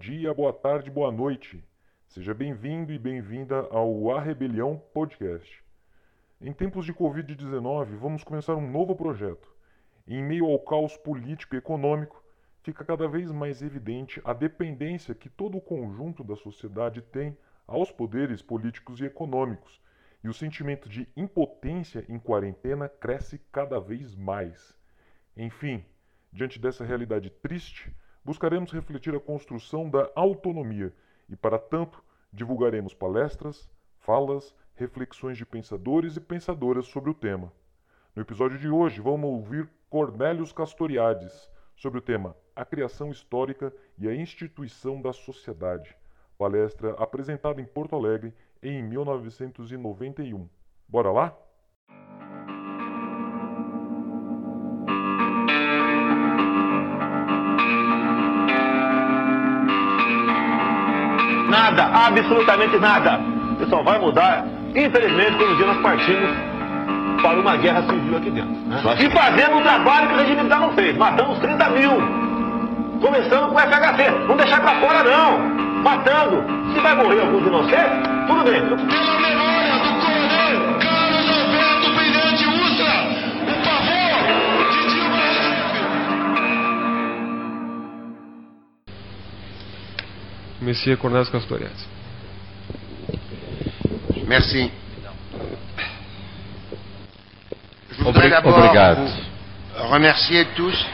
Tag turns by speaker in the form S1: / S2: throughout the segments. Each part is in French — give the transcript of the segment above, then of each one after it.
S1: dia, boa tarde, boa noite. Seja bem-vindo e bem-vinda ao A Rebelião Podcast. Em tempos de Covid-19, vamos começar um novo projeto. Em meio ao caos político e econômico, fica cada vez mais evidente a dependência que todo o conjunto da sociedade tem aos poderes políticos e econômicos, e o sentimento de impotência em quarentena cresce cada vez mais. Enfim, diante dessa realidade triste, buscaremos refletir a construção da autonomia e, para tanto, divulgaremos palestras, falas, reflexões de pensadores e pensadoras sobre o tema. No episódio de hoje, vamos ouvir Cornélios Castoriades sobre o tema A Criação Histórica e a Instituição da Sociedade, palestra apresentada em Porto Alegre em 1991. Bora lá?
S2: Nada, absolutamente nada. Isso só vai mudar, infelizmente, quando um dia nós partimos para uma guerra civil aqui dentro. né?
S3: Só
S2: E fazendo o trabalho que o regime militar não fez. Matamos 30 mil. Começando com o FHC. Não deixar pra fora, não. Matando. Se vai morrer alguns inocentes, tudo bem.
S3: Pela memória do coronel Carlos Alberto Brilhante Ustra, o pavor de Dilma Rousseff.
S4: Messias Cornélio Castoriadis.
S5: Merci. Je voudrais
S4: Obri-
S5: d'abord
S4: obrigado.
S5: vous remercier tous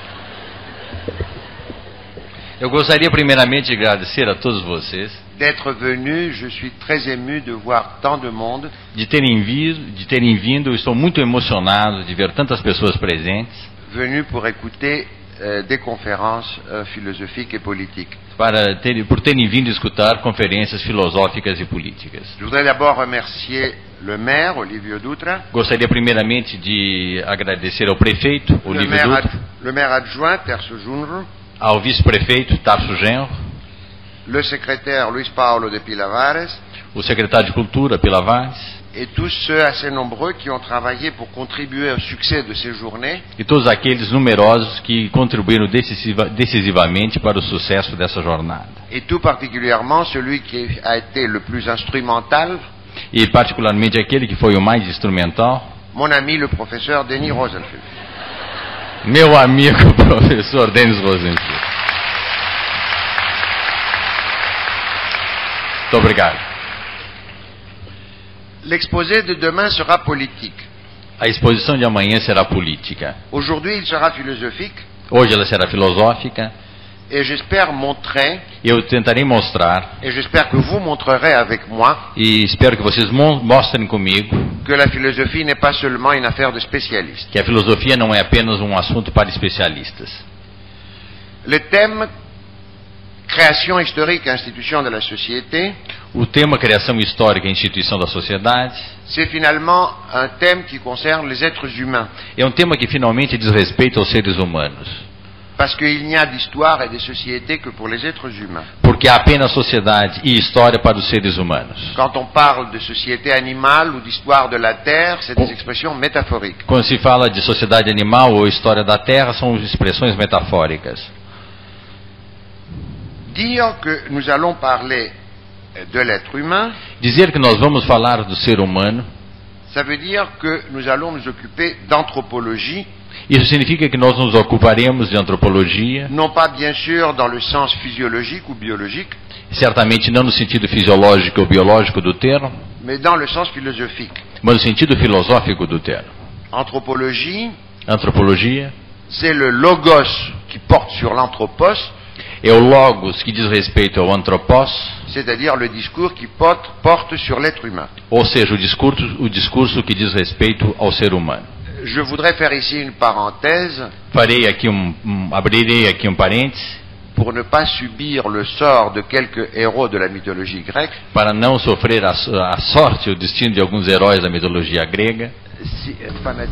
S6: Eu gostaria primeiramente de agradecer a todos vocês
S5: d'être venus. Je suis très ému de voir tant de monde.
S6: de terem, vi- de terem vindo. Eu Estou muito emocionado de ver tantas pessoas presentes
S5: venus pour écouter euh, des conférences euh, philosophiques et politiques.
S6: para ter, por terem vindo escutar conferências filosóficas e políticas.
S5: Je voudrais d'abord remercier le maire, Olivier Dutra,
S6: Gostaria primeiramente de agradecer ao prefeito
S5: le
S6: Olívio
S5: maire, ad-
S6: Dutra,
S5: le maire adjoint, Terce Junro,
S6: ao vice-prefeito Tarso Genro,
S5: le secrétaire Luis Paolo de Pilavares
S6: o secretário de Cultura Pilavares
S5: et tous ceux assez nombreux qui ont travaillé pour contribuer au succès de ces journées
S6: e todos aqueles numerosos que contribuíram decisiva- decisivamente para o sucesso dessa jornada.
S5: et tout particulièrement celui qui a été le plus instrumental,
S6: E particularmente aquele que foi o mais instrumental,
S5: mon ami le professeur Denis Rosenfeld.
S6: Meu amigo professor Denis Rosenfeld. Muito obrigado.
S5: L'exposé de demain sera politique.
S6: A exposição de amanhã será política.
S5: Aujourd'hui, il sera philosophique
S6: Hoje ela será filosófica.
S5: et j'espère montrer,
S6: Eu tentarei mostrar
S5: et j'espère que vous montrerez avec moi,
S6: e espero que vocês mon- mostrem comigo
S5: que la philosophie n'est pas seulement une affaire de spécialistes.
S6: que a filosofia não é apenas um assunto para especialistas.
S5: Le thème création historique, institution de la société,
S6: O tema criação histórica e instituição da sociedade
S5: c'est finalement un thème qui concerne les êtres humains,
S6: é um tema que finalmente diz respeito aos seres humanos,
S5: parce qu'il n'y a d'histoire et de société que pour les êtres humains.
S6: porque há apenas sociedade e história para os seres humanos.
S5: Quand on parle de société animale ou d'histoire de la Terre, c'est des
S6: Oh.
S5: expressions métaphoriques.
S6: Quando se fala de sociedade animal ou história da terra, são expressões metafóricas.
S5: Dire que nous allons parler euh, de l'être humain,
S6: Dizer que nós vamos falar do ser humano,
S5: ça veut dire que nous allons nous occuper d'anthropologie,
S6: isso significa que nós nos ocuparemos de antropologia,
S5: non pas bien sûr dans le sens physiologique ou biologique,
S6: certamente não no sentido fisiológico ou biológico do termo,
S5: mais dans le sens philosophique.
S6: mas no sentido filosófico do termo.
S5: Anthropologie,
S6: Antropologia
S5: c'est le logos qui porte sur l'anthropos,
S6: é o logos que diz respeito ao antropós,
S5: c'est-à-dire le discours qui porte, porte sur l'être humain.
S6: ou seja, o discurso, o discurso que diz respeito ao ser humano.
S5: Je voudrais faire ici une parenthèse
S6: Farei aqui um, um abrirei aqui um parêntese
S5: pour ne pas subir le sort de quelques héros de la mythologie grecque.
S6: para não sofrer a, so- a sorte, o destino de alguns heróis da mitologia grega,
S5: Si- euh, fanat-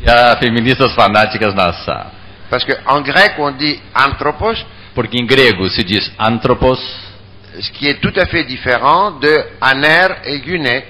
S6: e há feministas fanáticas na sala.
S5: Parce qu'en grec, on dit anthropos,
S6: Porque em grego se diz antropos,
S5: ce qui est tout à fait différent de aner et gune,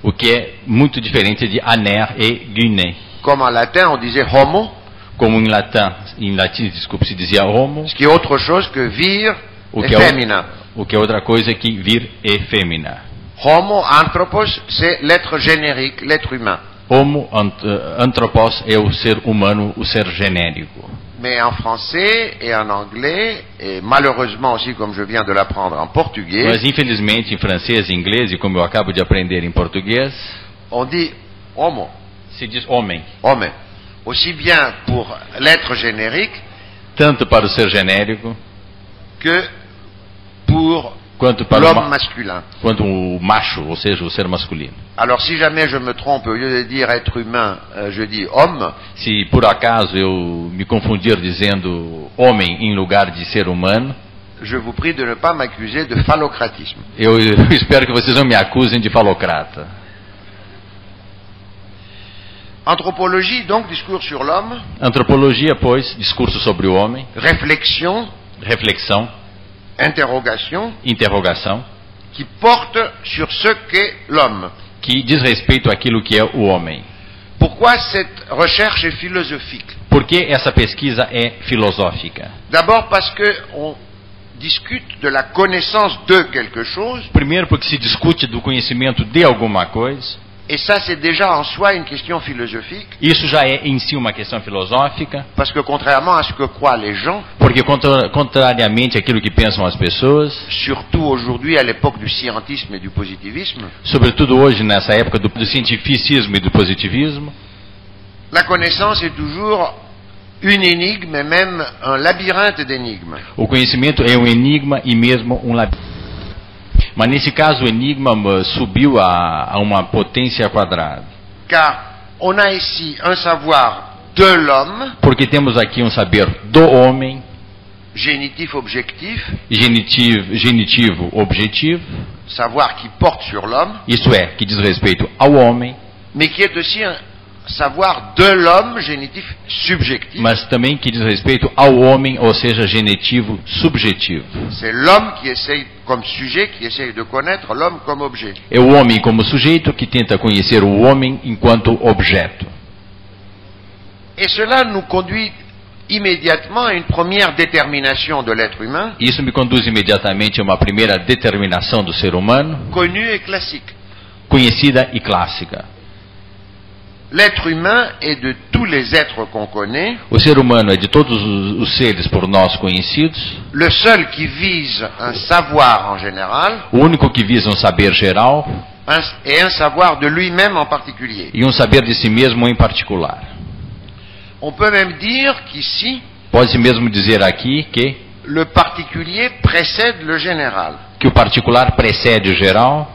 S6: o que é muito diferente de aner e gune.
S5: comme en latin on disait homo,
S6: Como em latim, em latim, desculpe, se dizia homo,
S5: ce qui est autre chose que vir
S6: O que, é o,
S5: effémina.
S6: o que é outra coisa que vir effemina.
S5: Homo anthropos, c'est l'être générique, l'être humain.
S6: Homo ant- eh, anthropos é o ser humano, o ser genérico.
S5: Mais en français et en anglais, et malheureusement aussi, comme je viens de l'apprendre en portugais,
S6: Mas infelizmente em francês e inglês, e como eu acabo de aprender em português,
S5: on dit homo,
S6: se diz homem.
S5: homme. Aussi bien pour l'être générique
S6: Tanto para o ser genérico,
S5: que pour
S6: quanto para o,
S5: l'homme
S6: ma
S5: masculin.
S6: quanto o macho, ou seja, o ser masculino.
S5: Alors si jamais je me trompe, au lieu de dire être humain, euh, je dis homme,
S6: Se por acaso eu me confundir dizendo homem em lugar de ser humano,
S5: je vous prie de ne pas m'accuser de phallocratisme.
S6: eu, eu espero que vocês não me acusem de falocrata.
S5: Anthropologie, donc discours sur l'homme,
S6: Antropologia, pois, discurso sobre o homem,
S5: réflexion,
S6: reflexão,
S5: interrogation,
S6: interrogação,
S5: qui porte sur ce qu'est l'homme.
S6: que diz respeito àquilo que é o homem.
S5: Pourquoi cette recherche est philosophique
S6: Por que essa pesquisa é filosófica?
S5: D'abord parce qu'on discute de la connaissance de quelque chose,
S6: Primeiro, porque se discute do conhecimento de alguma coisa,
S5: et ça c'est déjà en soi une question philosophique,
S6: isso já é em si uma questão filosófica,
S5: parce que contrairement à ce que croient les gens,
S6: porque contra, contrariamente àquilo que pensam as pessoas,
S5: surtout aujourd'hui à l'époque du scientisme et du positivisme,
S6: sobretudo hoje nessa época do, do cientificismo e do positivismo,
S5: la connaissance est toujours une énigme et même un labyrinthe d'énigmes.
S6: o conhecimento é um enigma e mesmo um labirinto. Mas nesse caso o enigma eh, subiu a, a uma potência quadrada,
S5: Car on a ici un savoir de l'homme,
S6: porque temos aqui um saber do homem,
S5: génitif objectif,
S6: genitivo, genitivo objetivo,
S5: savoir qui porte sur l'homme,
S6: isso é, que diz respeito ao homem,
S5: mais qui est aussi un savoir de l'homme, génitif subjectif.
S6: mas também que diz respeito ao homem, ou seja, genitivo subjetivo.
S5: C'est l'homme qui essaye, comme sujet, qui essaye de connaître l'homme comme objet.
S6: É o homem como sujeito que tenta conhecer o homem enquanto objeto.
S5: Et cela nous conduit immédiatement à une première détermination de l'être humain,
S6: Isso me conduz imediatamente a uma primeira determinação do ser humano,
S5: connue et classique.
S6: conhecida e clássica.
S5: L'être humain est de tous les êtres qu'on connaît,
S6: O ser humano é de todos os os seres por nós conhecidos,
S5: le seul qui vise un savoir en général
S6: o único que visa um saber geral
S5: un- et un savoir de lui-même en particulier.
S6: e um saber de si mesmo em particular.
S5: On peut même dire qu'ici,
S6: Pode-se mesmo dizer aqui que,
S5: le particulier précède le général.
S6: que o particular precede o geral,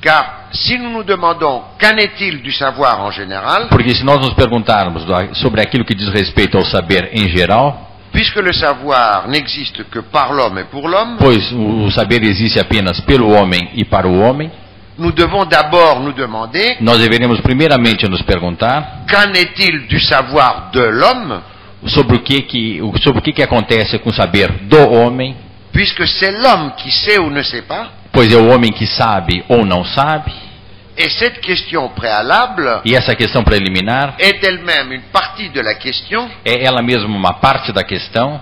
S5: Car si nous nous demandons qu'en est-il du savoir en général,
S6: Porque se nós nos perguntarmos do- sobre aquilo que diz respeito ao saber em geral,
S5: puisque le savoir n'existe que par l'homme et pour l'homme,
S6: pois o o saber existe apenas pelo homem e para o homem,
S5: nous devons d'abord nous demander
S6: nós deveremos primeiramente nos perguntar
S5: qu'en est-il du savoir de l'homme,
S6: sobre o que que o- sobre o que que acontece com o saber do homem,
S5: puisque c'est l'homme qui sait ou ne sait pas.
S6: pois é o homem que sabe ou não sabe,
S5: Et cette question préalable
S6: e essa questão preliminar
S5: est elle-même une partie de la question
S6: é ela mesma uma parte da questão,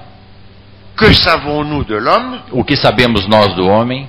S5: que savons-nous de l'homme
S6: o que sabemos nós do homem,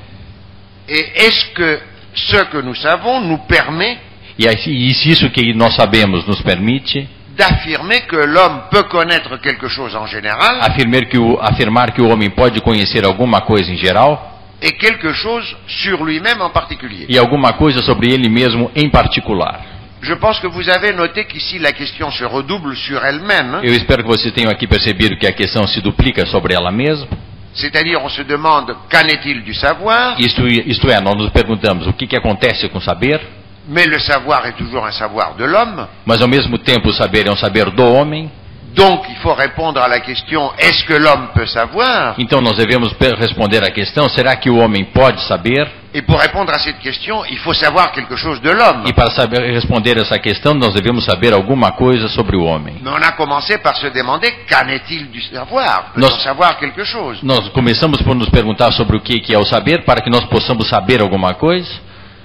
S5: et est-ce que ce que nous savons nous permet
S6: e aí- e se isso que nós sabemos nos permite
S5: d'affirmer que l'homme peut connaître quelque chose en général
S6: afirmar que o, afirmar que o homem pode conhecer alguma coisa em geral,
S5: et quelque chose sur lui-même en particulier.
S6: e alguma coisa sobre ele mesmo em particular.
S5: Je pense que vous avez noté qu'ici la question se redouble sur elle-même, hein.
S6: Eu espero que vocês tenham aqui percebido que a questão se duplica sobre ela mesma.
S5: c'est-à-dire on se demande qu'en est-il du savoir,
S6: Isto, isto é, nós nos perguntamos o que, que acontece com o saber,
S5: mais le savoir est toujours un savoir de l'homme,
S6: mas ao mesmo tempo o saber é um saber do homem.
S5: donc il faut répondre à la question est-ce que l'homme peut savoir
S6: Então nós devemos pe- responder à questão: será que o homem pode saber?
S5: Et pour répondre à cette question, il faut savoir quelque chose de l'homme.
S6: E para saber responder essa questão, nós devemos saber alguma coisa sobre o homem.
S5: Mais on a commencé par se demander qu'en est-il du savoir
S6: Non.
S5: Peut-on savoir quelque chose
S6: Nós começamos por nos perguntar sobre o que, que é o saber, para que nós possamos saber alguma coisa.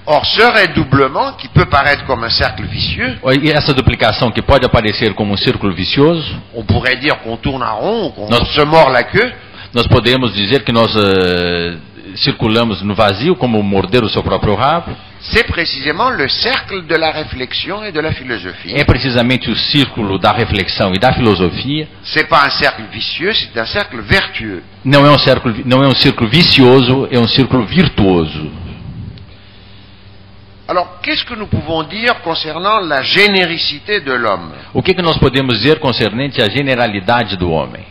S5: Or, ce redoublement, qui peut paraître comme un cercle vicieux,
S6: E essa duplicação que pode aparecer como um círculo vicioso,
S5: on pourrait dire qu'on tourne en rond, qu'on
S6: Non.
S5: se mord la queue,
S6: Nós podemos dizer que nós eh, circulamos no vazio como morder o seu próprio rabo.
S5: C'est précisément le cercle de la réflexion et de la philosophie.
S6: É precisamente o círculo da reflexão e da filosofia.
S5: C'est pas un cercle vicieux, c'est un cercle vertueux.
S6: Não é um círculo, não é um círculo vicioso, é um círculo virtuoso.
S5: Alors, qu'est-ce que nous pouvons dire concernant la généricité de l'homme
S6: O que, que nós podemos dizer concernente à generalidade do homem?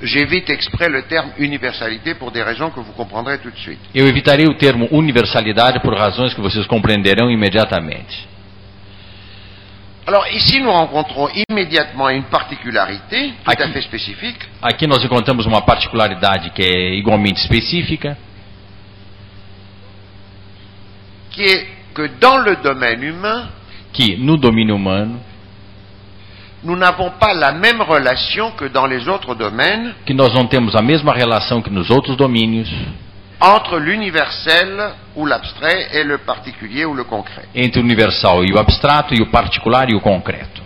S5: J'évite exprès le terme universalité pour des raisons que vous comprendrez tout de suite.
S6: Eu evitarei o termo universalidade por razões que vocês compreenderão imediatamente.
S5: Alors ici, nous rencontrons immédiatement une particularité tout
S6: À
S5: à
S6: qui
S5: fait spécifique,
S6: Aqui nós encontramos uma particularidade que é igualmente específica,
S5: qui est que dans le domaine humain,
S6: que no domínio humano,
S5: nous n'avons pas la même relation que dans les autres domaines
S6: que nós não temos a mesma relação que nos outros domínios
S5: entre l'universel ou l'abstrait et le particulier ou le concret.
S6: entre o universal e o abstrato e o particular e o concreto.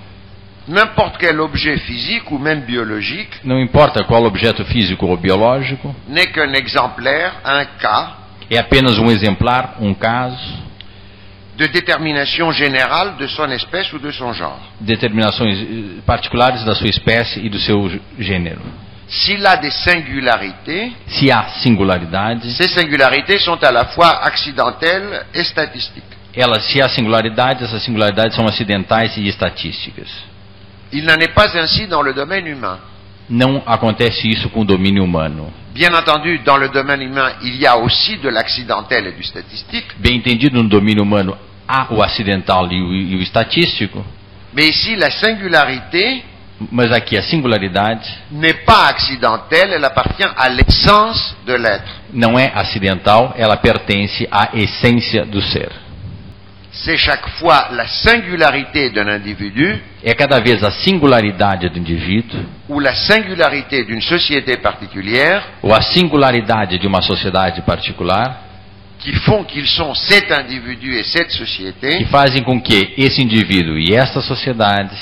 S5: N'importe quel objet physique ou même biologique
S6: Não importa qual objeto físico ou biológico,
S5: n'est qu'un exemplaire, un cas
S6: é apenas um exemplar, um caso,
S5: de détermination générale de son espèce ou de son genre.
S6: determinações eh, particulares da sua espécie e do seu gê- gênero.
S5: S'il a des singularités,
S6: Se há singularidades,
S5: ces singularités sont à la fois accidentelles et statistiques.
S6: elas, se há singularidades, essas singularidades são acidentais e estatísticas.
S5: Il n'en est pas ainsi dans le domaine humain.
S6: Não acontece isso com o domínio humano.
S5: Bien entendu, dans le domaine humain, il y a aussi de l'accidentel et du statistique,
S6: Bem entendido, no domínio humano há o acidental e o, e o estatístico,
S5: mais ici la singularité
S6: mas aqui a singularidade
S5: n'est pas accidentelle, elle appartient à l'essence de l'être.
S6: não é acidental, ela pertence à essência do ser.
S5: C'est chaque fois la singularité d'un individu
S6: É cada vez a singularidade do indivíduo,
S5: ou la singularité d'une société particulière
S6: ou a singularidade de uma sociedade particular,
S5: qui font qu'ils sont cet individu et cette
S6: que
S5: société
S6: fazem com que esse indivíduo e esta sociedade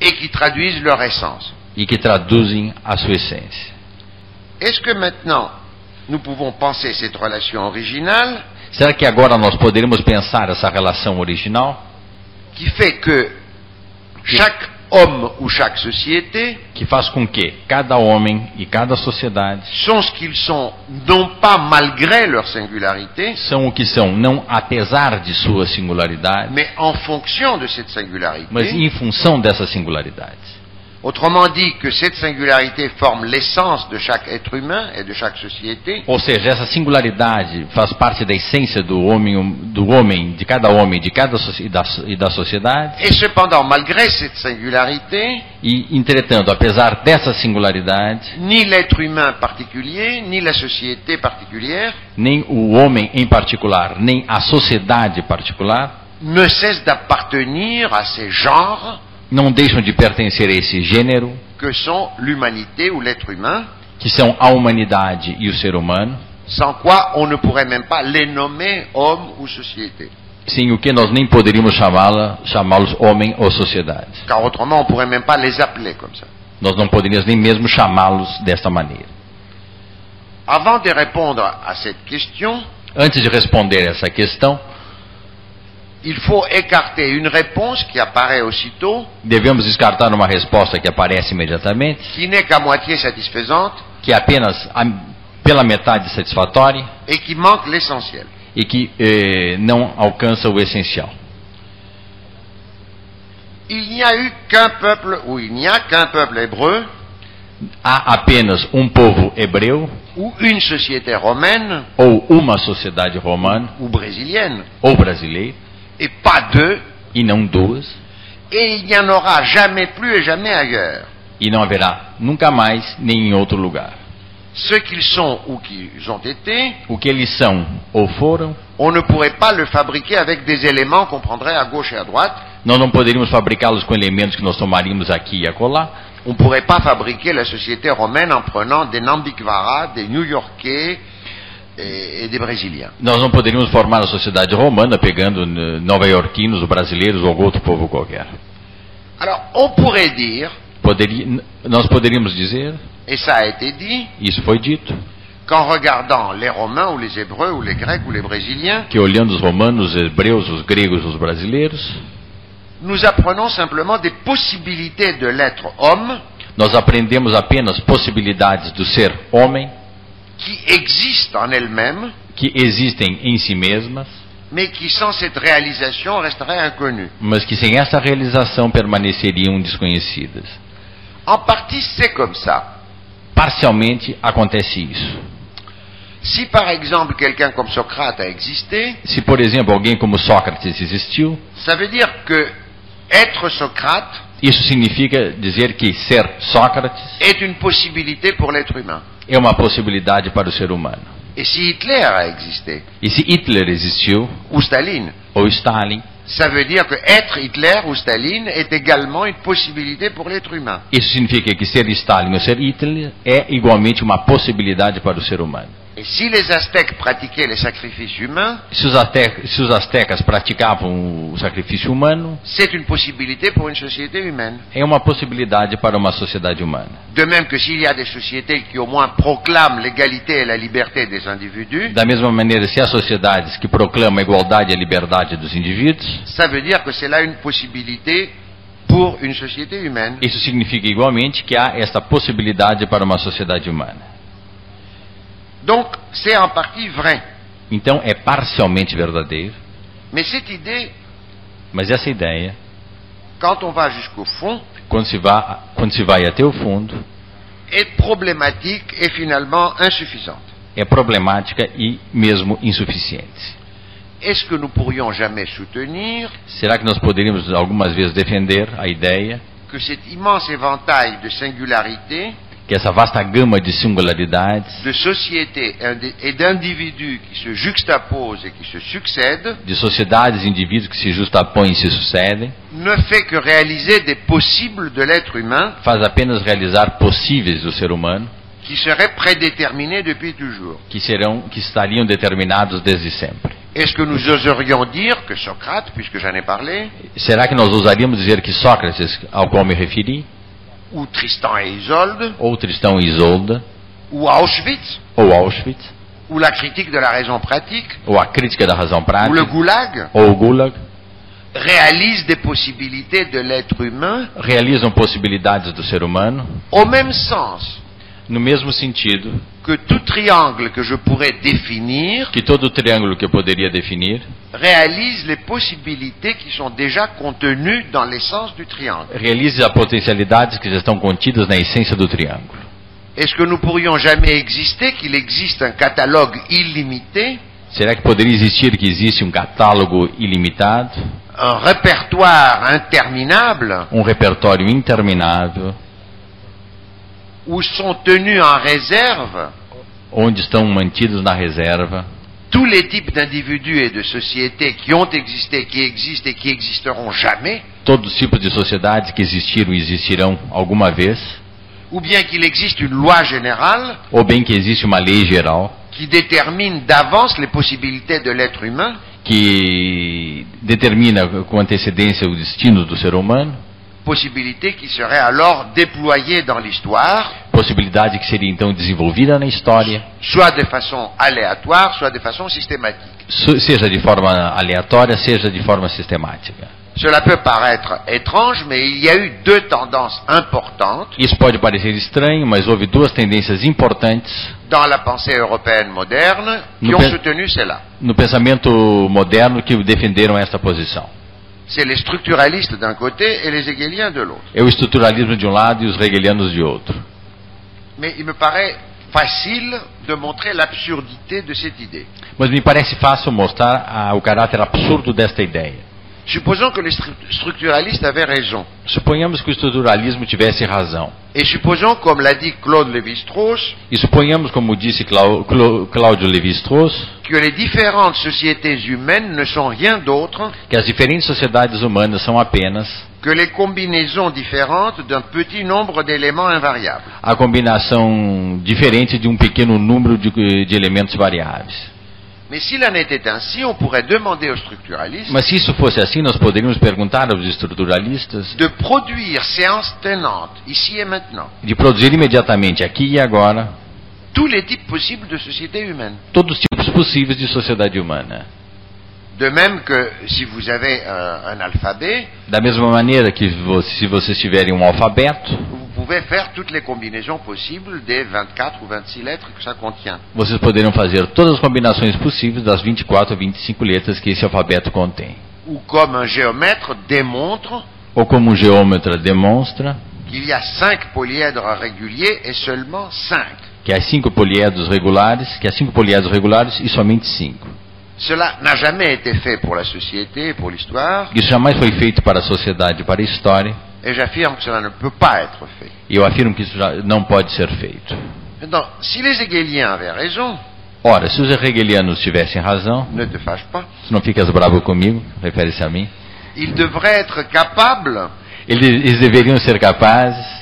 S5: et qui traduisent leur essence.
S6: e que traduzem a sua essência.
S5: Est-ce que maintenant nous pouvons penser cette relation originale
S6: Será que agora nós poderemos pensar essa relação original
S5: qui fait que chaque homme ou chaque société
S6: que faz com que cada homem e cada sociedade
S5: sont ce qu'ils sont, non pas malgré leur singularité,
S6: são o que são, não apesar de sua singularidade,
S5: mais en fonction de cette
S6: mas
S5: singularité.
S6: em função dessa singularidade.
S5: Autrement dit, que cette singularité forme l'essence de chaque être humain et de chaque société,
S6: Ou seja, essa singularidade faz parte da essência do homem, do homem, de cada homem, de cada soci- e da, e da sociedade.
S5: et cependant, malgré cette singularité,
S6: E, entretanto, apesar dessa singularidade,
S5: ni l'être humain particulier, ni la société particulière
S6: nem o homem em particular, nem a sociedade particular,
S5: ne cesse d'appartenir à ces genres
S6: não deixam de pertencer a esse gênero,
S5: que sont l'humanité ou l'être humain,
S6: que são a humanidade e o ser humano,
S5: sans quoi on ne pourrait même pas les nommer hommes ou société.
S6: sem o que nós nem poderíamos chamá-la, chamá-los homem ou sociedade.
S5: Car autrement, on pourrait même pas les appeler comme ça.
S6: Nós não poderíamos nem mesmo chamá-los desta maneira.
S5: Avant de répondre à cette question,
S6: Antes de responder essa questão,
S5: il faut écarter une réponse qui apparaît aussitôt,
S6: devemos descartar uma resposta que aparece imediatamente,
S5: qui n'est qu'à moitié satisfaisante
S6: que é apenas a- pela metade satisfatória
S5: et qui manque l'essentiel.
S6: e que eh, não alcança o essencial.
S5: Il n'y a eu qu'un peuple, ou il n'y a qu'un peuple hébreu,
S6: Há apenas um povo hebreu,
S5: ou une société romaine,
S6: ou uma sociedade romana,
S5: ou brésilienne,
S6: ou brasileira,
S5: et pas deux,
S6: e não duas,
S5: et il n'y en aura jamais plus et jamais ailleurs.
S6: e não haverá nunca mais nem em outro lugar.
S5: Ce qu'ils sont ou qu'ils ont été,
S6: O que eles são ou foram,
S5: on ne pourrait pas le fabriquer avec des éléments qu'on prendrait à gauche et à droite.
S6: nós não poderíamos fabricá-los com elementos que nós tomaríamos aqui e acolá.
S5: On ne pourrait pas fabriquer la société romaine en prenant des Nambikvara, des New-Yorkais et, et des Brésiliens.
S6: Nós não poderíamos formar a sociedade romana pegando eh, nova-iorquinos, ou brasileiros ou algum outro povo qualquer.
S5: Alors, on pourrait dire
S6: Poderi- n- nós poderíamos dizer,
S5: Et ça a été dit
S6: isso foi dito,
S5: qu'en regardant les Romains ou les Hébreux ou les Grecs ou les Brésiliens,
S6: que olhando os romanos, os hebreus, os gregos, os brasileiros,
S5: nous apprenons simplement des possibilités de l'être homme
S6: nós aprendemos apenas possibilidades do ser homem
S5: qui existent en elles-mêmes,
S6: que existem em si mesmas,
S5: mais qui sans cette réalisation resteraient inconnues.
S6: mas que sem essa realização permaneceriam desconhecidas.
S5: En partie, c'est comme ça.
S6: Parcialmente acontece isso.
S5: Si par exemple quelqu'un comme Socrate a existé,
S6: Se, por exemplo, alguém como Sócrates existiu,
S5: ça veut dire que être Socrate
S6: isso significa dizer que ser Sócrates
S5: est une possibilité pour l'être humain.
S6: é uma possibilidade para o ser humano.
S5: Et si Hitler a existé,
S6: E se Hitler existiu,
S5: ou Staline,
S6: ou Stalin,
S5: ça veut dire que être Hitler ou Staline est également une possibilité pour l'être humain.
S6: isso significa que ser Stalin ou ser Hitler é igualmente uma possibilidade para o ser humano.
S5: Et si les Aztèques pratiquaient les sacrifices humains,
S6: Se os, aste- se os astecas praticavam o sacrifício humano,
S5: c'est une possibilité pour une société humaine.
S6: é uma possibilidade para uma sociedade humana.
S5: De même que s'il y a des sociétés qui au moins proclament l'égalité et la liberté des individus,
S6: Da mesma maneira, se há sociedades que proclamam a igualdade e a liberdade dos indivíduos,
S5: ça veut dire que c'est là une possibilité pour une société humaine.
S6: isso significa igualmente que há esta possibilidade para uma sociedade humana.
S5: Donc c'est en partie vrai.
S6: Então, é parcialmente verdadeiro,
S5: Mais cette idée,
S6: mas essa ideia,
S5: quand on va jusqu'au fond,
S6: quando se, vá, quando se vai até o fundo,
S5: est problématique et finalement insuffisante.
S6: é problemática e mesmo insuficiente.
S5: Est-ce que nous pourrions jamais soutenir
S6: Será que nós poderíamos algumas vezes defender a ideia
S5: que cet immense éventail de singularités,
S6: que essa vasta gama de singularidades,
S5: de sociétés indi- et d'individus qui se juxtaposent et qui se succèdent,
S6: de sociedades e indivíduos que se justapõem e se sucedem,
S5: ne fait que réaliser des possibles de l'être humain
S6: faz apenas realizar possíveis do ser humano
S5: qui seraient prédéterminés depuis toujours
S6: que serão que estariam determinados desde sempre.
S5: Est-ce que nous oserions dire que Socrate, puisque j'en ai parlé,
S6: Será que nós ousaríamos dizer que Sócrates, ao qual me referi,
S5: ou Tristan et Isolde,
S6: ou Tristão e Isolda,
S5: ou Auschwitz,
S6: ou Auschwitz,
S5: ou la critique de la raison pratique,
S6: ou a crítica da razão
S5: ou le
S6: prática,
S5: goulag,
S6: ou o Gulag,
S5: réalisent des possibilités de l'être humain
S6: realizam possibilidades do ser humano
S5: au même sens
S6: no mesmo sentido
S5: que tout triangle que je pourrais définir
S6: que todo triângulo que eu poderia definir
S5: réalise les possibilités qui sont déjà contenues dans l'essence du triangle.
S6: realize as potencialidades que já estão contidas na essência do triângulo.
S5: Est-ce que nous pourrions jamais exister qu'il existe un catalogue illimité,
S6: Será que poderia existir que existe um catálogo ilimitado,
S5: un répertoire interminable
S6: um repertório interminável,
S5: où sont tenus en réserve
S6: onde estão mantidos na reserva
S5: tous les types d'individus et de sociétés qui ont existé, qui existent et qui existeront jamais,
S6: todos os tipos de sociedades que existiram e existirão alguma vez,
S5: ou bien qu'il existe une loi générale
S6: ou bem que existe uma lei geral
S5: qui détermine d'avance les possibilités de l'être humain
S6: que determina com antecedência o destino do ser humano,
S5: possibilités qui seraient alors déployées dans l'histoire,
S6: possibilidade que seria então desenvolvida na história,
S5: soit de façon aléatoire, soit de façon systématique.
S6: so- seja de forma aleatória, seja de forma sistemática.
S5: Cela peut paraître étrange, mais il y a eu deux tendances importantes
S6: Isso pode parecer estranho, mas houve duas tendências importantes
S5: dans la pensée européenne moderne qui
S6: Nous
S5: ont
S6: pe-
S5: soutenu cela.
S6: no pensamento moderno que defenderam essa posição.
S5: C'est les structuralistes d'un côté et les hegeliens de l'autre.
S6: É o estruturalismo de um lado e os hegelianos de outro.
S5: Mais il me paraît facile de montrer l'absurdité de cette idée.
S6: Mas me parece fácil mostrar ah, o caráter absurdo desta ideia.
S5: Supposons que les stru- structuralistes avaient raison.
S6: Suponhamos que o estruturalismo tivesse razão.
S5: Et supposons, comme l'a dit Claude Lévi-Strauss,
S6: E suponhamos, como disse Clau- Clo- Cláudio Levi-Strauss,
S5: que les différentes sociétés humaines ne sont rien d'autre
S6: que as diferentes sociedades humanas são apenas
S5: que les combinaisons différentes d'un petit nombre d'éléments invariables.
S6: a combinação diferente de um pequeno número de, de elementos variáveis.
S5: Mais s'il en était ainsi, on pourrait demander aux structuralistes
S6: Mas se isso fosse assim, nós poderíamos perguntar aos estruturalistas
S5: de produire séance tenante, ici et maintenant,
S6: de produzir imediatamente, aqui e agora,
S5: tous les types possibles de sociétés humaines.
S6: todos os tipos possíveis de sociedade humana.
S5: De même que si vous avez un, un alphabet,
S6: Da mesma maneira que vo- se vocês tiverem um alfabeto,
S5: vous pouvez faire toutes les combinaisons possibles des 24 ou 26 lettres que ça contient.
S6: vocês poderiam fazer todas as combinações possíveis das 24 ou 25 letras que esse alfabeto contém.
S5: Ou comme un géomètre démontre
S6: Ou como o geômetra demonstra,
S5: qu'il y a 5 polyèdres réguliers et seulement 5.
S6: que há cinco poliedros regulares, que há cinco poliedros regulares e somente cinco.
S5: Cela n'a jamais été fait pour la société, pour l'histoire,
S6: Isso jamais foi feito para a sociedade, para a história,
S5: et j'affirme que cela ne peut pas être fait.
S6: e eu afirmo que isso já não pode ser feito.
S5: Maintenant, si les Hegeliens avaient raison,
S6: Ora, se os hegelianos tivessem razão,
S5: ne te fâche pas,
S6: se não ficas bravo comigo, refere-se a mim,
S5: ils devraient être capables
S6: eles, eles deveriam ser capazes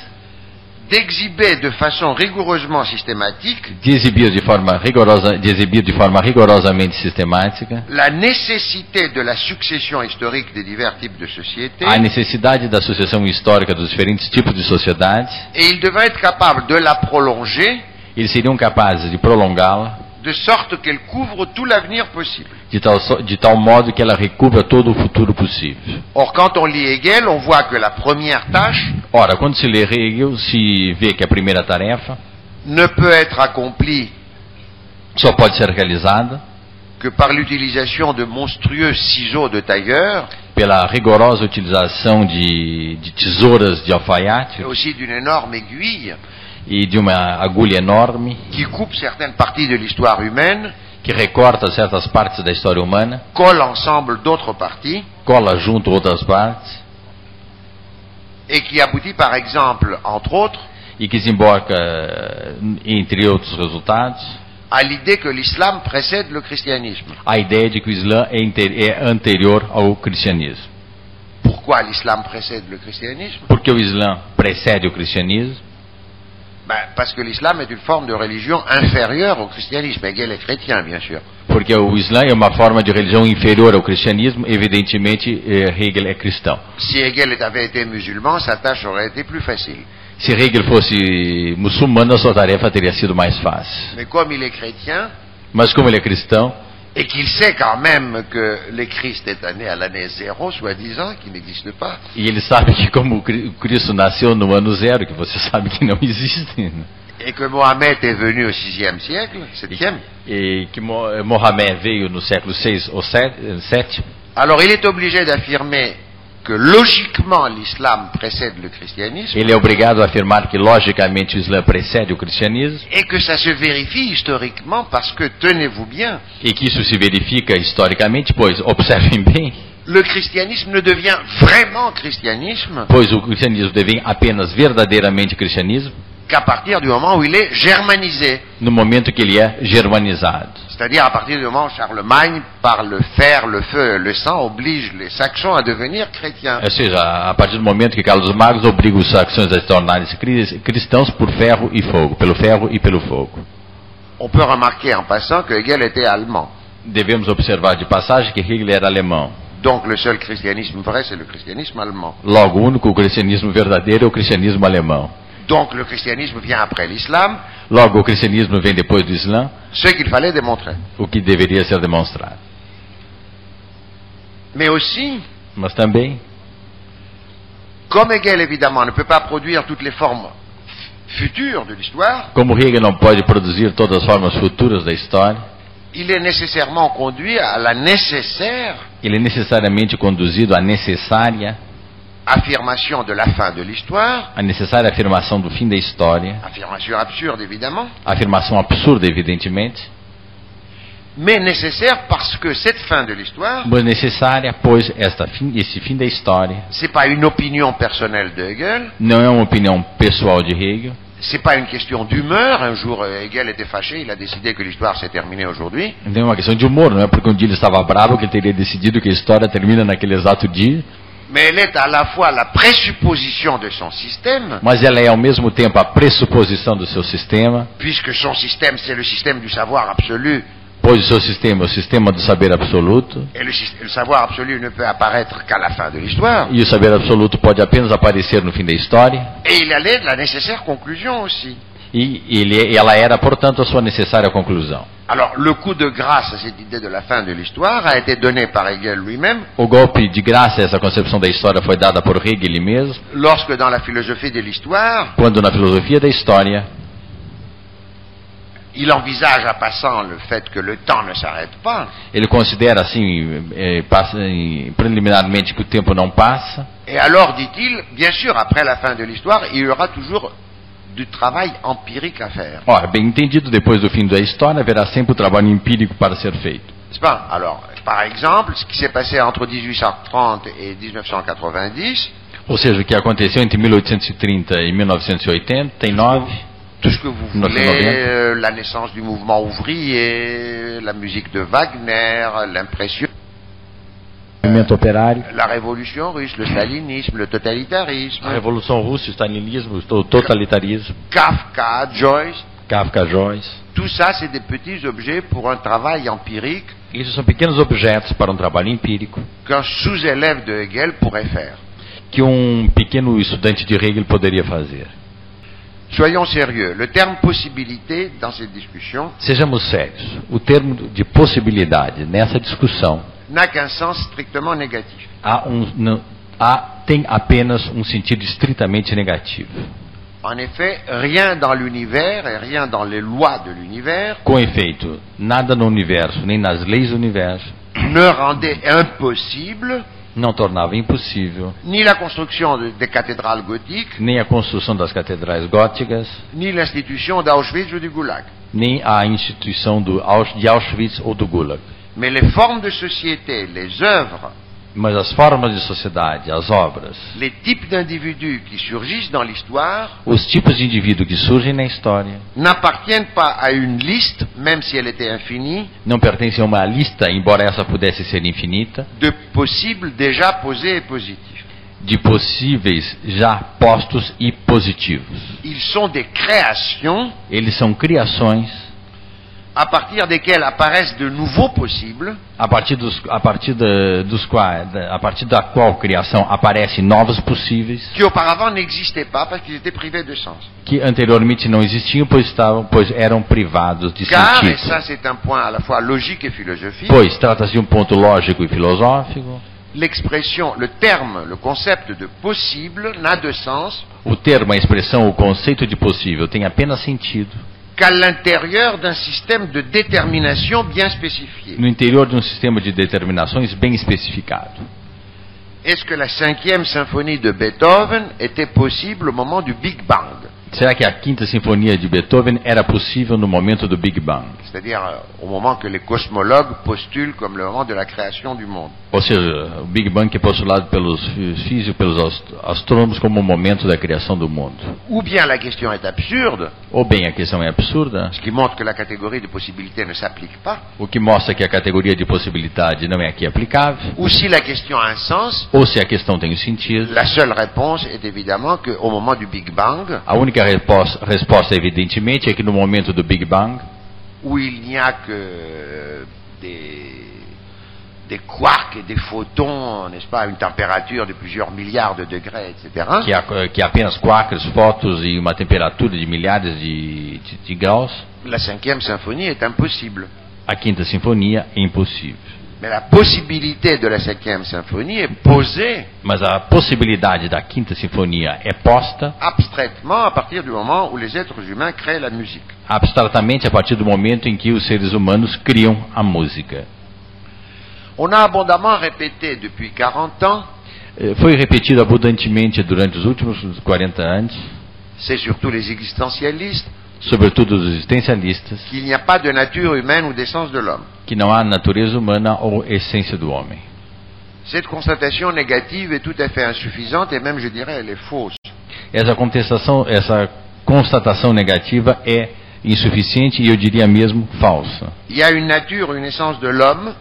S5: d'exhiber de façon rigoureusement systématique
S6: de exibir de forma rigorosa, de exibir de forma rigorosamente sistemática
S5: la nécessité de la succession historique des divers types de sociétés,
S6: a necessidade da associação histórica dos diferentes tipos de sociedade,
S5: et ils devraient être capables de la prolonger
S6: eles seriam capazes de prolongá-la
S5: de sorte qu'elle couvre tout l'avenir possible.
S6: de tal, so- de tal modo que ela recubra todo o futuro possível.
S5: Or, quand on lit Hegel, on voit que la première tâche
S6: Ora, quando se lê Hegel, se vê que a primeira tarefa
S5: ne peut être accomplie
S6: só pode ser realizada
S5: que par l'utilisation de monstrueux ciseaux de tailleur
S6: pela rigorosa utilização de, de tesouras de alfaiate
S5: et aussi d'une énorme aiguille
S6: e de uma agulha enorme
S5: qui coupe certaines parties de l'histoire humaine,
S6: que recorta certas partes da história humana,
S5: colle ensemble d'autres parties
S6: cola junto outras partes
S5: et qui aboutit par exemple, entre autres,
S6: e que desemboca, eh, entre outros resultados,
S5: à l'idée que l'islam précède le christianisme.
S6: a ideia de que o Islã é, inte- é anterior ao cristianismo.
S5: Pourquoi l'islam précède le christianisme
S6: Por que o Islã precede o cristianismo?
S5: Ben, Parce que l'islam est une forme de religion inférieure au christianisme. Hegel est chrétien, bien sûr.
S6: Porque o Islã é uma forma de religião inferior ao cristianismo, evidentemente eh, Hegel é cristão.
S5: Si Hegel avait été musulman, sa tâche aurait été plus facile.
S6: Se Hegel fosse muçulmano, a sua tarefa teria sido mais fácil.
S5: Mais comme il est chrétien,
S6: Mas como ele é cristão,
S5: et qu'il sait quand même que le Christ est né à l'année zéro, soi-disant, qui n'existe pas,
S6: e ele sabe que como o Cri- Cristo nasceu no ano zero, que você sabe que não existe, né?
S5: et que Mohamed est venu au VIe siècle,
S6: e,
S5: septième,
S6: e que Mo- Mohamé veio no século 6 ou eh, 7,
S5: alors il est obligé d'affirmer que logiquement l'islam précède le christianisme,
S6: ele é obrigado a afirmar que logicamente o Islã precede o cristianismo
S5: et que ça se vérifie historiquement parce que, tenez-vous bien,
S6: e que isso se verifica historicamente, pois, observem bem,
S5: le christianisme ne devient vraiment christianisme
S6: pois o cristianismo devém apenas verdadeiramente cristianismo
S5: qu'à partir du moment où il est germanisé.
S6: no momento que ele é germanizado.
S5: C'est-à-dire à partir du moment où Charlemagne, par le fer, le feu et le sang, oblige les Saxons à devenir chrétiens.
S6: Ou seja, a partir do momento que Carlos Magos obriga os saxões a se tornarem cri- cristãos por ferro e fogo, pelo ferro e pelo fogo.
S5: On peut remarquer en passant que Hegel était allemand.
S6: Devemos observar de passagem que Hegel era alemão.
S5: Donc le seul christianisme vrai, c'est le christianisme allemand.
S6: Logo, o único cristianismo verdadeiro é o cristianismo alemão.
S5: Donc le christianisme vient après l'islam,
S6: Logo, o cristianismo vem depois do Islã,
S5: ce qu'il fallait démontrer.
S6: o que deveria ser demonstrado.
S5: Mais aussi,
S6: Mas também,
S5: comme Hegel évidemment ne peut pas produire toutes les formes futures de l'histoire,
S6: como Hegel não pode produzir todas as formas futuras da história,
S5: il est nécessairement conduit à la nécessaire
S6: ele é necessariamente conduzido à necessária,
S5: affirmation de la fin de l'histoire,
S6: à necessária afirmação do fim da história,
S5: affirmation absurde évidemment,
S6: afirmação absurda, evidentemente,
S5: mais nécessaire parce que cette fin de l'histoire,
S6: mas necessária, pois esta fim, esse fim da história
S5: c'est pas une opinion personnelle de Hegel,
S6: não é uma opinião pessoal de Hegel,
S5: c'est pas une question d'humeur. Un jour, euh, Hegel était fâché, il a décidé que l'histoire s'est terminée aujourd'hui.
S6: não é uma questão de humor, não é porque um dia ele estava bravo que ele teria decidido que a história termina naquele exato dia,
S5: Mais elle est à la fois la présupposition de son système,
S6: mas ela é ao mesmo tempo a pressuposição do seu sistema,
S5: puisque son système, c'est le système du savoir absolu
S6: propôs o seu sistema, é o sistema do saber absoluto,
S5: Et le, syst- le savoir absolu ne peut apparaître qu'à la fin de l'histoire.
S6: e o saber absoluto pode apenas aparecer no fim da história,
S5: Et il allait de la nécessaire conclusion aussi.
S6: e ele, ela era, portanto, a sua necessária conclusão.
S5: Alors, le coup de grâce à cette idée de la fin de l'histoire a été donné par Hegel lui-même
S6: O golpe de graça a essa concepção da história foi dada por Hegel mesmo,
S5: lorsque, dans la philosophie de l'histoire,
S6: quando na filosofia da história
S5: il envisage à passant le fait que le temps ne s'arrête pas
S6: ele considera assim, eh, passa- eh, preliminarmente, que o tempo não passa,
S5: Et alors, dit-il, bien sûr, après la fin de l'histoire, il y aura toujours du travail empirique à faire.
S6: Ora, bem entendido, depois do fim da história haverá sempre o trabalho empírico para ser feito.
S5: N'est-ce pas Alors, par exemple, ce qui s'est passé entre 1830 et 1990,
S6: Ou seja, o que aconteceu entre 1830 e 1989,
S5: tout ce que vous
S6: Notre
S5: voulez,
S6: Orient.
S5: euh, la naissance du mouvement ouvrier, la musique de Wagner, l'impression,
S6: o movimento operário,
S5: la révolution russe, le stalinisme, le totalitarisme,
S6: a Revolução Russa, o stalinismo, o totalitarismo,
S5: Kafka, Joyce,
S6: Kafka, Joyce.
S5: tout ça, c'est des petits objets pour un travail empirique
S6: Isso são pequenos objetos para um trabalho empírico
S5: qu'un sous-élève de Hegel pourrait faire.
S6: que um pequeno estudante de Hegel poderia fazer.
S5: Soyons sérieux. Le terme possibilité dans cette discussion
S6: Sejamos sérios, o termo de possibilidade nessa discussão
S5: n'a qu'un sens strictement négatif.
S6: há um- não- há- tem apenas um sentido estritamente negativo.
S5: En effet, rien dans l'univers et rien dans les lois de l'univers
S6: Com efeito, nada no universo, nem nas leis do universo,
S5: ne rendait impossible
S6: não tornava impossível
S5: ni la construction de- des cathédrales gothiques,
S6: nem a construção das catedrais góticas,
S5: ni l'institution d'Auschwitz ou du Goulag.
S6: nem a instituição do Aus- de Auschwitz ou do Gulag.
S5: Mais les formes de société, les œuvres,
S6: Mas as formas de sociedade, as obras,
S5: les types d'individus qui surgissent dans l'histoire
S6: os tipos de indivíduo que surgem na história
S5: n'appartiennent pas à une liste, même si elle était infinie,
S6: não pertencem a uma lista, embora essa pudesse ser infinita,
S5: de possibles déjà posés et positifs.
S6: de possíveis já postos e positivos.
S5: Ils sont des créations
S6: Eles são criações
S5: à partir desquelles apparaissent de nouveaux possibles
S6: a partir dos a partir da, dos quais da- a partir da qual criação aparecem novos possíveis
S5: qui auparavant n'existaient pas parce qu'ils étaient privés de sens.
S6: que anteriormente não existiam pois estavam pois eram privados de
S5: Car, et
S6: sentido
S5: ça c'est un point à la fois logique et philosophique,
S6: pois trata-se de um ponto lógico e filosófico
S5: l'expression, le terme, le concept de possible n'a de sens
S6: o termo a expressão o conceito de possível tem apenas sentido
S5: qu'à l'intérieur d'un système de détermination bien spécifié.
S6: no interior de um sistema de determinações bem especificado
S5: Est-ce que la cinquième symphonie de Beethoven était possible au moment du Big Bang
S6: será que a quinta sinfonia de Beethoven era possível no momento do Big Bang
S5: C'est-à-dire euh, au moment que les cosmologues postulent comme le moment de la création du monde.
S6: ou seja, o Big Bang é postulado pelos fí- físicos, pelos ast- astrônomos como o momento da criação do mundo.
S5: Ou bien la question est absurde,
S6: Ou bem, a questão é absurda,
S5: ce qui montre que la catégorie de possibilités ne s'applique pas,
S6: o que mostra que a categoria de possibilidade não é aqui aplicável,
S5: ou si la question a un sens,
S6: ou se a questão tem um sentido.
S5: la seule réponse est évidemment qu'au moment du Big Bang,
S6: A única repos- resposta, evidentemente, é que no momento do Big Bang,
S5: où il n'y a que euh, des, des quarks et des photons, n'est-ce pas, à une température de plusieurs milliards de degrés, etc.,
S6: que há, que há apenas quarks, fótons e uma temperatura de milhares de, de- de graus,
S5: la cinquième symphonie est impossible.
S6: a quinta sinfonia é impossível.
S5: Mais la possibilité de la cinquième symphonie est posée
S6: Mas a possibilidade da quinta sinfonia é posta
S5: abstraitement à partir du moment où les êtres humains créent la musique.
S6: abstratamente a partir do momento em que os seres humanos criam a música.
S5: On a abondamment répété depuis 40 ans,
S6: Eh, Foi repetido abundantemente durante os últimos 40 anos,
S5: c'est surtout les existentialistes,
S6: sobretudo dos existencialistas,
S5: qu'il n'y a pas de nature humaine ou d'essence de l'homme.
S6: que não há natureza humana ou essência do homem.
S5: Cette constatation négative est tout à fait insuffisante et même, je dirais, elle est fausse.
S6: Essa contestação, essa constatação negativa é insuficiente e eu diria mesmo falsa.
S5: Il y a une nature, une essence de l'homme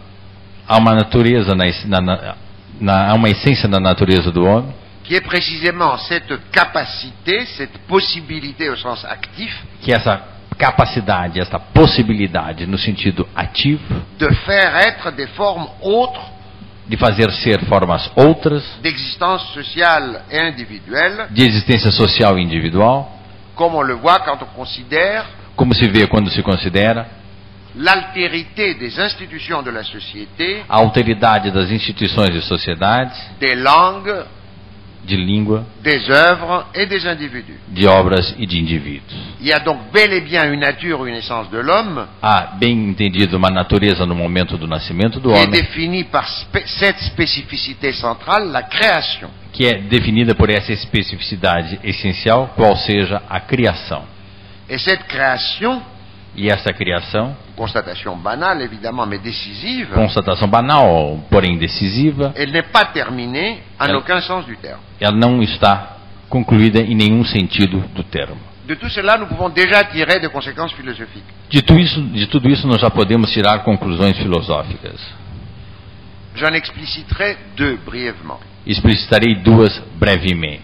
S6: Há uma natureza na, ess- na, na, na- há uma essência na natureza do homem
S5: qui est précisément cette capacité, cette possibilité au sens actif
S6: que é essa capacidade, esta possibilidade no sentido ativo
S5: de faire être des formes autres
S6: de fazer ser formas outras
S5: d'existence sociale et individuelle,
S6: de existência social e individual,
S5: comme on le voit quand on considère
S6: como se vê quando se considera
S5: l'altérité des institutions de la société,
S6: a alteridade das instituições e sociedades,
S5: des langues,
S6: de língua,
S5: des œuvres et des individus.
S6: de obras e de indivíduos.
S5: Il y a donc bel et bien une nature, une essence de l'homme
S6: Há, bem entendido, uma natureza no momento do nascimento do
S5: qui est
S6: homem,
S5: définie par spé- cette spécificité centrale, la création.
S6: que é definida por essa especificidade essencial, qual seja a criação.
S5: Et cette création,
S6: E essa criação,
S5: constatation banale évidemment, mais décisive,
S6: constatação banal, porém decisiva,
S5: elle n'est pas terminée en
S6: Elle-
S5: aucun sens du terme.
S6: ela não está concluída em nenhum sentido do termo.
S5: De tout cela, nous pouvons déjà tirer des conséquences philosophiques.
S6: De tudo isso, de tudo isso nós já podemos tirar conclusões filosóficas.
S5: J'en expliciterai deux brièvement.
S6: Explicitarei duas brevemente.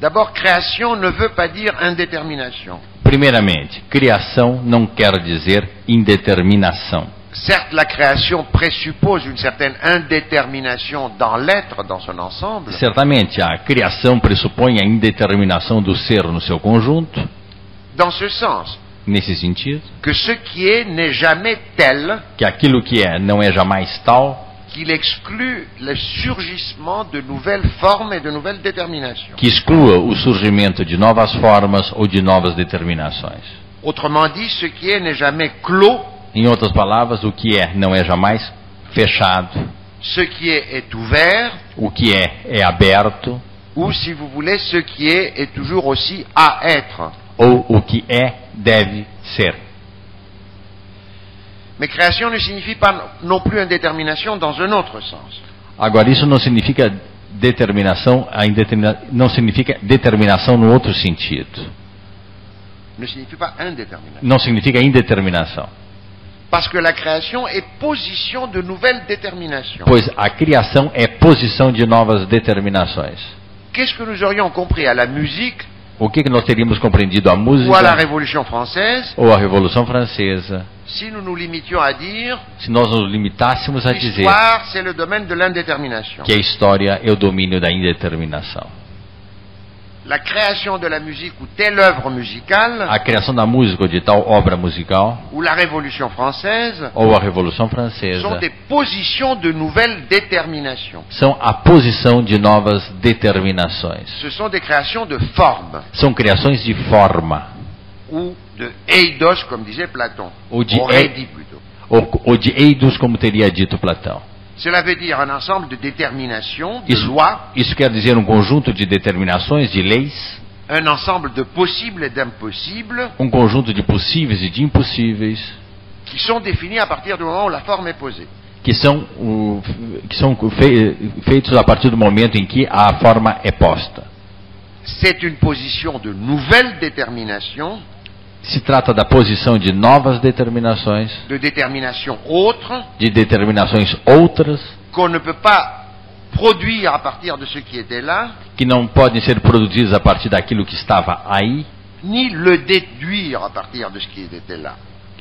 S5: D'abord, création ne veut pas dire indétermination.
S6: Primeiramente, criação não quer dizer indeterminação.
S5: Certes, la création présuppose une certaine indétermination dans l'être, dans son ensemble,
S6: Certamente, a criação pressupõe a indeterminação do ser no seu conjunto,
S5: dans ce sens
S6: nesse sentido,
S5: que ce qui est n'est jamais tel
S6: que aquilo que é não é jamais tal,
S5: qu'il exclut le surgissement de nouvelles formes et de nouvelles déterminations.
S6: que exclua o surgimento de novas formas ou de novas determinações.
S5: Autrement dit, ce qui est n'est jamais clos,
S6: Em outras palavras, o que é não é jamais fechado,
S5: ce qui est est ouvert,
S6: o que é é aberto,
S5: ou si vous voulez, ce qui est est toujours aussi à être.
S6: ou o que é deve ser.
S5: Mais création ne signifie pas non plus indétermination dans un autre sens.
S6: Agora, isso não significa determinação, a indetermina- não significa determinação no outro sentido.
S5: Ne signifie pas indétermination.
S6: Não significa indeterminação.
S5: Parce que la création est position de nouvelles déterminations.
S6: Pois a criação é posição de novas determinações.
S5: Qu'est-ce que nous aurions compris à la musique
S6: O que, que nós teríamos compreendido a
S5: ou à la
S6: música
S5: Révolution française
S6: ou a Revolução Francesa
S5: si nous nous limitions à dire
S6: se nós nos limitássemos a dizer
S5: l'histoire, c'est le domaine de l'indétermination
S6: que a história é o domínio da indeterminação?
S5: La création de la musique ou telle œuvre musicale
S6: A criação da música ou de tal obra musical
S5: ou la Révolution française
S6: ou a Revolução
S5: sont
S6: Francesa
S5: des positions de nouvelles déterminations.
S6: são a posição de novas determinações.
S5: Ce sont des créations de forme
S6: São criações de forma.
S5: ou de eidos, comme disait Platon.
S6: Ou dit-
S5: aurait dit plutôt.
S6: ou, ou de eidos, como teria dito Platão.
S5: Cela veut dire un ensemble de déterminations, de
S6: Isso,
S5: lois,
S6: isso quer dizer um conjunto de determinações, de leis,
S5: un ensemble de possibles et d'impossibles
S6: um conjunto de possíveis e de impossíveis,
S5: qui sont définis à partir du moment où la forme est posée.
S6: que são, o- que são fe- feitos a partir do momento em que a forma é posta.
S5: C'est une position de nouvelles déterminations,
S6: Se trata da posição de novas determinações,
S5: de déterminations autres,
S6: de determinações outras,
S5: qu'on ne peut pas produire à partir de ce qui était là,
S6: que não podem ser produzidas a partir daquilo que estava aí,
S5: ni le déduire à partir de ce qui était là.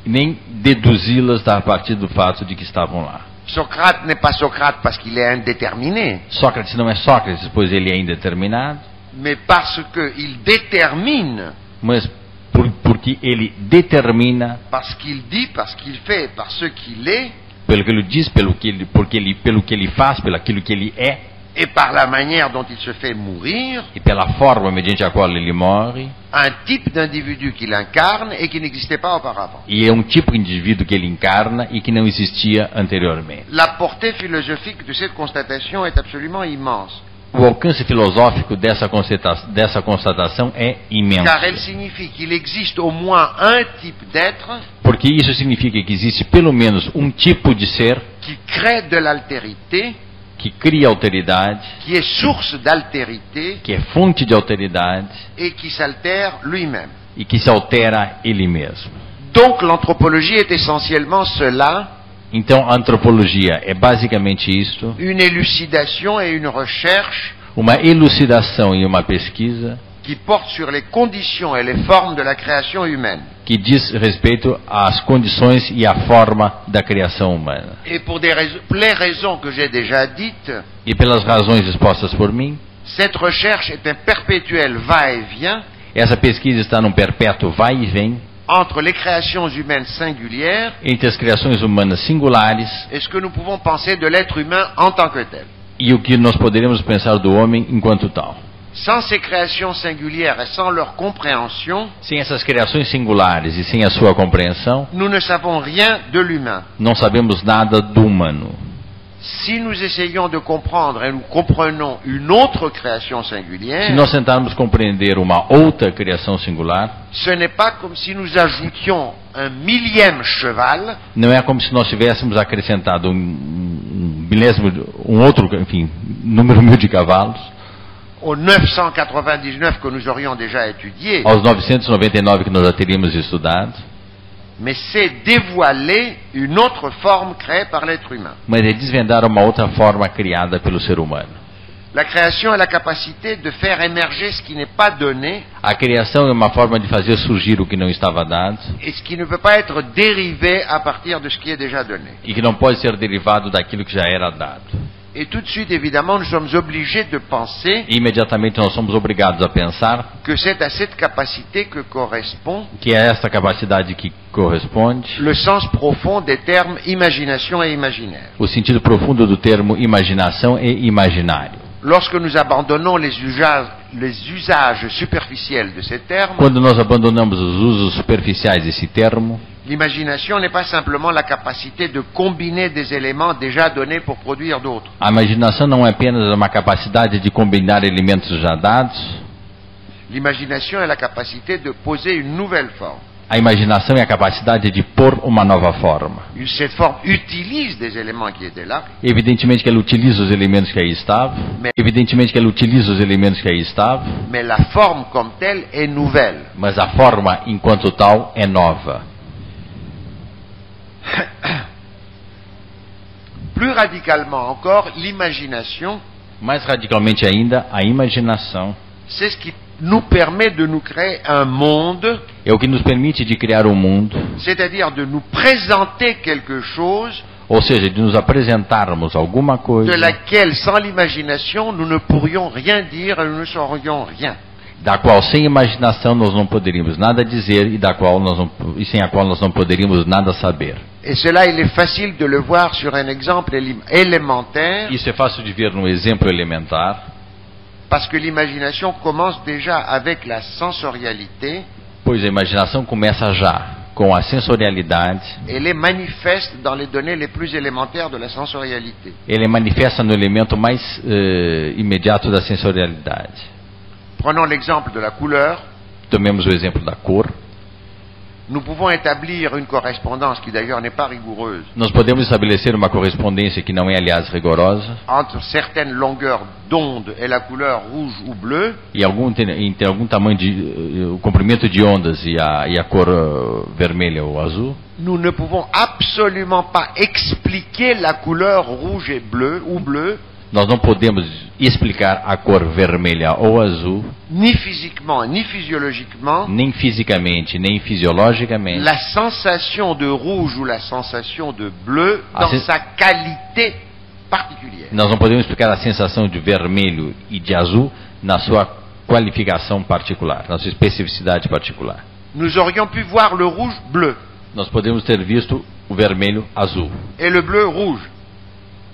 S6: nem deduzi-las a partir do fato de que estavam lá.
S5: Socrate n'est pas Socrate parce qu'il est indéterminé,
S6: Sócrates não é Sócrates, pois ele é indeterminado,
S5: mais parce qu'il détermine,
S6: mas por, porque ele determina
S5: parce qu'il dit, parce qu'il fait, par ce qu'il est,
S6: pelo que ele diz, pelo que ele, porque ele, pelo que ele faz, pelo aquilo que ele é
S5: et par la manière dont il se fait mourir,
S6: e pela forma mediante a qual ele morre,
S5: un type d'individu qu'il incarne et qui n'existait pas auparavant.
S6: e é um tipo de indivíduo que ele encarna e que não existia anteriormente.
S5: La portée philosophique de cette constatation est absolument immense,
S6: O alcance filosófico dessa, constata- dessa constatação é
S5: car elle
S6: imenso,
S5: signifie qu'il existe au moins un type d'être
S6: porque isso significa que existe pelo menos um tipo de ser
S5: qui crée de l'altérité,
S6: que cria alteridade,
S5: qui est source d'altérité
S6: que é fonte de alteridade
S5: et qui s'altère lui-même.
S6: e que se altera ele mesmo.
S5: Donc l'anthropologie est essentiellement cela,
S6: Então, a antropologia é basicamente isto:
S5: une élucidation et une recherche
S6: uma elucidação e uma pesquisa
S5: qui porte sur les conditions et les formes de la création humaine.
S6: que diz respeito às condições e à forma da criação humana.
S5: Et pour des rais- les raisons que j'ai déjà dites,
S6: E pelas razões expostas por mim,
S5: cette recherche est un perpétuel va-et-vient
S6: essa pesquisa está num perpétuo vai e vem
S5: entre les créations humaines singulières
S6: entre as criações humanas singulares
S5: et ce que nous pouvons penser de l'être humain en tant que tel.
S6: e o que nós poderemos pensar do homem enquanto tal.
S5: Sans ces créations singulières et sans leur compréhension,
S6: Sem essas criações singulares e sem a sua compreensão,
S5: nous ne savons rien de l'humain.
S6: não sabemos nada do humano.
S5: Si nous essayons de comprendre et nous comprenons une autre création
S6: Se
S5: singulière,
S6: nós tentarmos compreender uma outra criação singular,
S5: ce n'est pas comme si nous ajoutions un millième cheval
S6: não é como se nós tivéssemos acrescentado um, um milésimo, de- um outro, enfim, número mil de cavalos
S5: aux 999 que nous aurions déjà étudiés,
S6: aos 999 que nós já teríamos estudado,
S5: mais c'est dévoiler une autre forme créée par l'être humain.
S6: mas é desvendar uma outra forma criada pelo ser humano.
S5: La création est la capacité de faire émerger ce qui n'est pas donné
S6: A criação é uma forma de fazer surgir o que não estava dado
S5: et ce qui ne peut pas être dérivé à partir de ce qui est déjà donné.
S6: e que não pode ser derivado daquilo que já era dado.
S5: Et tout de suite, évidemment, nous sommes obligés de penser
S6: E imediatamente nós somos obrigados a pensar
S5: que c'est à cette capacité que correspond
S6: que é esta capacidade que corresponde
S5: le sens profond des termes imagination et imaginaire.
S6: o sentido profundo do termo imaginação e imaginário.
S5: Lorsque nous abandonnons les usages, les usages superficiels de ces termes,
S6: Quando nós abandonamos os usos superficiais desse termo,
S5: l'imagination n'est pas simplement la capacité de combiner des éléments déjà donnés pour produire d'autres.
S6: a imaginação não é apenas uma capacidade de combinar elementos já dados,
S5: L'imagination est la capacité de poser une nouvelle forme.
S6: a imaginação é a capacidade de pôr uma nova forma.
S5: Cette forme utilise des éléments qui étaient là,
S6: Evidentemente que ela utiliza os elementos que aí estavam, evidentemente que ela utiliza os elementos que aí estavam,
S5: mais la forme comme telle est nouvelle.
S6: mas a forma enquanto tal é nova.
S5: Plus radicalement encore, l'imagination,
S6: Mais radicalmente ainda, a imaginação
S5: c'est ce qui nous permet de nous créer un monde,
S6: é o que nos permite de criar o mundo,
S5: c'est-à-dire de nous présenter quelque chose
S6: ou seja, de nos apresentarmos alguma
S5: de
S6: coisa
S5: laquelle, sans l'imagination, nous ne pourrions rien dire et nous ne saurions rien.
S6: da qual sem imaginação nós não poderíamos nada dizer e da qual nós não, e sem a qual nós não poderíamos nada saber.
S5: Et cela, il est facile de le voir sur un exemple élim- élémentaire,
S6: Isso é fácil de ver num exemplo elementar,
S5: parce que l'imagination commence déjà avec la sensorialité,
S6: pois a imaginação começa já com a sensorialidade,
S5: elle est manifeste dans les données les plus élémentaires de la sensorialité.
S6: ele manifesta no elemento mais eh, imediato da sensorialidade.
S5: Prenons l'exemple de la couleur.
S6: Tomemos o exemplo da cor.
S5: Nous pouvons établir une correspondance qui d'ailleurs n'est pas rigoureuse
S6: Nós podemos estabelecer uma correspondência que não é, aliás, rigorosa,
S5: entre certaines longueurs d'onde et la couleur rouge ou bleue,
S6: e algum, te- entre algum tamanho de eh, o comprimento de ondas e a, e a cor eh, vermelha ou azul,
S5: nous ne pouvons absolument pas expliquer la couleur rouge et bleue ou bleue,
S6: nós não podemos explicar a cor vermelha ou azul,
S5: ni physiquement ni physiologiquement,
S6: nem fisicamente, nem fisiologicamente,
S5: la sensation de rouge ou la sensation de bleu
S6: Ah,
S5: dans
S6: c'est-
S5: sa qualité particulière.
S6: nós não podemos explicar a sensação de vermelho e de azul na sua qualificação particular, na sua especificidade particular.
S5: Nous aurions pu voir le rouge bleu
S6: Nós podemos ter visto o vermelho azul
S5: et le bleu rouge,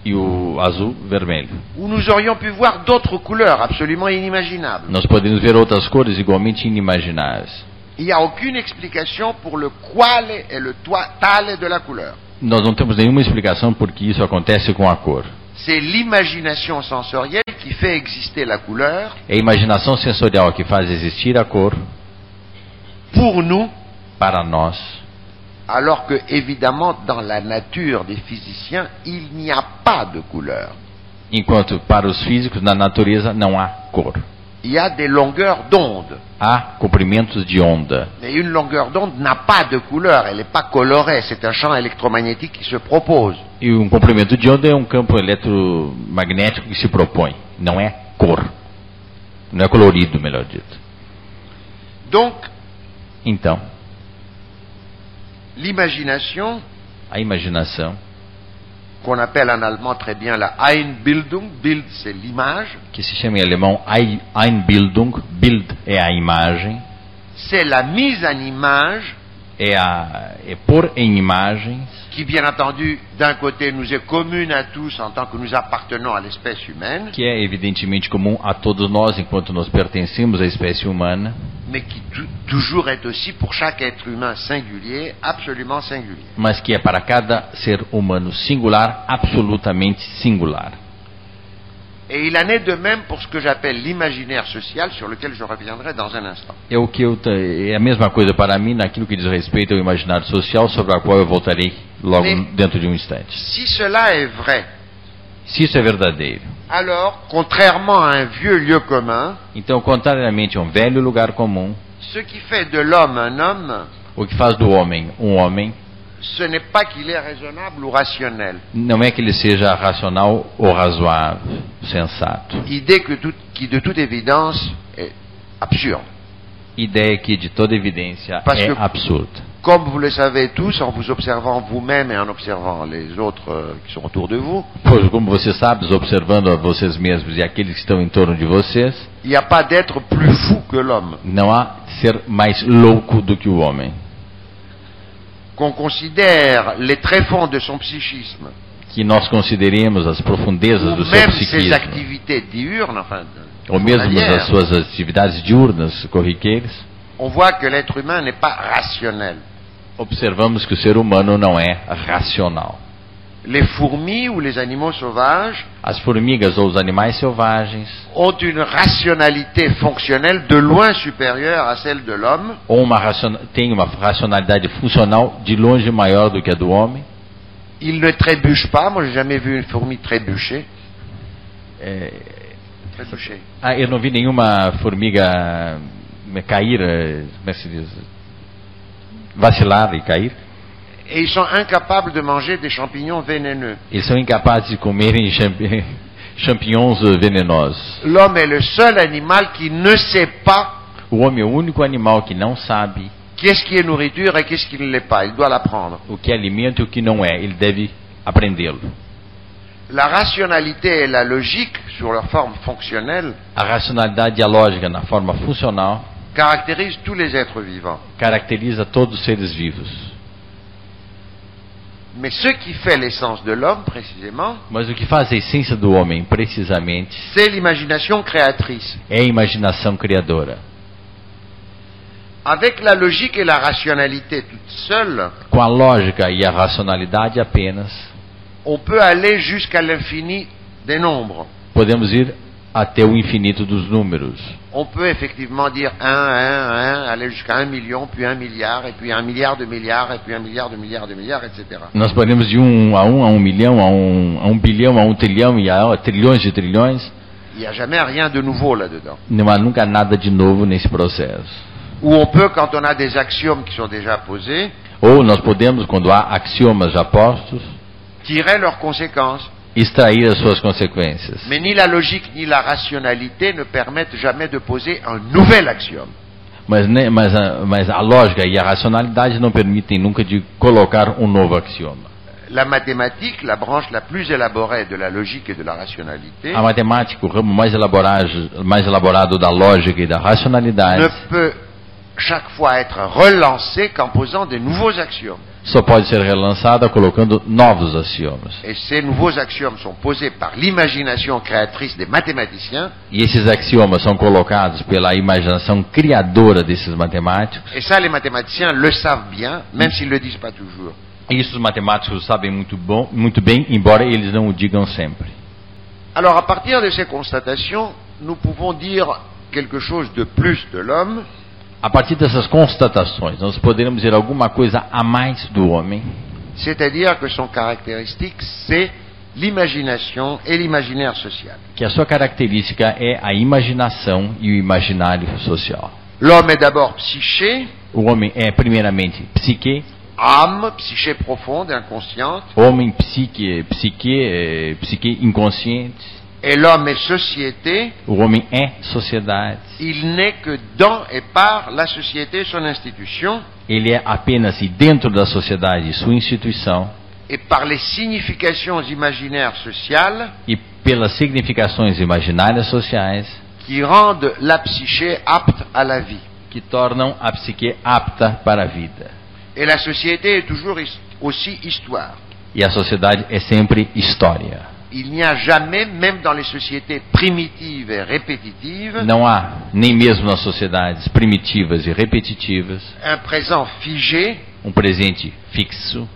S6: e o azul vermelho.
S5: ou nous aurions pu voir d'autres couleurs absolument inimaginables.
S6: Nós podemos ver outras cores igualmente inimagináveis.
S5: Il n'y a aucune explication pour le quale et le toi- tale de la couleur.
S6: Nós não temos nenhuma explicação porque isso acontece com a cor.
S5: C'est l'imagination sensorielle qui fait exister la couleur
S6: É a imaginação sensorial que faz existir a cor
S5: pour nous,
S6: para nós,
S5: alors que évidemment dans la nature des physiciens, il n'y a pas de couleur.
S6: enquanto para os físicos na natureza não há cor.
S5: Il y a des longueurs d'onde.
S6: Há comprimentos de onda.
S5: Mais une longueur d'onde n'a pas de couleur, elle n'est pas colorée, c'est un champ électromagnétique qui se propose.
S6: E um comprimento de onda é um campo eletromagnético que se propõe, não é cor. Não é colorido, melhor dito.
S5: Donc,
S6: Então,
S5: l'imagination,
S6: a imaginação,
S5: qu'on appelle en allemand très bien la Einbildung, Bild c'est l'image,
S6: que se chama em alemão Ei- Einbildung, Bild é a imagem,
S5: c'est la mise en image
S6: é, a, é pôr em imagens,
S5: qui, bien entendu, d'un côté nous est commune à tous en tant que nous appartenons à l'espèce humaine,
S6: que é evidentemente comum a todos nós enquanto nós pertencemos à espécie humana,
S5: mais qui tou- toujours est aussi pour chaque être humain singulier, absolument singulier.
S6: mas que é para cada ser humano singular, absolutamente singular.
S5: Et il en est de même pour ce que j'appelle l'imaginaire social, sur lequel je reviendrai dans un instant.
S6: É o que eu ta- é a mesma coisa para mim naquilo que diz respeito ao imaginário social, sobre a qual eu voltarei logo
S5: Sim.
S6: dentro de um instante.
S5: Si cela est vrai,
S6: Se isso é verdadeiro,
S5: alors, contrairement à un vieux lieu commun,
S6: então contrariamente a um velho lugar comum,
S5: ce qui fait de l'homme un homme,
S6: o que faz do homem um homem
S5: ce n'est pas qu'il est raisonnable ou rationnel,
S6: não é que ele seja racional ou razoável, sensato.
S5: idée que tout- qui de toute évidence est absurde.
S6: Ideia que de toda evidência
S5: Parce
S6: é
S5: que-
S6: absurda.
S5: Comme vous le savez tous, en vous observant vous-même et en observant les autres euh, qui sont autour de vous,
S6: Pois como vocês sabem, observando a vocês mesmos e aqueles que estão em torno de vocês,
S5: il n'y a pas d'être plus fou que l'homme,
S6: não há ser mais louco do que o homem.
S5: qu'on considère les tréfonds de son psychisme
S6: Que nós consideremos as profundezas do
S5: ou
S6: seu
S5: même ses
S6: psiquismo,
S5: activités diurnes, enfin,
S6: ou mesmo
S5: journalières,
S6: as suas atividades diurnas corriqueiras,
S5: on voit que l'être humain n'est pas rationnel.
S6: observamos que o ser humano não é racional.
S5: Les fourmis ou les animaux sauvages
S6: As formigas ou os animais selvagens,
S5: ont une rationalité fonctionnelle de loin supérieure à celle de l'homme,
S6: ou uma raciona- têm uma racionalidade funcional de longe maior do que a do homem.
S5: Ils ne trébuchent pas. Moi, j'ai jamais vu une fourmi trébucher.
S6: é,
S5: Trébucher.
S6: Ah, eu não vi nenhuma formiga eh, cair, eh, como é que se diz? Vacilar e cair.
S5: Et ils sont incapables de manger des champignons vénéneux.
S6: Eles são incapazes de comerem champi- champignons eh, venenosos.
S5: L'homme est le seul animal qui ne sait pas
S6: O homem é o único animal que não sabe
S5: qu'est-ce qui est nourriture et qu'est-ce qui ne l'est pas. Il doit l'apprendre.
S6: o que é alimento e o que não é. Ele deve aprendê-lo.
S5: La rationalité et la logique, sur leur forme fonctionnelle,
S6: A racionalidade e a lógica, na forma funcional,
S5: caractérisent tous les êtres vivants.
S6: caracteriza todos os seres vivos.
S5: Mais ce qui fait l'essence de l'homme, précisément,
S6: Mas o que faz a essência do homem, precisamente,
S5: c'est l'imagination créatrice.
S6: é a imaginação criadora.
S5: Avec la logique et la rationalité toutes seules,
S6: Com a lógica e a racionalidade apenas,
S5: on peut aller jusqu'à l'infini des nombres.
S6: podemos ir até o infinito dos números.
S5: On peut effectivement dire 1, 1, 1, aller jusqu'à 1 million, puis 1 milliard, et puis 1 milliard de milliards, et puis 1 milliard de milliards de milliards, etc.
S6: Nós podemos de um a um, a um milhão, a um, a um bilhão, a um trilhão e a trilhões de trilhões.
S5: Il n'y a jamais rien de nouveau là-dedans.
S6: Não há nunca nada de novo nesse processo.
S5: Ou on peut, quand on a des axiomes qui sont déjà posés,
S6: Ou nós podemos, quando há axiomas já postos,
S5: tirer leurs conséquences.
S6: extrair as suas consequências.
S5: Mais ni la logique ni la rationalité ne permettent jamais de poser un nouvel axiome.
S6: Mas, né, mas, a, mas a lógica e a racionalidade não permitem nunca de colocar um novo axioma.
S5: La mathématique, la branche la plus élaborée de la logique et de la rationalité,
S6: A matemática, o ramo mais elaborado, mais elaborado da lógica e da
S5: ne
S6: racionalidade,
S5: peut chaque fois être relancée qu'en posant des nouveaux axiomes.
S6: só pode ser relançada colocando novos axiomas.
S5: Et ces nouveaux axiomes sont posés par l'imagination créatrice des mathématiciens,
S6: E esses axiomas são colocados pela imaginação criadora desses matemáticos.
S5: et ça les mathématiciens le savent bien, même s'ils ne le disent pas toujours.
S6: E isso os matemáticos sabem muito, bom, muito bem, embora eles não o digam sempre.
S5: Alors à partir de ces constatations, nous pouvons dire quelque chose de plus de l'homme,
S6: A partir dessas constatações, nós poderemos dizer alguma coisa a mais do homem,
S5: c'est-à-dire que son caractéristique, c'est l'imagination et l'imaginaire social.
S6: que a sua característica é a imaginação e o imaginário social.
S5: L'homme est d'abord psyché,
S6: O homem é primeiramente psique,
S5: âme, psyché profonde, inconsciente,
S6: homem psique, psique, eh, psique inconsciente,
S5: et l'homme est société,
S6: O homem é sociedade.
S5: il n'est que dans et par la société et son institution,
S6: Ele é apenas e dentro da sociedade, sua instituição,
S5: et par les significations imaginaires sociales
S6: e pelas significações imaginárias sociais
S5: qui rendent la psyché apte à la vie.
S6: que tornam a psique apta para a vida.
S5: Et la société est toujours his- aussi histoire.
S6: E a sociedade é sempre história.
S5: Il n'y a jamais, même dans les sociétés primitives et répétitives,
S6: Não há, nem mesmo nas sociedades primitivas e repetitivas,
S5: un présent figé,
S6: um presente fixo.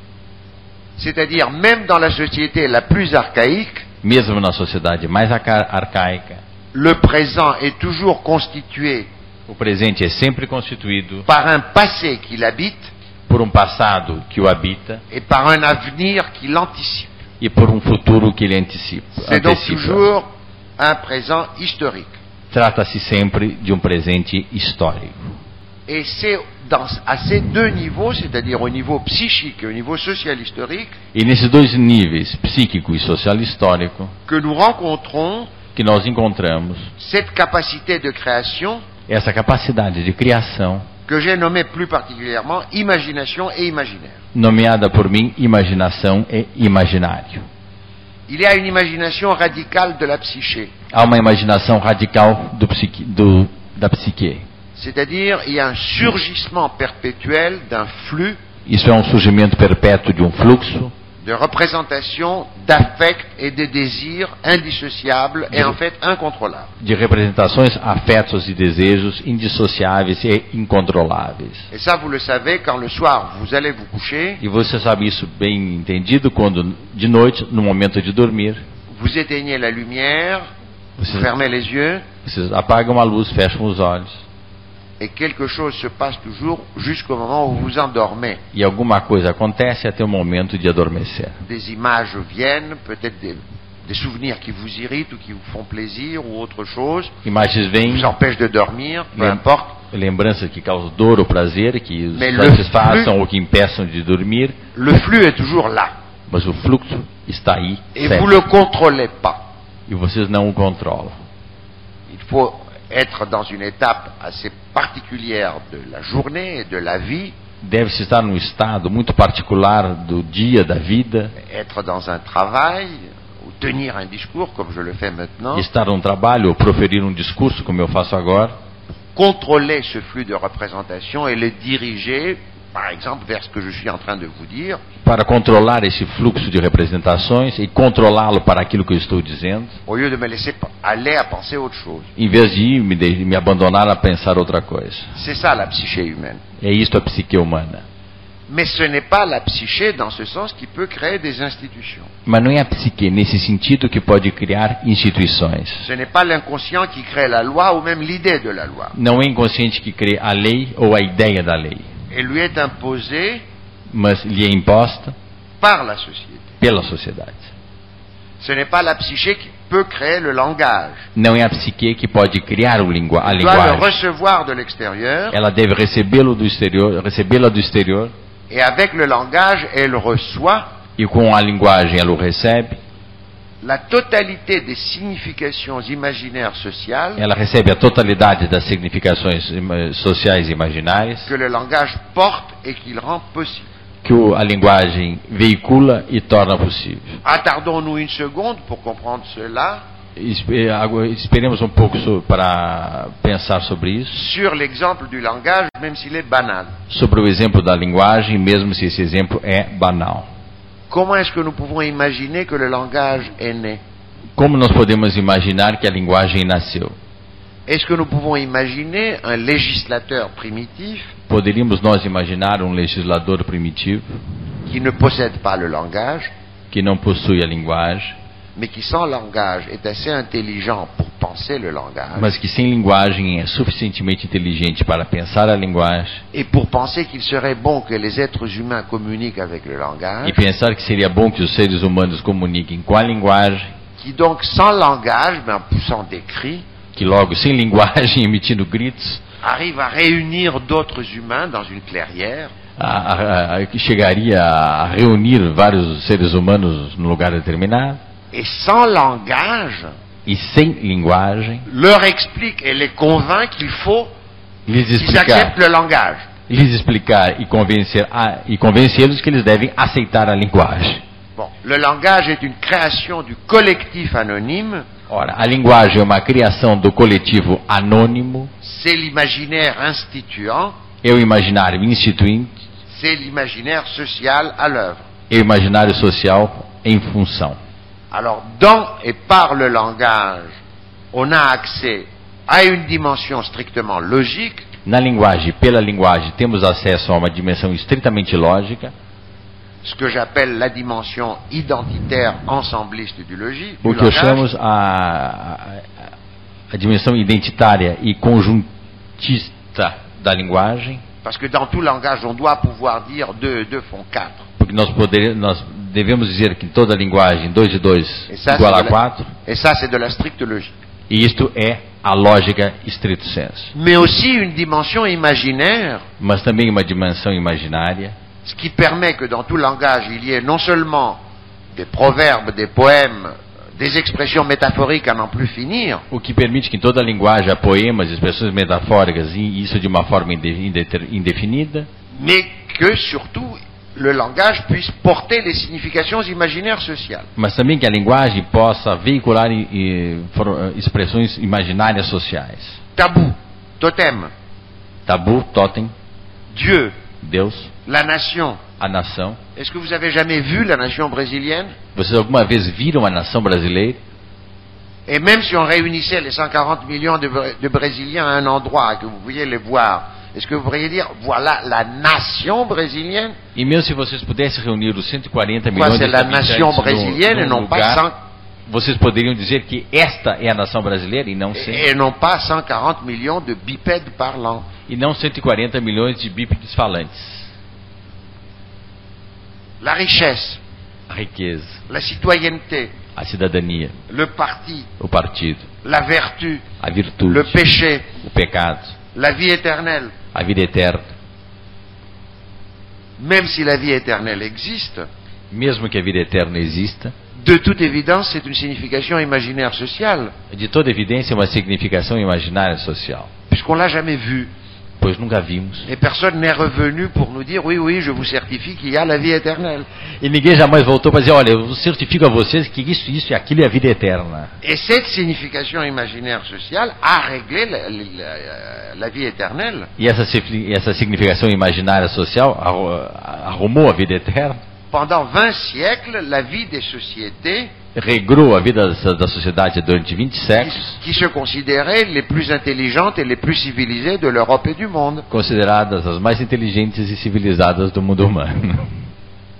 S5: c'est-à-dire même dans la société la plus archaïque,
S6: Mesmo na sociedade mais arca- arcaica,
S5: le présent est toujours constitué
S6: o presente é sempre constituído
S5: par un passé qui l'habite
S6: por um passado que o habita
S5: et par un avenir qui l'anticipe.
S6: e por um futuro que ele antecipa.
S5: C'est donc
S6: antecipa.
S5: toujours un présent historique.
S6: Trata-se sempre de um presente histórico.
S5: Et c'est dans- à ces deux niveaux, c'est-à-dire au niveau psychique et au niveau social historique,
S6: E nesses dois níveis, psíquico e social histórico,
S5: que nous rencontrons
S6: que nós encontramos
S5: cette capacité de création
S6: essa capacidade de criação,
S5: que j'ai nommée plus particulièrement imagination et imaginaire.
S6: nomeada por mim imaginação e imaginário.
S5: Il y a une imagination radicale de la psyché,
S6: Há uma imaginação radical do psique, do, da psique.
S5: c'est-à-dire il y a un surgissement perpétuel d'un flux
S6: Isso é um surgimento perpétuo de um fluxo
S5: de représentation, d'affects et de désirs indissociables et en fait incontrôlables.
S6: de representações, afetos e desejos indissociáveis e incontroláveis.
S5: Et ça, vous le savez, quand le soir vous allez vous coucher,
S6: E você sabe isso bem entendido quando, de noite, no momento de dormir,
S5: vous éteignez la lumière, vous
S6: vocês,
S5: fermez les yeux
S6: vocês apagam a luz, fecham os olhos
S5: et quelque chose se passe toujours jusqu'au moment où vous vous endormez.
S6: e alguma coisa acontece até o momento de adormecer.
S5: Des images viennent, peut-être des, des souvenirs qui vous irritent ou qui vous font plaisir ou autre chose,
S6: Imagens
S5: qui
S6: vêm,
S5: vous empêchent de dormir, peu
S6: Lem-
S5: importe.
S6: lembranças que causam dor ou prazer, que os
S5: Melhor
S6: satisfaçam
S5: flui-
S6: ou que impeçam de dormir,
S5: Le flux est toujours là
S6: mas o fluxo está aí
S5: et
S6: sempre,
S5: vous le contrôlez pas.
S6: e vocês não o controlam.
S5: Il faut être dans une étape assez particulière de la journée et de la vie,
S6: Deve-se estar num estado muito particular do dia, da vida,
S5: être dans un travail ou tenir un discours comme je le fais maintenant,
S6: estar num trabalho ou proferir um discurso, como eu faço agora,
S5: contrôler ce flux de représentation et le diriger, par exemple, vers ce que je suis en train de vous dire,
S6: para controlar esse fluxo de representações e controlá-lo para aquilo que eu estou dizendo,
S5: au lieu de me laisser p- aller à penser autre chose.
S6: em vez de ir me, de, me abandonar a pensar outra coisa.
S5: C'est ça la psyché humaine.
S6: É isto a psique humana.
S5: Mais ce n'est pas la psyché dans ce sens qui peut créer des institutions.
S6: Mas não é a psique nesse sentido que pode criar instituições.
S5: Ce n'est pas l'inconscient qui crée la loi ou même l'idée de la loi.
S6: Não é inconsciente que crê a lei ou a ideia da lei,
S5: Elle lui est imposée
S6: mas lhe é imposta
S5: par la société.
S6: pela sociedade.
S5: Ce n'est pas la psyché qui peut créer le langage.
S6: Não é a psique que pode criar o lingua a
S5: Elle doit le
S6: linguagem.
S5: recevoir de l'extérieur
S6: Ela deve recebê-lo do exterior, recebê-la do exterior,
S5: et avec le langage, elle reçoit
S6: e com a linguagem ela o recebe.
S5: la totalité des significations imaginaires sociales
S6: Ela recebe a totalidade das significações ima- sociais e imaginárias
S5: que le langage porte et qu'il rend possible.
S6: que o- a linguagem veicula e torna possível.
S5: Attardons-nous une seconde pour comprendre cela
S6: Espe- eh, agu- Esperemos um pouco so- para pensar sobre isso,
S5: sur l'exemple du langage, même s'il est banal.
S6: sobre o exemplo da linguagem, mesmo se esse exemplo é banal.
S5: Comment est-ce que nous pouvons imaginer que le langage est né
S6: Como nós podemos imaginar que a linguagem nasceu?
S5: Est-ce que nous pouvons imaginer un législateur primitif
S6: Poderíamos nós imaginar um legislador primitivo
S5: qui ne possède pas le langage
S6: que não possui a linguagem,
S5: mais qui sans langage est assez intelligent pour penser le langage
S6: mas que sem linguagem é suficientemente inteligente para pensar a linguagem
S5: et pour penser qu'il serait bon que les êtres humains communiquent avec le
S6: e
S5: langage,
S6: pensar que seria bom que os seres humanos comuniquem com a linguagem,
S5: qui donc sans langage, mais en poussant des cris,
S6: que logo sem linguagem, emitindo gritos,
S5: arrive à réunir d'autres humains dans une clairière
S6: a- a- a- que chegaria a reunir vários seres humanos num lugar determinado.
S5: et sans langage,
S6: e sem linguagem,
S5: leur explique et les convainc qu'il faut
S6: lhes
S5: qu'ils
S6: explicar,
S5: acceptent le langage.
S6: lhes explicar e convencer a- e convencê-los que eles devem aceitar a linguagem.
S5: Bon, le langage est une création du collectif anonyme,
S6: Ora, a linguagem é uma criação do coletivo anônimo,
S5: c'est l'imaginaire instituant,
S6: é o imaginário instituinte,
S5: c'est l'imaginaire social à l'œuvre.
S6: é o imaginário social em função.
S5: Alors, dans et par le langage, on a accès à une dimension strictement logique,
S6: Na linguagem, pela linguagem, temos acesso a uma dimensão estritamente lógica,
S5: ce que j'appelle la dimension identitaire ensembliste du, logi- du
S6: o que eu chamo
S5: langage,
S6: a, a, a dimensão identitária e conjuntista da linguagem,
S5: parce que dans tout langage, on doit pouvoir dire 2 et 2 font 4.
S6: porque nós, poder, nós devemos dizer que toda linguagem, 2 e 2
S5: Et ça, c'est
S6: igual a
S5: de la-
S6: 4,
S5: Et ça, c'est de la stricte logique.
S6: e isto é a lógica estrito senso.
S5: Mais aussi une dimension imaginaire,
S6: Mas também uma dimensão imaginária,
S5: ce qui permet que dans tout langage, il y ait non seulement des proverbes, des poèmes, des expressions métaphoriques à n'en plus finir,
S6: o que permite que em toda linguagem há poemas, expressões metafóricas, e isso de uma forma inde- indeter- indefinida,
S5: mais que surtout le langage puisse porter les significations imaginaires sociales.
S6: mas também que a linguagem possa veicular e- e for- eh, expressões imaginárias sociais.
S5: Tabou, totem,
S6: Tabu, totem,
S5: Dieu,
S6: Deus,
S5: la nation.
S6: a nação.
S5: Est-ce que vous avez jamais vu la nation brésilienne
S6: Vocês alguma vez viram a nação brasileira?
S5: Et même si on réunissait les 140 millions de, Br- de Brésiliens à un endroit et que vous pouviez les voir, est-ce que vous pourriez dire voilà la nation brésilienne
S6: E mesmo se vocês pudessem reunir os
S5: Quoi,
S6: 140 milhões de
S5: c'est la
S6: habitantes
S5: nation
S6: num-
S5: brésilienne
S6: num
S5: et non pas
S6: lugar,
S5: 100
S6: vocês poderiam dizer que esta é a nação brasileira e não, cem-
S5: et non pas 140 millions de bipèdes parlants.
S6: e não 140 milhões de bípedes falantes.
S5: La richesse,
S6: A riqueza,
S5: la citoyenneté,
S6: a cidadania,
S5: le parti,
S6: o partido,
S5: la vertu,
S6: a virtude,
S5: le péché,
S6: o pecado,
S5: la vie éternelle.
S6: a vida eterna.
S5: Même si la vie éternelle existe,
S6: Mesmo que a vida eterna exista,
S5: de toute évidence, c'est une signification imaginaire sociale,
S6: de toda evidência é uma significação imaginária social,
S5: puisqu'on l'a jamais vue.
S6: pois nunca vimos.
S5: Et personne n'est revenu pour nous dire oui, oui, je vous certifie qu'il y a la vie éternelle.
S6: E ninguém jamais voltou para dizer, olha, eu certifico a vocês que isso, isso e aquilo é a vida eterna.
S5: Et cette signification imaginaire sociale a réglé la, la- la vie éternelle.
S6: E essa, si- essa significação imaginária social arru- arrumou a vida eterna,
S5: Pendant 20 siècles, la vie des sociétés
S6: regrou a vida da, da sociedade durante 20 séculos,
S5: qui se considéraient les plus intelligentes et les plus civilisées de l'Europe et du monde.
S6: consideradas as mais inteligentes e civilizadas do mundo humano.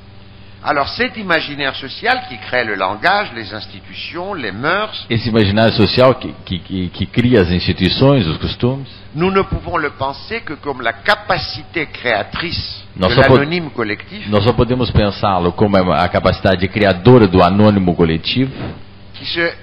S5: Alors cet imaginaire social qui crée le langage, les institutions, les mœurs,
S6: Esse imaginário social que, que, que, que cria as instituições, os costumes,
S5: nous ne pouvons le penser que comme la capacité créatrice
S6: Non,
S5: de
S6: ça peut-
S5: l'anonyme collectif
S6: nós só podemos pensá-lo como é a capacidade criadora do anônimo coletivo,
S5: qui se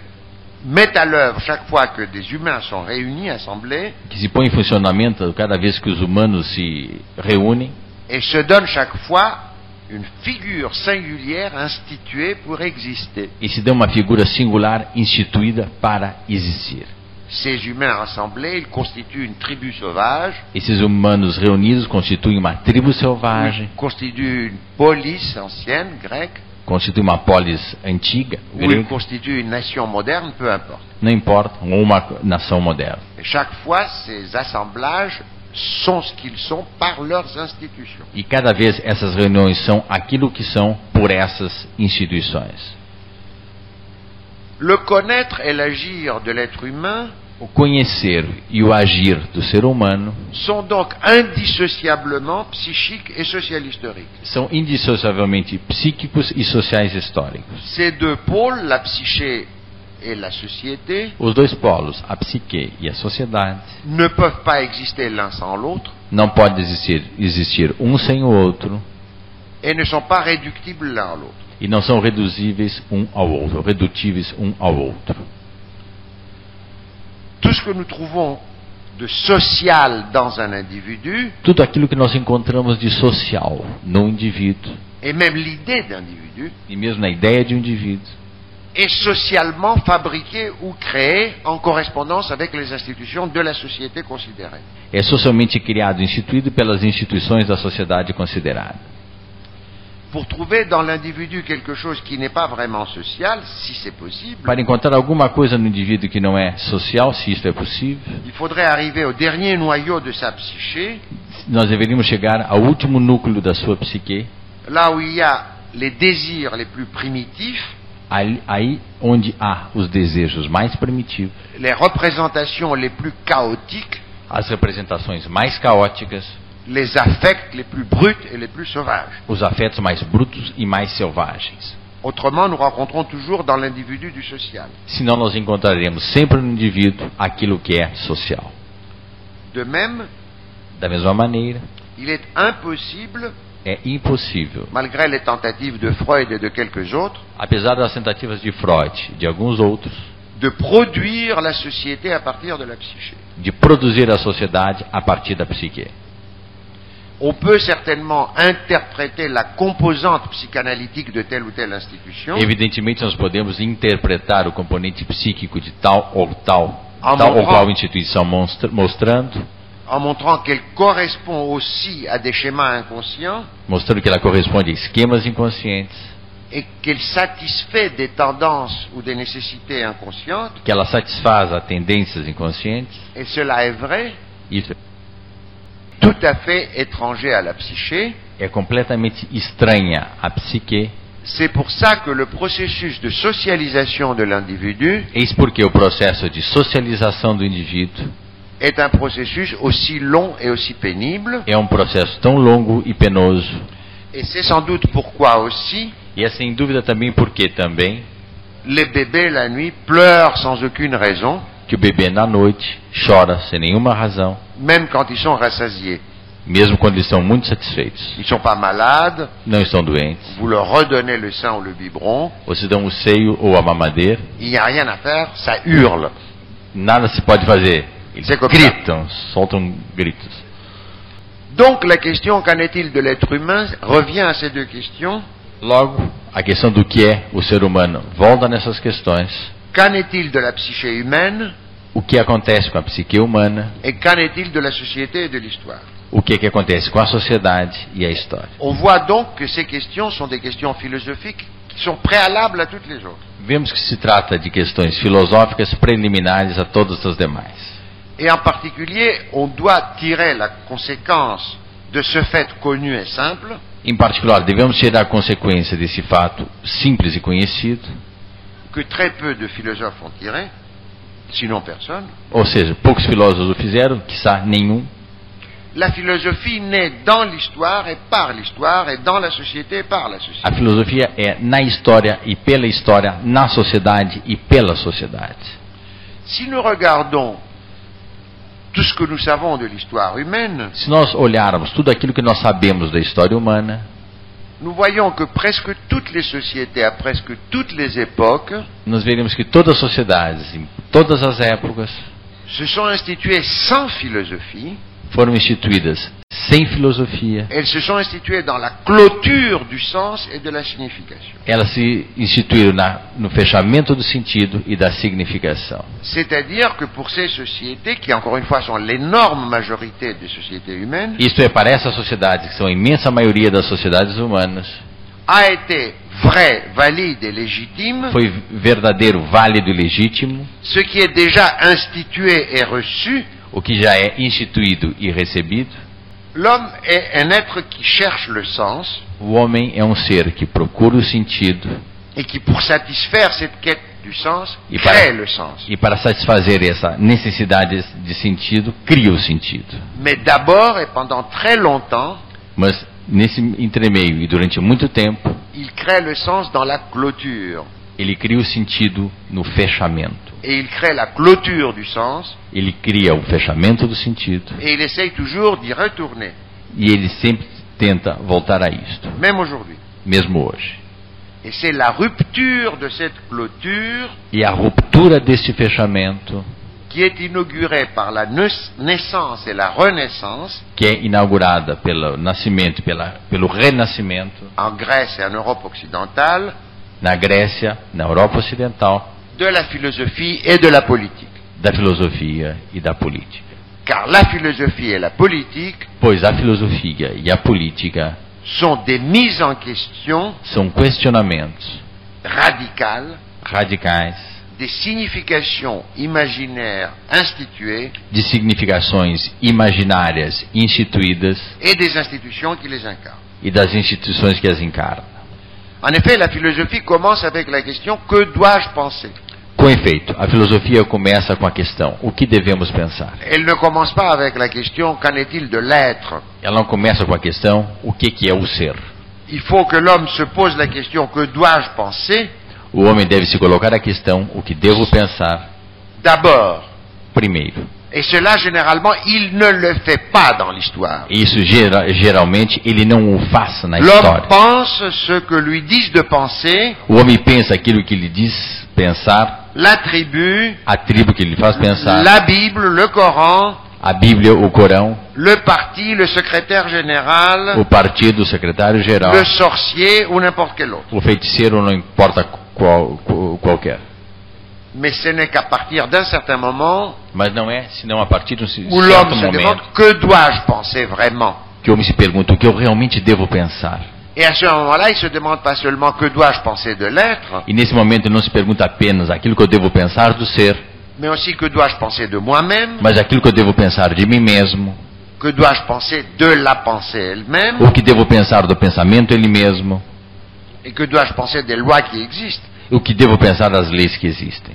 S5: met à l'œuvre chaque fois que des humains sont réunis, assemblés,
S6: que se põe em funcionamento cada vez que os humanos se reúnem
S5: et se donne chaque fois une figure singulière instituée pour exister.
S6: e se dá uma figura singular instituída para existir.
S5: Ces humains rassemblés, ils constituent une tribu sauvage,
S6: Esses humanos reunidos constituem uma tribo selvagem,
S5: ils constituent une police ancienne, grecque,
S6: constituem uma polis antiga,
S5: ou ils
S6: grega,
S5: constituent une nation moderne, peu importe.
S6: não importa, ou uma nação moderna.
S5: Et chaque fois, ces assemblages sont ce qu'ils sont par leurs institutions.
S6: E cada vez essas reuniões são aquilo que são por essas instituições.
S5: Le connaître et l'agir de l'être humain
S6: O conhecer e o agir do ser humano
S5: sont donc indissociablement psychiques et social historiques.
S6: são indissociavelmente psíquicos e sociais históricos.
S5: Ces deux pôles, la psyché et la société,
S6: Os dois polos, a psique e a sociedade,
S5: ne peuvent pas exister l'un sans l'autre
S6: não podem existir, existir um sem o outro
S5: et ne sont pas réductibles l'un à l'autre.
S6: e não são reduzíveis um ao outro, redutíveis um ao outro.
S5: Tout ce que nous trouvons de social dans un individu,
S6: Tudo aquilo que nós encontramos de social no indivíduo
S5: et même l'idée d'individu,
S6: e mesmo na ideia de um indivíduo
S5: est socialement fabriqué ou créé en correspondance avec les institutions de la société considérée.
S6: É socialmente criado e instituído pelas instituições da sociedade considerada.
S5: Pour trouver dans l'individu quelque chose qui n'est pas vraiment social, si c'est possible,
S6: Para encontrar alguma coisa no indivíduo que não é social, se isto é possível,
S5: il faudrait arriver au dernier noyau de sa psyché,
S6: nós deveríamos chegar ao último núcleo da sua psique,
S5: là où il y a les désirs les plus primitifs,
S6: ali- aí onde há os desejos mais primitivos,
S5: les représentations les plus chaotiques,
S6: as representações mais caóticas,
S5: les affects les plus bruts et les plus sauvages.
S6: os afetos mais brutos e mais selvagens.
S5: Autrement, nous rencontrons toujours dans l'individu du social.
S6: Senão nós encontraremos sempre no indivíduo aquilo que é social.
S5: De même,
S6: Da mesma maneira,
S5: il est impossible,
S6: é impossível,
S5: malgré les tentatives de Freud et de quelques autres,
S6: apesar das tentativas de Freud e de alguns outros,
S5: de produire la société à partir de la psyché.
S6: de produzir a sociedade a partir da psique.
S5: On peut certainement interpréter la composante psychanalytique de telle ou telle institution
S6: Evidentemente, nós podemos interpretar o componente psíquico de tal ou tal,
S5: Ah,
S6: tal
S5: bom,
S6: ou qual
S5: ah.
S6: instituição monstra- mostrando,
S5: en montrant qu'elle correspond aussi à des schémas inconscients
S6: mostrando que ela corresponde a esquemas inconscientes,
S5: et qu'elle satisfait des tendances ou des nécessités inconscientes.
S6: que ela satisfaz a tendências inconscientes,
S5: Et cela est vrai,
S6: isso
S5: tout à fait étranger à la psyché.
S6: é completamente estranha à psique.
S5: C'est pour ça que le processus de socialisation de l'individu
S6: Eis porque o processo de socialização do indivíduo
S5: est un processus aussi long et aussi pénible.
S6: é um processo tão longo e penoso,
S5: Et c'est sans doute pourquoi aussi
S6: e é sem dúvida também porque também
S5: les bébés la nuit pleurent sans aucune raison,
S6: que o bebê na noite chora sem nenhuma razão,
S5: même quand ils sont rassasiés.
S6: mesmo quando eles estão muito satisfeitos.
S5: Ils ne sont pas malades,
S6: Não estão doentes.
S5: vous leur redonnez le sein ou le biberon,
S6: Vocês dão o seio ou a mamadeira,
S5: il n'y a rien à faire, ça hurle.
S6: nada se pode fazer. Eles
S5: Você copiar.
S6: gritam, soltam gritos.
S5: Donc la question qu'en est-il de l'être humain revient à ces deux questions.
S6: Logo, a questão do que é o ser humano volta nessas questões.
S5: Qu'en est-il de la psyché humaine
S6: O que acontece com a psique humana?
S5: et qu'en est-il de la société et de l'histoire
S6: O que, é que acontece com a sociedade e a história?
S5: On voit donc que ces questions sont des questions philosophiques qui sont préalables à toutes les autres.
S6: Vemos que se trata de questões filosóficas preliminares a todas as demais.
S5: Et en particulier, on doit tirer la conséquence de ce fait connu et simple
S6: Em particular, devemos tirar a consequência desse fato simples e conhecido,
S5: que très peu de philosophes ont tiré, sinon personne.
S6: ou seja, poucos filósofos o fizeram, quiçá nenhum,
S5: La philosophie naît dans l'histoire et par l'histoire et dans la société et par la société.
S6: A filosofia é na história e pela história, na sociedade e pela sociedade.
S5: Si nous regardons tout ce que nous savons de l'histoire humaine,
S6: Se nós olharmos tudo aquilo que nós sabemos da história humana,
S5: nous voyons que presque toutes les sociétés à presque toutes les époques
S6: nós veremos que todas as sociedades, em todas as épocas,
S5: se sont instituées sans philosophie,
S6: foram instituídas sem filosofia.
S5: elles se sont instituées dans la clôture du sens et de la signification.
S6: Elas se instituíram na, no fechamento do sentido e da significação.
S5: C'est-à-dire que pour ces sociétés, qui encore une fois sont l'énorme majorité des sociétés humaines,
S6: Isto é, para essas sociedades, que são a imensa maioria das sociedades humanas,
S5: a été vrai, valide et légitime
S6: foi verdadeiro, válido e legítimo
S5: ce qui est déjà institué et reçu.
S6: o que já é instituído e recebido.
S5: L'homme est un être qui cherche le sens
S6: O homem é um ser que procura o sentido
S5: et qui, pour satisfaire cette quête du sens,
S6: Il
S5: crée
S6: paraît.
S5: le sens.
S6: e, para satisfazer essa necessidade de sentido, cria o sentido.
S5: Mais d'abord et pendant très longtemps,
S6: Mas nesse entremeio e durante muito tempo,
S5: il crée le sens dans la clôture.
S6: ele cria o sentido no fechamento.
S5: Et il crée la clôture du sens
S6: Ele cria o fechamento do sentido
S5: et il essaye toujours d'y retourner,
S6: e ele sempre tenta voltar a isto,
S5: même aujourd'hui.
S6: mesmo hoje.
S5: Et c'est la rupture de cette clôture
S6: E a ruptura desse fechamento,
S5: qui est inaugurée par la neu- naissance et la renaissance
S6: que é inaugurada pelo nascimento, pela, pelo renascimento
S5: en Grèce et en Europe occidentale,
S6: na Grécia, na Europa Ocidental,
S5: de la philosophie et de la politique.
S6: da filosofia e da política.
S5: Car la philosophie et la politique
S6: Pois a filosofia e a política
S5: sont des mises en question
S6: são questionamentos
S5: radicales
S6: radicais
S5: des significations imaginaires instituées
S6: de significações imaginárias instituídas
S5: et des institutions qui les incarnent.
S6: e das instituições que as encarnam.
S5: En effet, la philosophie commence avec la question que dois-je penser
S6: Com efeito, a filosofia começa com a questão: o que devemos pensar?
S5: Elle ne commence pas avec la question qu'en est-il de l'être
S6: Ela não começa com a questão: o que, que é o ser?
S5: Il faut que l'homme se pose la question que dois-je penser
S6: O homem deve se colocar a questão: o que devo pensar
S5: d'abord.
S6: primeiro?
S5: Et cela, généralement, il ne le fait pas dans l'histoire.
S6: Isso gera- geralmente ele não o faz na
S5: L'homme
S6: história.
S5: pense ce que lui disent de penser,
S6: O homem pensa aquilo que lhe diz pensar,
S5: l'attribut,
S6: a tribo que lhe faz pensar,
S5: la Bible, le Coran,
S6: a Bíblia, o Corão,
S5: le parti, le secrétaire général,
S6: o partido, o secretário-geral,
S5: le sorcier ou n'importe quel autre.
S6: o feiticeiro, não importa qual, qual- qualquer.
S5: Mais ce n'est qu'à partir d'un certain moment
S6: Mas não é senão a partir de um c-
S5: où l'homme
S6: certo
S5: se demande
S6: momento
S5: que dois-je penser vraiment
S6: que o homem se pergunta o que eu realmente devo pensar.
S5: Et à ce moment-là, il se demande pas seulement que dois-je penser de l'être,
S6: E nesse momento ele não se pergunta apenas aquilo que eu devo pensar do ser,
S5: mais aussi que dois-je penser de moi-même,
S6: mas aquilo que eu devo pensar de mim mesmo,
S5: que dois-je penser de la pensée elle-même,
S6: o que devo pensar do pensamento ele mesmo,
S5: et que dois-je penser des lois qui existent.
S6: o que devo pensar das leis que existem.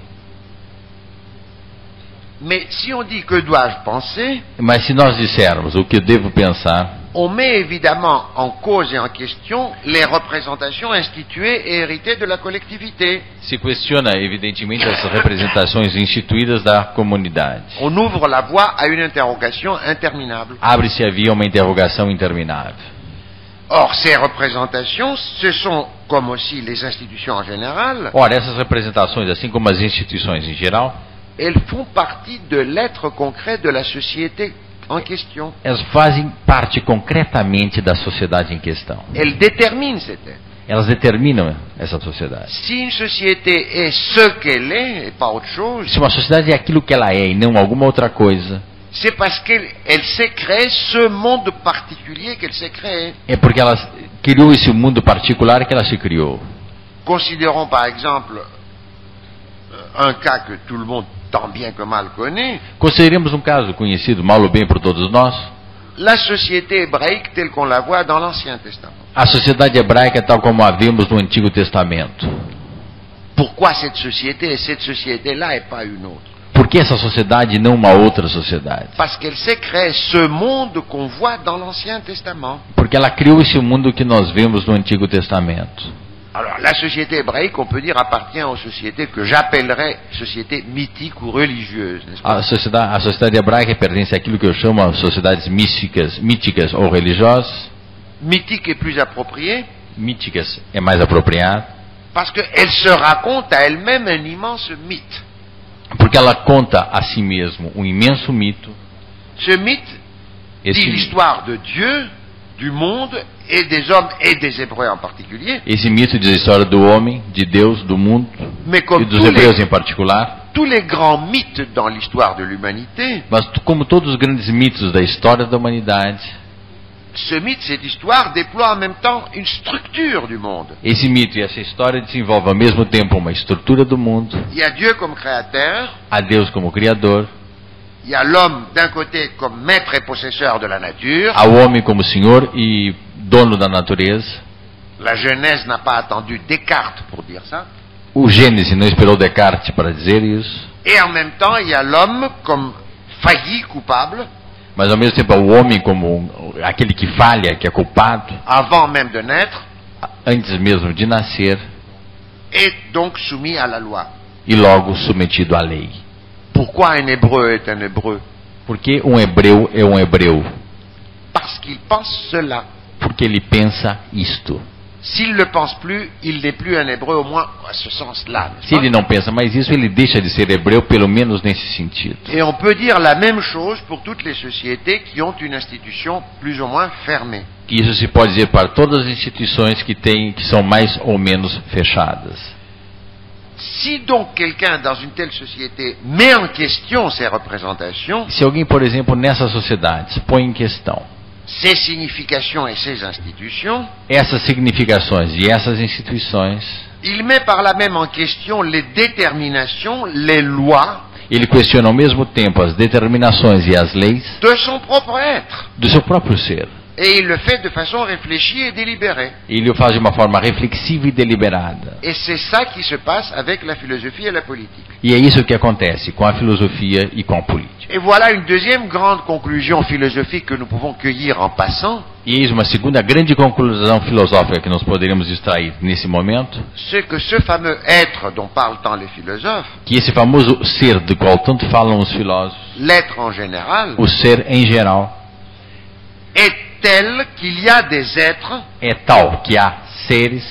S5: Mais si on dit que dois-je penser,
S6: Mas se nós dissermos o que eu devo pensar,
S5: on met évidemment en cause et en question les représentations instituées et héritées de la collectivité.
S6: se questiona evidentemente as representações instituídas da comunidade.
S5: On ouvre la voie à une interrogation interminable.
S6: Abre-se a via uma interrogação interminável.
S5: Or, ces représentations, ce sont, comme aussi les institutions en général,
S6: Ora, essas representações, assim como as instituições em geral,
S5: elles font partie de l'être concret de la société en question.
S6: elas fazem parte concretamente da sociedade em questão.
S5: Elles déterminent cet être.
S6: Elas determinam essa sociedade.
S5: Si une société est ce qu'elle est, et pas autre chose,
S6: Se uma sociedade é aquilo que ela é e não alguma outra coisa,
S5: c'est parce qu'elle elle s'est créée ce monde particulier qu'elle s'est créée.
S6: é porque ela criou esse mundo particular que ela se criou.
S5: Considérons par exemple euh, un cas que tout le monde tant bien que mal connaît,
S6: Consideremos um caso conhecido, mal ou bem por todos nós,
S5: la société hébraïque telle qu'on la voit dans l'Ancien Testament.
S6: a sociedade hebraica tal como a vemos no Antigo Testamento.
S5: Pourquoi cette société et cette société-là et pas une autre
S6: Por que essa sociedade e não uma outra sociedade?
S5: Parce qu'elle s'est créée ce monde qu'on voit dans l'Ancien Testament.
S6: Porque ela criou esse mundo que nós vemos no Antigo Testamento.
S5: Alors la société hébraïque, on peut dire, appartient aux sociétés que j'appellerais sociétés mythiques ou religieuses, n'est-ce pas
S6: A sociedade, a sociedade hebraica pertence àquilo que eu chamo as sociedades místicas, míticas ou religiosas.
S5: Mythique est plus approprié
S6: Míticas é mais apropriado,
S5: parce qu'elle se raconte à elle-même un immense mythe.
S6: porque ela conta a si mesmo um imenso mito.
S5: Ce mythe dit
S6: Esse,
S5: l'histoire de Dieu, du monde et des hommes et des Hébreux en particulier,
S6: esse mito diz a história do homem, de Deus, do mundo
S5: mais
S6: e
S5: comme
S6: dos
S5: tous les,
S6: hebreus em particular.
S5: tous les grands mythes dans l'histoire de l'humanité,
S6: Mas t- como todos os grandes mitos da história da humanidade,
S5: ce mythe, cette histoire déploie en même temps une structure du monde.
S6: esse mito e essa história desenvolvem ao mesmo tempo uma estrutura do mundo,
S5: Il y a Dieu comme créateur,
S6: a Deus como criador,
S5: Il y a l'homme d'un côté comme maître et possesseur de la nature.
S6: ao homem como senhor e dono da natureza,
S5: La Genèse n'a pas attendu Descartes pour dire ça.
S6: O Gênesis não esperou Descartes para dizer isso,
S5: Et en même temps, il y a l'homme comme failli, coupable,
S6: mas ao mesmo tempo o homem como um- aquele que falha, que é culpado,
S5: avant même de naître,
S6: antes mesmo de nascer
S5: et donc soumis à la loi.
S6: e logo submetido à lei.
S5: Pourquoi un hébreu est un hébreu
S6: Porque um hebreu é um hebreu,
S5: Parce qu'il pense cela.
S6: porque ele pensa isto.
S5: S'il ne le pense plus, il n'est plus un hébreu, au moins à ce sens-là. n'est-ce
S6: Se
S5: pas
S6: ele não pensa mais isso, ele deixa de ser hebreu, pelo menos nesse sentido.
S5: Et on peut dire la même chose pour toutes les sociétés qui ont une institution plus ou moins fermée.
S6: Que isso se pode dizer para todas as instituições que têm, que são mais ou menos fechadas.
S5: Si donc quelqu'un dans une telle société met en question ces représentations,
S6: Se alguém, por exemplo, nessa sociedade põe em questão
S5: ces significations et ces institutions,
S6: essas significações e essas instituições,
S5: il met par là même en question les déterminations, les lois
S6: ele questiona ao mesmo tempo as determinações e as leis
S5: de son propre être.
S6: do seu próprio ser.
S5: Et il le fait de façon réfléchie et délibérée.
S6: Ele o faz de uma forma reflexiva e deliberada.
S5: Et c'est ça qui se passe avec la philosophie et la politique.
S6: E é isso que acontece com a filosofia e com a política.
S5: Et voilà une deuxième grande conclusion philosophique que nous pouvons cueillir en passant.
S6: E eis uma segunda grande conclusão filosófica que nós poderíamos extrair nesse momento,
S5: c'est que ce fameux être dont parlent tant les philosophes,
S6: que esse famoso ser do qual tanto falam os filósofos,
S5: l'être en général,
S6: o ser em geral,
S5: est tel qu'il y a des êtres
S6: é tal que há seres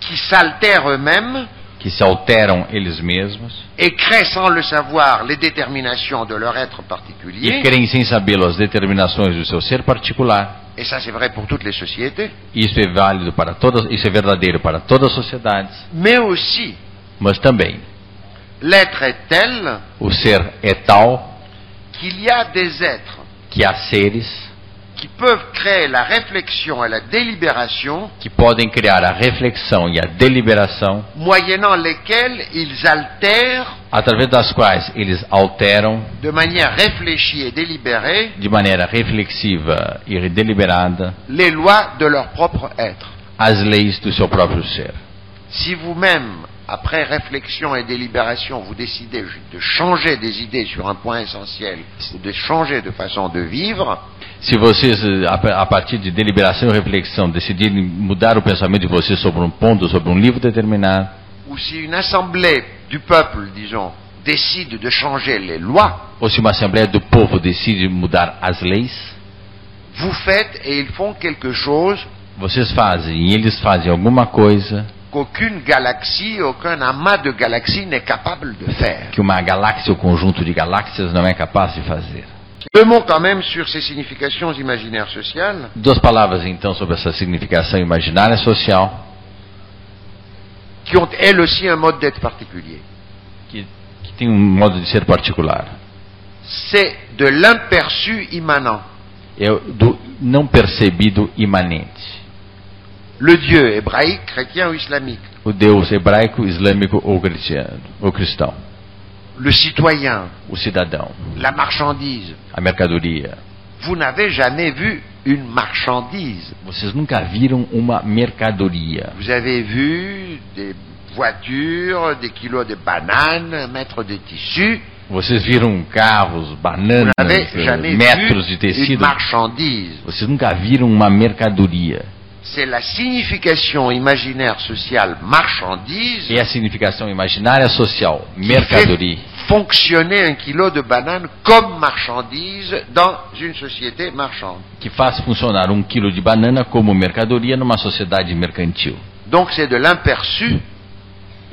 S5: qui s'altèrent eux-mêmes
S6: que se alteram eles mesmos
S5: et créent sans le savoir les déterminations de leur être
S6: e
S5: particulier.
S6: querem sem sabê-lo as determinações do seu ser particular.
S5: Et ça, c'est vrai pour toutes les sociétés.
S6: Isso é válido para todas, isso é verdadeiro para todas as sociedades,
S5: Mais aussi,
S6: mas também
S5: l'être est tel
S6: o ser é tal
S5: qu'il y a des êtres
S6: que há seres
S5: qui peuvent créer la réflexion et la délibération
S6: que podem criar a reflexão e a deliberação
S5: moyennant lesquels ils altèrent
S6: através das quais eles alteram
S5: de manière réfléchie et délibérée
S6: de maneira reflexiva e deliberada
S5: les lois de leur propre être.
S6: as leis do seu próprio ser.
S5: Si vous-même, après réflexion et délibération, vous décidez de changer des idées sur un point essentiel ou de changer de façon de vivre,
S6: Se vocês, eh, a pa- a partir de deliberação e reflexão, decidirem mudar o pensamento de vocês sobre um ponto, sobre um livro determinado,
S5: ou si une assemblée du peuple, disons, décide de changer les lois,
S6: ou se uma Assembleia do Povo decide mudar as leis,
S5: vous faites et ils font quelque chose
S6: vocês fazem e eles fazem alguma coisa
S5: qu'aucune galaxie, aucun amas de galaxies n'est capable de faire.
S6: que uma galáxia ou conjunto de galáxias não é capaz de fazer.
S5: Deux mots quand même sur ces significations imaginaires sociales.
S6: Duas palavras então sobre essa significação imaginária social,
S5: qui ont elles aussi un mode d'être particulier.
S6: que, que tem um modo de ser particular.
S5: C'est de l'imperçu immanent.
S6: É o do não percebido imanente.
S5: Le Dieu hébraïque, chrétien ou islamique.
S6: O Deus hebraico, islâmico ou cristiano, ou cristão.
S5: Le citoyen,
S6: O cidadão,
S5: la marchandise.
S6: a mercadoria.
S5: Vous n'avez jamais vu une marchandise.
S6: Vocês nunca viram uma mercadoria.
S5: Vous avez vu des voitures, des kilos de bananes, un mètre de tissu.
S6: Vocês viram carros,
S5: Vous
S6: bananas,
S5: n'avez
S6: eh,
S5: jamais
S6: metros de
S5: vu une
S6: tecido.
S5: marchandise.
S6: Vocês nunca viram uma mercadoria.
S5: C'est la signification imaginaire sociale marchandise
S6: E é a significação imaginária social,
S5: qui fait
S6: mercadoria.
S5: fonctionner un kilo de banane comme marchandise dans une société marchande.
S6: que faz funcionar um quilo de banana como mercadoria numa sociedade mercantil.
S5: Donc c'est de l'imperçu,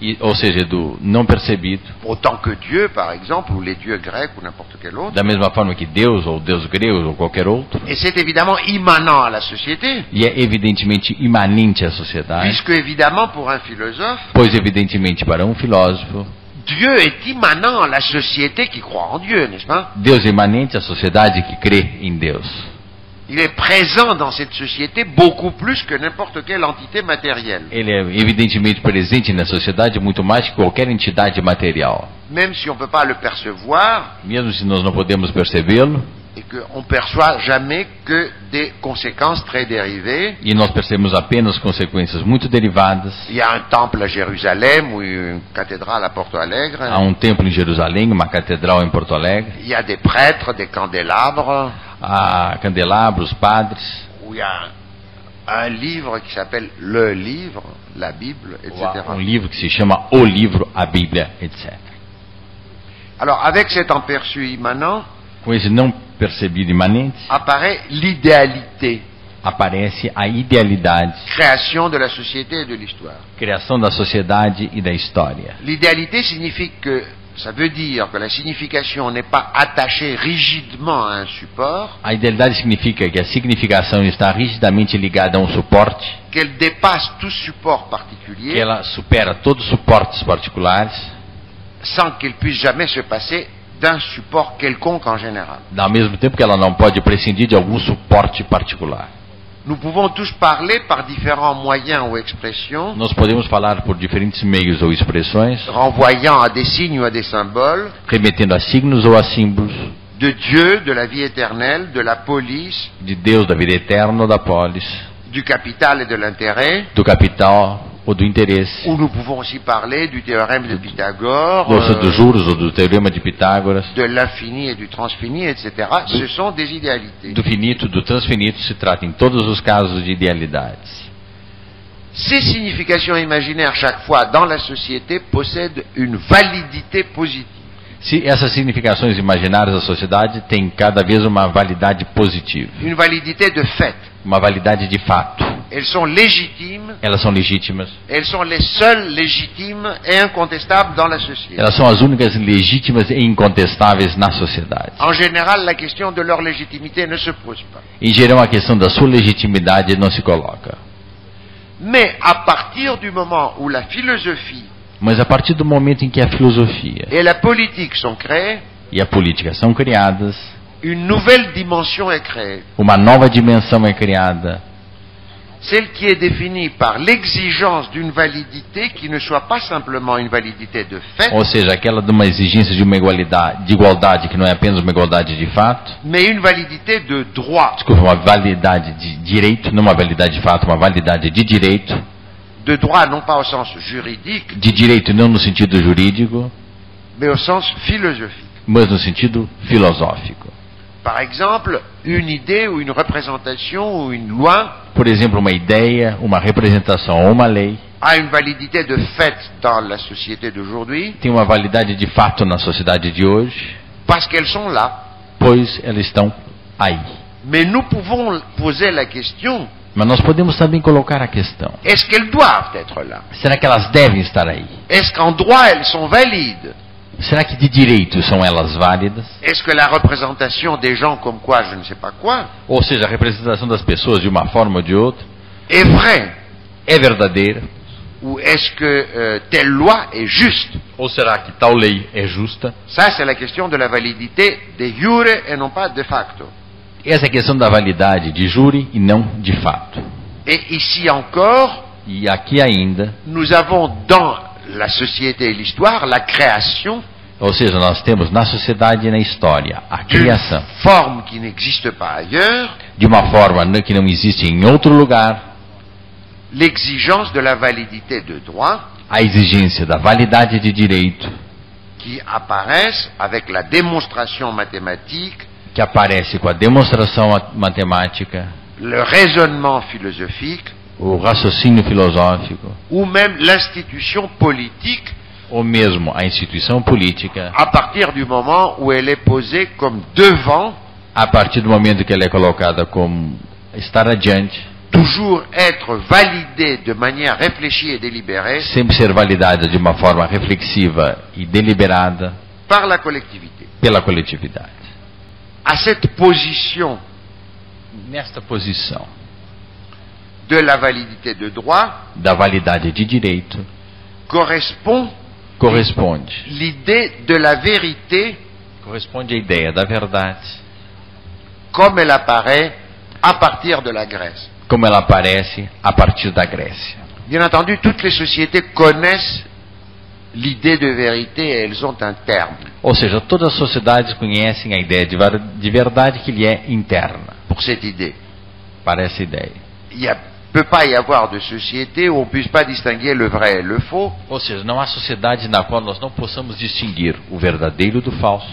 S6: E, ou seja, do não percebido,
S5: autant que Dieu par exemple, ou les dieux grecs ou n'importe quel autre.
S6: da mesma forma que Deus ou Deus grego ou qualquer outro,
S5: Et c'est évidemment immanent à la société,
S6: e é evidentemente imanente à sociedade,
S5: puisque évidemment pour un philosophe,
S6: pois evidentemente para um filósofo,
S5: Dieu est immanent à la société qui croit en Dieu, n'est-ce pas
S6: Deus é imanente à sociedade que crê em Deus.
S5: Il est présent dans cette société beaucoup plus que n'importe quelle entité matérielle,
S6: Ele é evidentemente presente na sociedade muito mais que qualquer entidade material.
S5: même si on ne peut pas le percevoir,
S6: Mesmo se nós não podemos percebê-lo,
S5: et qu'on ne perçoit jamais que des conséquences très dérivées.
S6: e nós percebemos apenas consequências muito derivadas,
S5: Il y a un temple à Jérusalem ou une cathédrale à Porto
S6: Há
S5: Alegre.
S6: um templo em Jerusalém, uma catedral em Porto Alegre,
S5: Il y a des prêtres, des candélabres,
S6: há candelabros, padres,
S5: où il y a un livre qui s'appelle le livre, la Bible,
S6: ou há um
S5: etc.
S6: livro que se chama O Livro, a Bíblia, etc.
S5: Alors avec cet emperçu immanent
S6: Com esse não percebido imanente,
S5: apparaît l'idéalité,
S6: aparece a idealidade,
S5: Création de la société et de l'histoire.
S6: criação da sociedade e da história.
S5: L'idéalité signifie que, ça veut dire que la signification n'est pas attachée rigidement à un support,
S6: A idealidade significa que a significação está rigidamente ligada a um suporte,
S5: qu'elle dépasse tout support
S6: que
S5: particulier
S6: ela supera todos os suportes particulares,
S5: sans qu'elle puisse jamais se passer d'un support quelconque en général.
S6: ao mesmo tempo que ela não pode prescindir de algum suporte particular.
S5: Nous pouvons tous parler par différents moyens ou expressions,
S6: Nós podemos falar por diferentes meios ou expressões,
S5: renvoyant à des signes ou à des symboles,
S6: remetendo a signos ou a símbolos
S5: de Dieu, de la vie éternelle, de la police,
S6: de Deus, da vida eterna ou da polis,
S5: du capital et de l'intérêt,
S6: do capital ou do interesse,
S5: ou nous pouvons aussi parler du théorème de Pythagore,
S6: ou
S5: euh,
S6: dos juros ou do teorema de Pitágoras,
S5: de l'infini et du transfini, etc. Ce sont des idéalités.
S6: do finito, do transfinito, se trata em todos os casos de idealidades.
S5: Ces significations imaginaires chaque fois dans la société possèdent une validité positive.
S6: Se essas significações imaginárias da sociedade têm cada vez uma validade positiva,
S5: Une validité de fait.
S6: uma validade de fato.
S5: Elles sont légitimes,
S6: Elas são legítimas,
S5: elles sont les seules légitimes et incontestables dans la société.
S6: elas são as únicas legítimas e incontestáveis na sociedade.
S5: En général, la question de leur légitimité ne se pose pas.
S6: Em geral, a questão da sua legitimidade não se coloca.
S5: Mais à partir du moment où la philosophie
S6: Mas a partir do momento em que a filosofia
S5: et la politique sont créées,
S6: e a política são criadas,
S5: une nouvelle dimension est créée,
S6: uma nova dimensão é criada,
S5: celle qui est définie par l'exigence d'une validité qui ne soit pas simplement une validité de fait,
S6: ou seja, aquela de uma exigência de uma igualdade, de igualdade que não é apenas uma igualdade de fato,
S5: mais une validité de droit,
S6: desculpa, uma validade de direito, não uma validade de fato, uma validade de direito,
S5: de droit non pas au sens juridique,
S6: de direito não no sentido jurídico,
S5: mais au sens philosophique.
S6: mas no sentido filosófico.
S5: Par exemple, une idée ou une représentation ou une loi
S6: Por exemplo, uma ideia, uma representação ou uma lei
S5: a une validité de fait dans la société d'aujourd'hui
S6: tem uma validade de fato na sociedade de hoje,
S5: parce qu'elles sont là.
S6: pois elas estão aí.
S5: Mais nous pouvons poser la question,
S6: Mas nós podemos também colocar a questão:
S5: est-ce qu'elles doivent être là
S6: será que elas devem estar aí?
S5: Est-ce qu'en droit elles sont valides
S6: Será que de direito são elas válidas?
S5: Est-ce que la représentation des gens comme quoi je ne sais pas quoi
S6: Ou seja, a representação das pessoas de uma forma ou de outra
S5: est vraie
S6: é verdadeira?
S5: Ou est-ce que euh, telle loi est juste
S6: Ou será que tal lei é justa?
S5: Ça, c'est la question de la validité de jure et non pas de facto.
S6: Essa é a questão da validade de júri e não de fato.
S5: Et ici encore,
S6: E aqui ainda,
S5: nous avons dans la société et l'histoire la création
S6: ou seja, nós temos na sociedade e na história a
S5: d'une
S6: criação
S5: forme qui n'existe pas ailleurs,
S6: de uma forma né, que não existe em outro lugar,
S5: l'exigence de la validité de droit
S6: a exigência da validade de direito
S5: qui apparaissent avec la démonstration mathématique,
S6: que aparece com a demonstração a- matemática,
S5: le raisonnement philosophique
S6: o raciocínio filosófico,
S5: ou même l'institution politique
S6: ou mesmo a instituição política,
S5: à partir du moment où elle est posée comme devant
S6: a partir do momento que ela é colocada como estar adiante,
S5: toujours être validée de manière réfléchie et délibérée
S6: sempre ser validada de uma forma reflexiva e deliberada
S5: par la collectivité.
S6: pela coletividade.
S5: À cette position
S6: Nesta posição
S5: de la validité de droit
S6: da validade de direito,
S5: correspond
S6: corresponde
S5: l'idée de la vérité
S6: corresponde à ideia da verdade,
S5: comme elle apparaît à partir de la Grèce.
S6: como ela aparece a partir da Grécia.
S5: Bien entendu, toutes les sociétés connaissent l'idée de vérité et elles ont un terme.
S6: Ou seja, todas as sociedades conhecem a ideia de, var- de verdade que lhe é interna
S5: pour cette idée.
S6: para essa ideia.
S5: Il ne peut pas y avoir de société où on ne puisse pas distinguer le vrai et le faux,
S6: Ou seja, não há sociedade na qual nós não possamos distinguir o verdadeiro do falso.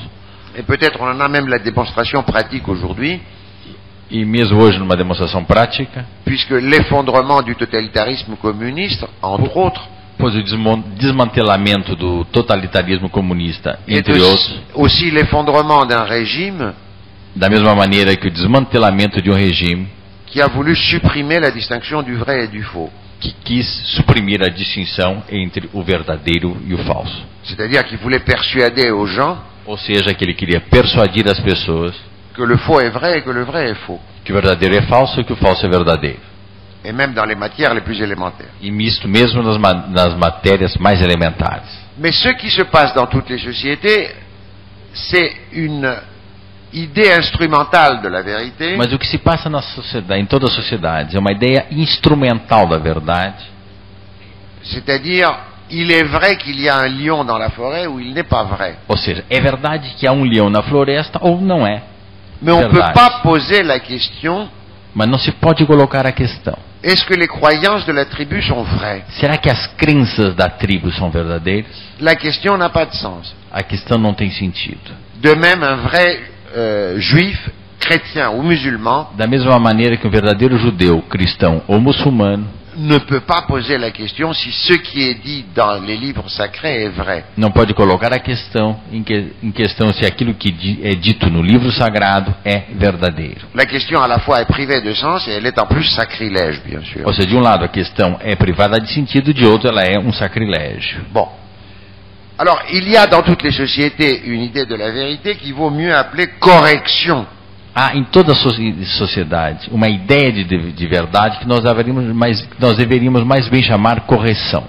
S5: et peut-être on en a même la démonstration pratique aujourd'hui,
S6: E mesmo hoje, numa demonstração prática,
S5: puisque l'effondrement du totalitarisme communiste, entre autres,
S6: pois o desmon- desmantelamento do totalitarisme comunista,
S5: est
S6: entre
S5: aussi,
S6: outros,
S5: aussi l'effondrement d'un régime
S6: da mesma maneira que o desmantelamento de um regime
S5: qui a voulu supprimer la distinction du vrai et du faux.
S6: que quis suprimir a distinção entre o verdadeiro e o falso.
S5: C'est-à-dire qu'il voulait persuader aux gens
S6: Ou seja, que ele queria persuadir as pessoas
S5: que le faux est vrai et que le vrai est faux.
S6: que o verdadeiro é falso e que o falso é verdadeiro.
S5: Et même dans les matières les plus élémentaires.
S6: E misto mesmo nas, ma- nas matérias mais elementares.
S5: Mais ce qui se passe dans toutes les sociétés, c'est une idée instrumentale de la vérité
S6: Mas o que se passa na sociedade, em toda a sociedade, é uma ideia instrumental da verdade.
S5: C'est-à-dire, il est vrai qu'il y a un lion dans la forêt ou il n'est pas vrai.
S6: Ou seja, é verdade que há um leão na floresta ou não é.
S5: Mais on ne peut
S6: Verdade.
S5: pas poser la question
S6: Mas não se pode colocar a questão:
S5: est-ce que les croyances de la tribu sont vraies
S6: será que as crenças da tribo são verdadeiras?
S5: La question n'a pas de sens.
S6: A questão não tem sentido.
S5: De même, un vrai euh, juif, chrétien ou musulman
S6: Da mesma maneira que um verdadeiro judeu, cristão ou muçulmano
S5: ne peut pas poser la question si ce qui est dit dans les livres sacrés est vrai.
S6: não pode colocar a questão em, que- em questão se aquilo que di- é dito no livro sagrado é verdadeiro.
S5: La question à la fois est privée de sens et elle est en plus sacrilège, bien sûr.
S6: Ou seja, de um lado a questão é privada de sentido, de outro ela é um sacrilégio.
S5: Bon. Alors, il y a dans toutes les sociétés une idée de la vérité qu'il vaut mieux appeler correction.
S6: Há em toda a soci- sociedade uma ideia de, de- de verdade que nós deveríamos, mais, que nós deveríamos mais bem chamar correção.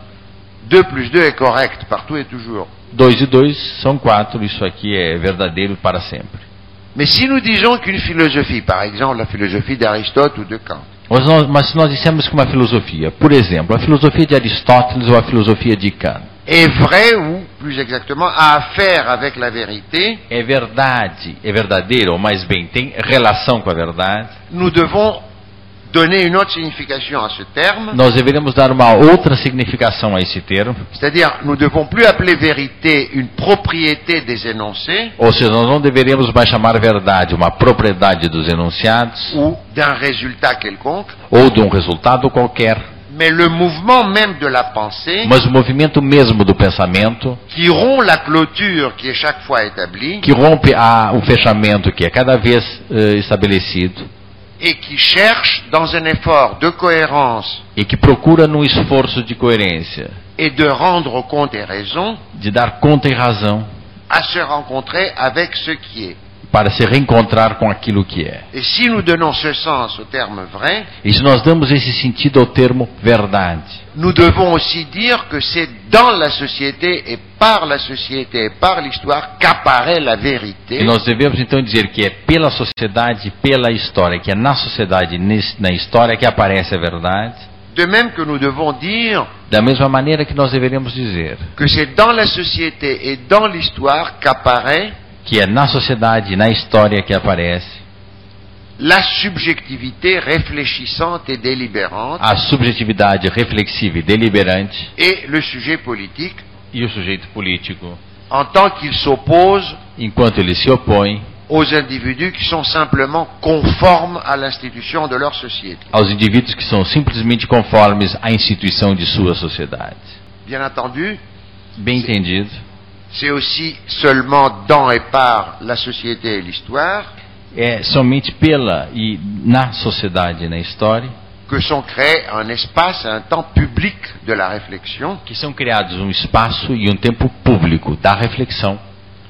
S5: 2 plus 2 est correct, partout et toujours.
S6: Dois e dois são quatro, isso aqui é verdadeiro para sempre.
S5: Mais si nous disons qu'une philosophie, par exemple la philosophie d'Aristote ou de Kant,
S6: Mas, nós, mas se nós dissermos que uma filosofia, por exemplo, a filosofia de Aristóteles ou a filosofia de Kant,
S5: est vraie ou, plus exactement, a affaire avec la vérité,
S6: é verdade, é verdadeira, ou mais bem, tem relação com a verdade,
S5: nous devons donner une autre signification à ce terme.
S6: nós deveríamos dar uma outra significação a esse termo.
S5: C'est-à-dire, nous ne devons plus appeler vérité une propriété des énoncés
S6: Ou seja, nós não deveríamos mais chamar verdade uma propriedade dos enunciados
S5: ou d'un résultat quelconque,
S6: ou de um resultado qualquer,
S5: mais le mouvement même de la pensée
S6: mas o movimento mesmo do pensamento
S5: qui rompt la clôture qui est chaque fois établie
S6: que rompe a, o fechamento que é cada vez eh, estabelecido
S5: et qui cherche, dans un effort de cohérence
S6: e que procura num esforço de coerência,
S5: et de rendre compte et raison,
S6: de dar conta e razão
S5: à se rencontrer avec ce qui est.
S6: para se reencontrar com aquilo que é.
S5: Et si nous donnons ce sens au terme vrai,
S6: E se nós damos esse sentido ao termo verdade,
S5: nous devons aussi dire que c'est dans la société et par la société et par l'histoire qu'apparaît la vérité.
S6: E nós devemos então dizer que é pela sociedade, pela história, que é na sociedade, nesse- na história que aparece a verdade.
S5: De même que nous devons dire
S6: Da mesma maneira que nós deveríamos dizer
S5: que c'est dans la société et dans l'histoire qu'apparaît
S6: que é na sociedade, na história que aparece
S5: la subjectivité réfléchissante et délibérante
S6: a subjetividade reflexiva e deliberante
S5: et le sujet politique
S6: e o sujeito político,
S5: en tant qu'il s'oppose
S6: enquanto ele se opõe
S5: aux individus qui sont simplement conformes à l'institution de leur société.
S6: aos indivíduos que são simplesmente conformes à instituição de sua sociedade.
S5: Bien entendu,
S6: Bem entendido.
S5: c'est aussi seulement dans et par la société et l'histoire
S6: É somente pela e na sociedade, na história,
S5: que sont créés un espace et un temps public de la réflexion,
S6: que são criados um espaço e um tempo público da reflexão,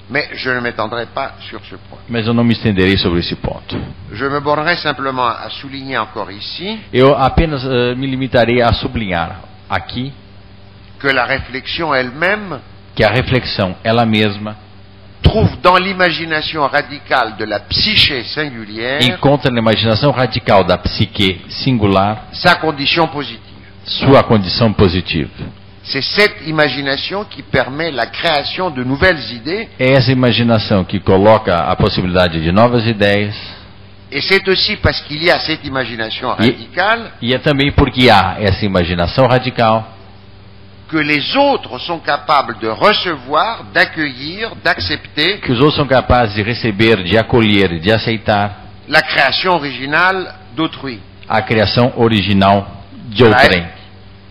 S5: mais je ne m'étendrai pas sur ce point.
S6: mas eu não me estenderei sobre esse ponto.
S5: Je me bornerai simplement à souligner encore ici
S6: Eu apenas eh, me limitarei a sublinhar aqui
S5: que la réflexion elle-même
S6: que a reflexão ela mesma
S5: trouve dans l'imagination radicale de la psyché singulière
S6: encontra na imaginação radical da psique singular
S5: sa condition positive.
S6: sua condição positiva.
S5: C'est cette imagination qui permet la création de nouvelles idées
S6: É essa imaginação que coloca a possibilidade de novas ideias
S5: et c'est aussi parce qu'il y a cette imagination radicale
S6: e é também porque há essa imaginação radical
S5: que les autres sont capables de recevoir, d'accueillir, d'accepter
S6: que os outros são capazes de receber, de acolher, de aceitar
S5: la création originale d'autrui.
S6: a criação original de outrem.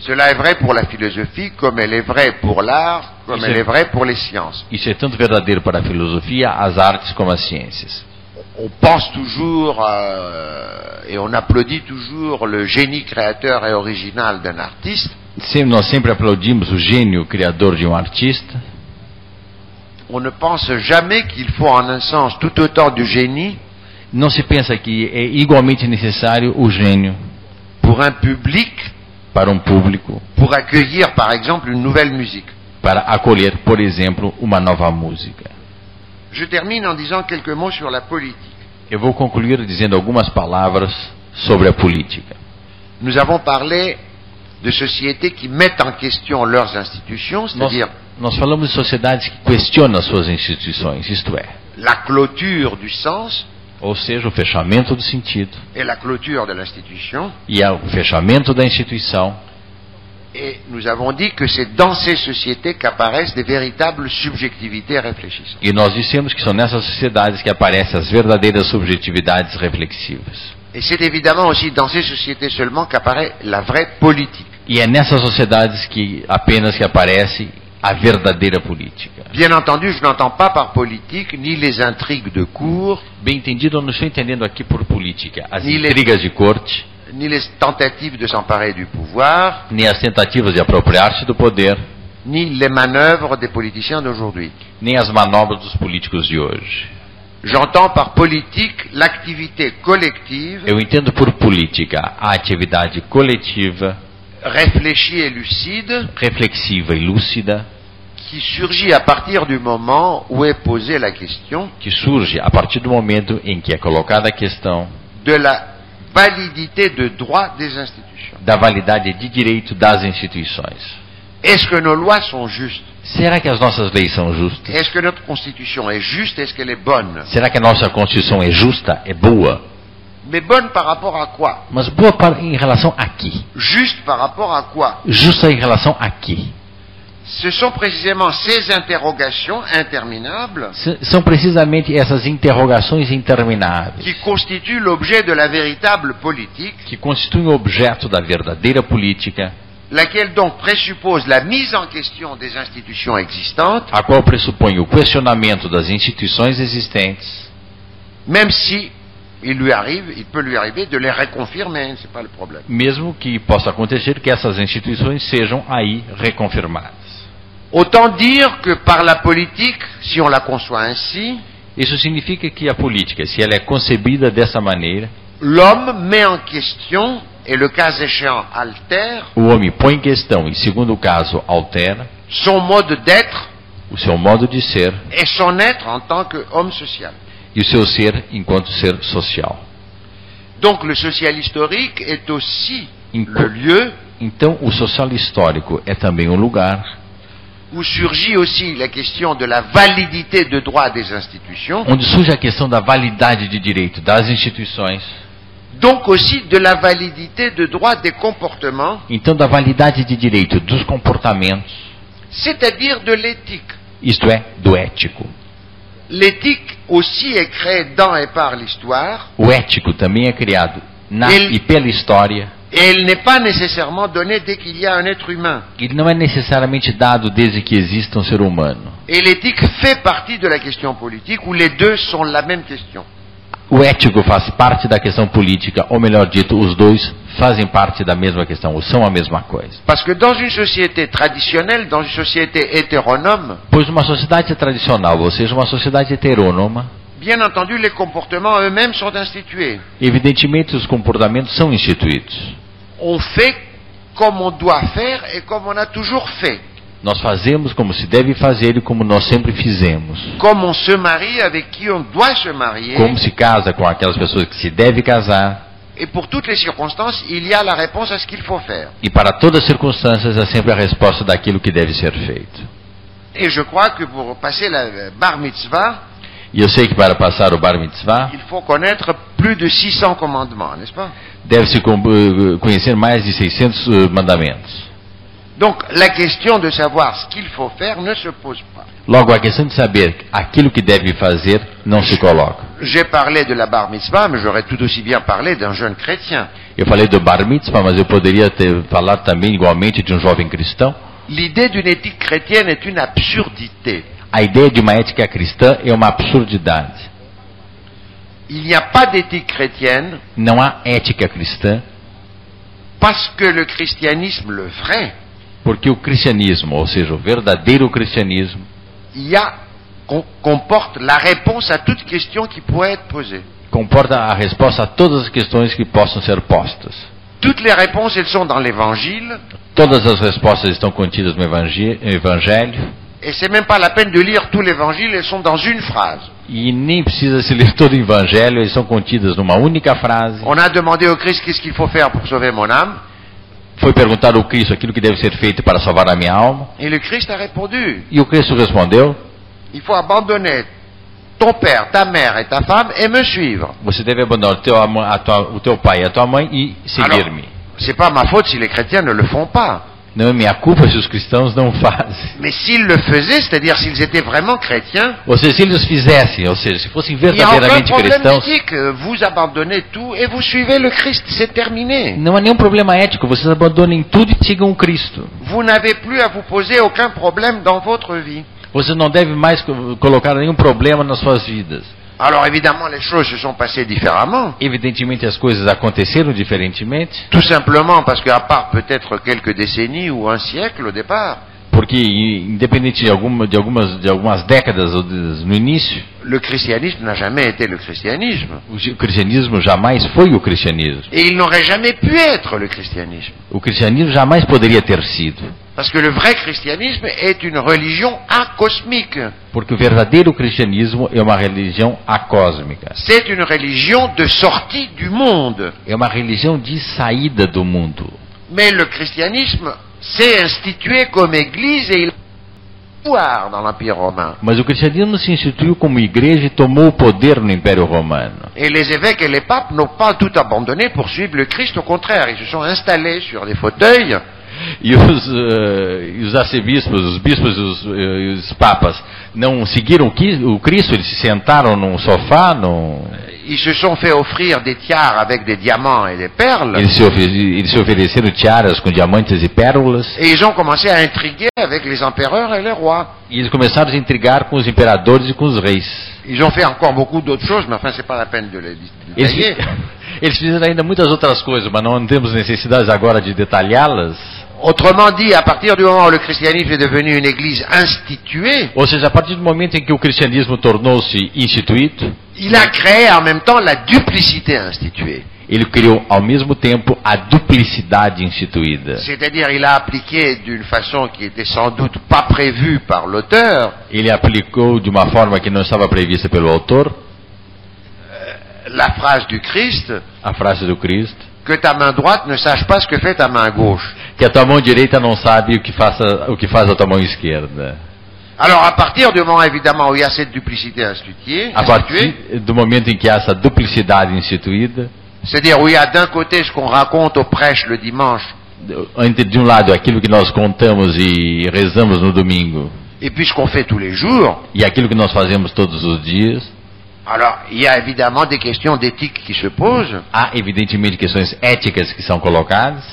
S5: Cela est vrai pour la philosophie comme elle est vraie pour l'art, comme
S6: Et
S5: elle
S6: c'est-
S5: est vraie pour les sciences.
S6: Isso é tanto verdadeiro para a filosofia, as artes como as ciências.
S5: on pense toujours euh, et on applaudit toujours le génie créateur et original d'un artiste,
S6: Sempre, nós sempre aplaudimos o gênio criador de um artista,
S5: on ne pense jamais qu'il faut en un sens tout autant du génie
S6: não se pensa que é igualmente necessário o gênio
S5: pour un public
S6: para um público,
S5: pour accueillir par exemple une nouvelle musique.
S6: para acolher, por exemplo, uma nova música.
S5: Je termine en disant quelques mots sur la politique.
S6: Eu vou concluir dizendo algumas palavras sobre a política.
S5: Nous avons parlé de sociétés qui mettent en question leurs institutions,
S6: Nós,
S5: c'est-à-dire
S6: nós falamos de sociedades que questionam as suas instituições, isto é,
S5: la clôture du sens
S6: ou seja, o fechamento do sentido
S5: et la clôture de l'institution.
S6: e o fechamento da instituição.
S5: Et nous avons dit que c'est dans ces sociétés qu'apparaissent des véritables subjectivités réfléchissantes.
S6: E nós dissemos que são nessas sociedades que aparecem as verdadeiras subjetividades reflexivas.
S5: Et c'est évidemment aussi dans ces sociétés seulement qu'apparaît la vraie politique.
S6: E é nessas sociedades que apenas que aparece a verdadeira política.
S5: Bien entendu, je n'entends pas par politique ni les intrigues de cour,
S6: Bem entendido, eu não estou entendendo aqui por política as
S5: Ni le-
S6: intrigas de corte,
S5: ni les tentatives de s'emparer du pouvoir,
S6: nem as tentativas de apropriar-se do poder,
S5: ni les manœuvres des politiciens d'aujourd'hui.
S6: nem as manobras dos políticos de hoje.
S5: J'entends par politique l'activité collective,
S6: Eu entendo por política a atividade coletiva,
S5: réfléchie et lucide,
S6: reflexiva e lúcida,
S5: qui surgit à partir du moment où est posée la question
S6: que surge a partir do momento em que é colocada a questão
S5: de la validité de droit des institutions.
S6: da validade de direito das instituições.
S5: Est-ce que nos lois sont justes
S6: Será que as nossas leis são justas?
S5: Est-ce que notre constitution est juste Est-ce qu'elle est bonne
S6: Será que a nossa Constituição é justa, é boa?
S5: Mais bonne par rapport à quoi
S6: Mas boa para, em relação a quê?
S5: Juste par rapport à quoi
S6: Justa em relação a quê?
S5: Ce sont précisément ces interrogations interminables
S6: S- São precisamente essas interrogações intermináveis
S5: qui constituent l'objet de la véritable politique,
S6: que constituem o objeto da verdadeira política,
S5: laquelle donc présuppose la mise en question des institutions existantes,
S6: a qual pressupõe o questionamento das instituições existentes,
S5: même si il lui arrive, il peut lui arriver de les reconfirmer, c'est pas le problème.
S6: mesmo que possa acontecer que essas instituições sejam aí reconfirmadas.
S5: Autant dire que par la politique, si on la conçoit ainsi,
S6: Isso significa que a política, se ela é concebida dessa maneira,
S5: l'homme met en question et le cas échéant altère
S6: o homem põe em questão e, segundo o caso, altera
S5: son mode d'être
S6: o seu modo de ser
S5: et son être en tant qu'homme social.
S6: e o seu ser enquanto ser social.
S5: Donc le social historique est aussi
S6: Une
S5: le
S6: co-
S5: lieu
S6: Então, o social histórico é também um lugar
S5: où surgit aussi la question de la validité de droit des institutions,
S6: onde surge a questão da validade de direito das instituições,
S5: donc aussi de la validité de droit des comportements,
S6: então da validade de direito dos comportamentos,
S5: c'est-à-dire de l'éthique.
S6: isto é, do ético.
S5: L'éthique aussi est créée dans et par l'histoire,
S6: O ético também é criado na
S5: Ele-
S6: e pela história.
S5: et elle n'est pas nécessairement donnée dès qu'il y a un être humain.
S6: Ele não é necessariamente dado desde que exista um ser humano.
S5: Et l'éthique fait partie de la question politique, où les deux sont la même question.
S6: O ético faz parte da questão política, ou melhor dito, os dois fazem parte da mesma questão, ou são a mesma coisa.
S5: Parce que dans une société traditionnelle, dans une société hétéronome,
S6: Pois uma sociedade tradicional, ou seja, uma sociedade heterônoma,
S5: bien entendu, les comportements eux-mêmes sont institués.
S6: evidentemente os comportamentos são instituídos.
S5: On fait comme on doit faire et comme on a toujours fait.
S6: Nós fazemos como se deve fazer e como nós sempre fizemos.
S5: Comme on se marie avec qui on doit se marier.
S6: Como se casa com aquelas pessoas que se deve casar.
S5: Et pour toutes les circonstances, il y a la réponse à ce qu'il faut faire.
S6: E para todas as circunstâncias é sempre a resposta daquilo que deve ser feito.
S5: Et je crois que pour passer la bar mitzvah,
S6: E eu sei que para passar o Bar Mitzvah,
S5: il faut connaître plus de 600 commandements, n'est-ce pas
S6: deve-se com- eh, conhecer mais de 600 eh, mandamentos.
S5: Donc la question de savoir ce qu'il faut faire ne se pose pas.
S6: Logo, a questão de saber aquilo que deve fazer não se coloca.
S5: J'ai parlé de la bar mitzvah, mais j'aurais tout aussi bien parlé d'un jeune chrétien.
S6: Eu falei do Bar Mitzvah, mas eu poderia ter falado também igualmente de um jovem cristão.
S5: L'idée d'une éthique chrétienne est une absurdité.
S6: A ideia de uma ética cristã é uma absurdidade.
S5: Il n'y a pas d'éthique chrétienne
S6: Não há ética cristã,
S5: parce que le christianisme le vrai,
S6: porque o cristianismo, ou seja, o verdadeiro cristianismo,
S5: il y a, com- comporte la réponse à toute question qui pourrait être posée.
S6: comporta a resposta a todas as questões que possam ser postas.
S5: Toutes les réponses, elles sont dans l'évangile,
S6: Todas as respostas estão contidas no evangé- Evangelho
S5: et c'est même pas la peine de lire tout l'évangile, elles sont dans une phrase.
S6: e nem precisa se ler todo o Evangelho, elas são contidas numa única frase.
S5: On a demandé au Christ qu'est-ce qu'il faut faire pour sauver mon âme,
S6: Foi perguntado ao Cristo aquilo que deve ser feito para salvar a minha alma
S5: et le Christ a répondu
S6: e o Cristo respondeu:
S5: il faut abandonner ton père, ta mère et ta femme et me suivre.
S6: Você deve abandonar o teu, ama- a tua- o teu pai e a tua mãe e seguir-me.
S5: C'est pas ma faute si les chrétiens ne le font pas.
S6: Não é minha culpa se os cristãos não fazem.
S5: Mais s'ils le faisaient, c'est-à-dire s'ils étaient vraiment chrétiens,
S6: Ou seja, se eles fizessem, ou seja, se fossem
S5: il y a encore un
S6: verdadeiramente
S5: problème
S6: cristãos,
S5: éthique. Vous abandonnez tout et vous suivez le Christ, c'est terminé.
S6: não há nenhum problema ético. Vocês abandonem tudo e sigam o Cristo.
S5: Vous n'avez plus à vous poser aucun problème dans votre vie.
S6: Você não deve mais co- colocar nenhum problema nas suas vidas.
S5: Alors évidemment, les choses se sont passées différemment.
S6: Evidentemente, as coisas aconteceram diferentemente,
S5: Tout simplement parce qu'à part peut-être quelques décennies ou un siècle au départ,
S6: porque, i- independente de, alguma, de, algumas, de algumas décadas ou de- no início,
S5: le christianisme n'a jamais été le christianisme.
S6: o gi- cristianismo jamais foi o cristianismo.
S5: Et il n'aurait jamais pu être le christianisme.
S6: O cristianismo jamais poderia ter sido.
S5: Parce que le vrai christianisme est une religion acosmique.
S6: Porque o verdadeiro cristianismo é uma religião acósmica.
S5: C'est une religion de sortie du monde.
S6: É uma religião de saída do mundo.
S5: Mais le christianisme s'est institué comme église et il a le pouvoir dans l'Empire romain.
S6: Mas o cristianismo se instituiu como igreja e tomou o poder no Império Romano.
S5: Et les évêques et les papes n'ont pas tout abandonné pour suivre le Christ. Au contraire, ils se sont installés sur des fauteuils
S6: E os, eh, e os arcebispos, os bispos e os, eh, e os papas não seguiram o Qui- o Cristo, eles se sentaram num sofá, num-
S5: Ils se sont fait offrir des tiares avec des diamants et des perles.
S6: eles, se ofe- eles se ofereceram tiaras com diamantes e pérolas,
S5: Et ils ont commencé à intriguer avec les empereurs et les rois.
S6: e eles começaram a se intrigar com os imperadores e com os reis.
S5: Ils ont fait encore beaucoup d'autres choses, mais enfin, c'est pas la peine de les de les
S6: Eles,
S5: détailler.
S6: eles fizeram ainda muitas outras coisas, mas não temos necessidade agora de detalhá-las.
S5: Autrement dit, à partir du moment où le christianisme est devenu une église instituée,
S6: Ou seja, a partir do momento em que o cristianismo tornou-se instituído,
S5: il a créé en même temps la duplicité instituée.
S6: ele criou ao mesmo tempo a duplicidade instituída.
S5: C'est-à-dire, il a appliqué d'une façon qui était sans doute pas prévue par l'auteur,
S6: Ele aplicou de uma forma que não estava prevista pelo autor
S5: la phrase du Christ,
S6: a frase do Cristo,
S5: que ta main droite ne sache pas ce que fait ta main gauche.
S6: que a tua mão direita não sabe o que, faça, o que faz a tua mão esquerda.
S5: Alors, à partir du moment, évidemment, où il y a cette duplicité instituée,
S6: A
S5: instituée,
S6: partir do momento em que há essa duplicidade instituída,
S5: c'est-à-dire où il y a d'un côté ce qu'on raconte aux prêches le dimanche,
S6: entre de um lado aquilo que nós contamos e rezamos no domingo
S5: et puis ce qu'on fait tous les jours,
S6: e aquilo que nós fazemos todos os dias,
S5: alors il y a évidemment des questions d'éthique qui se posent,
S6: há evidentemente questões éticas que são colocadas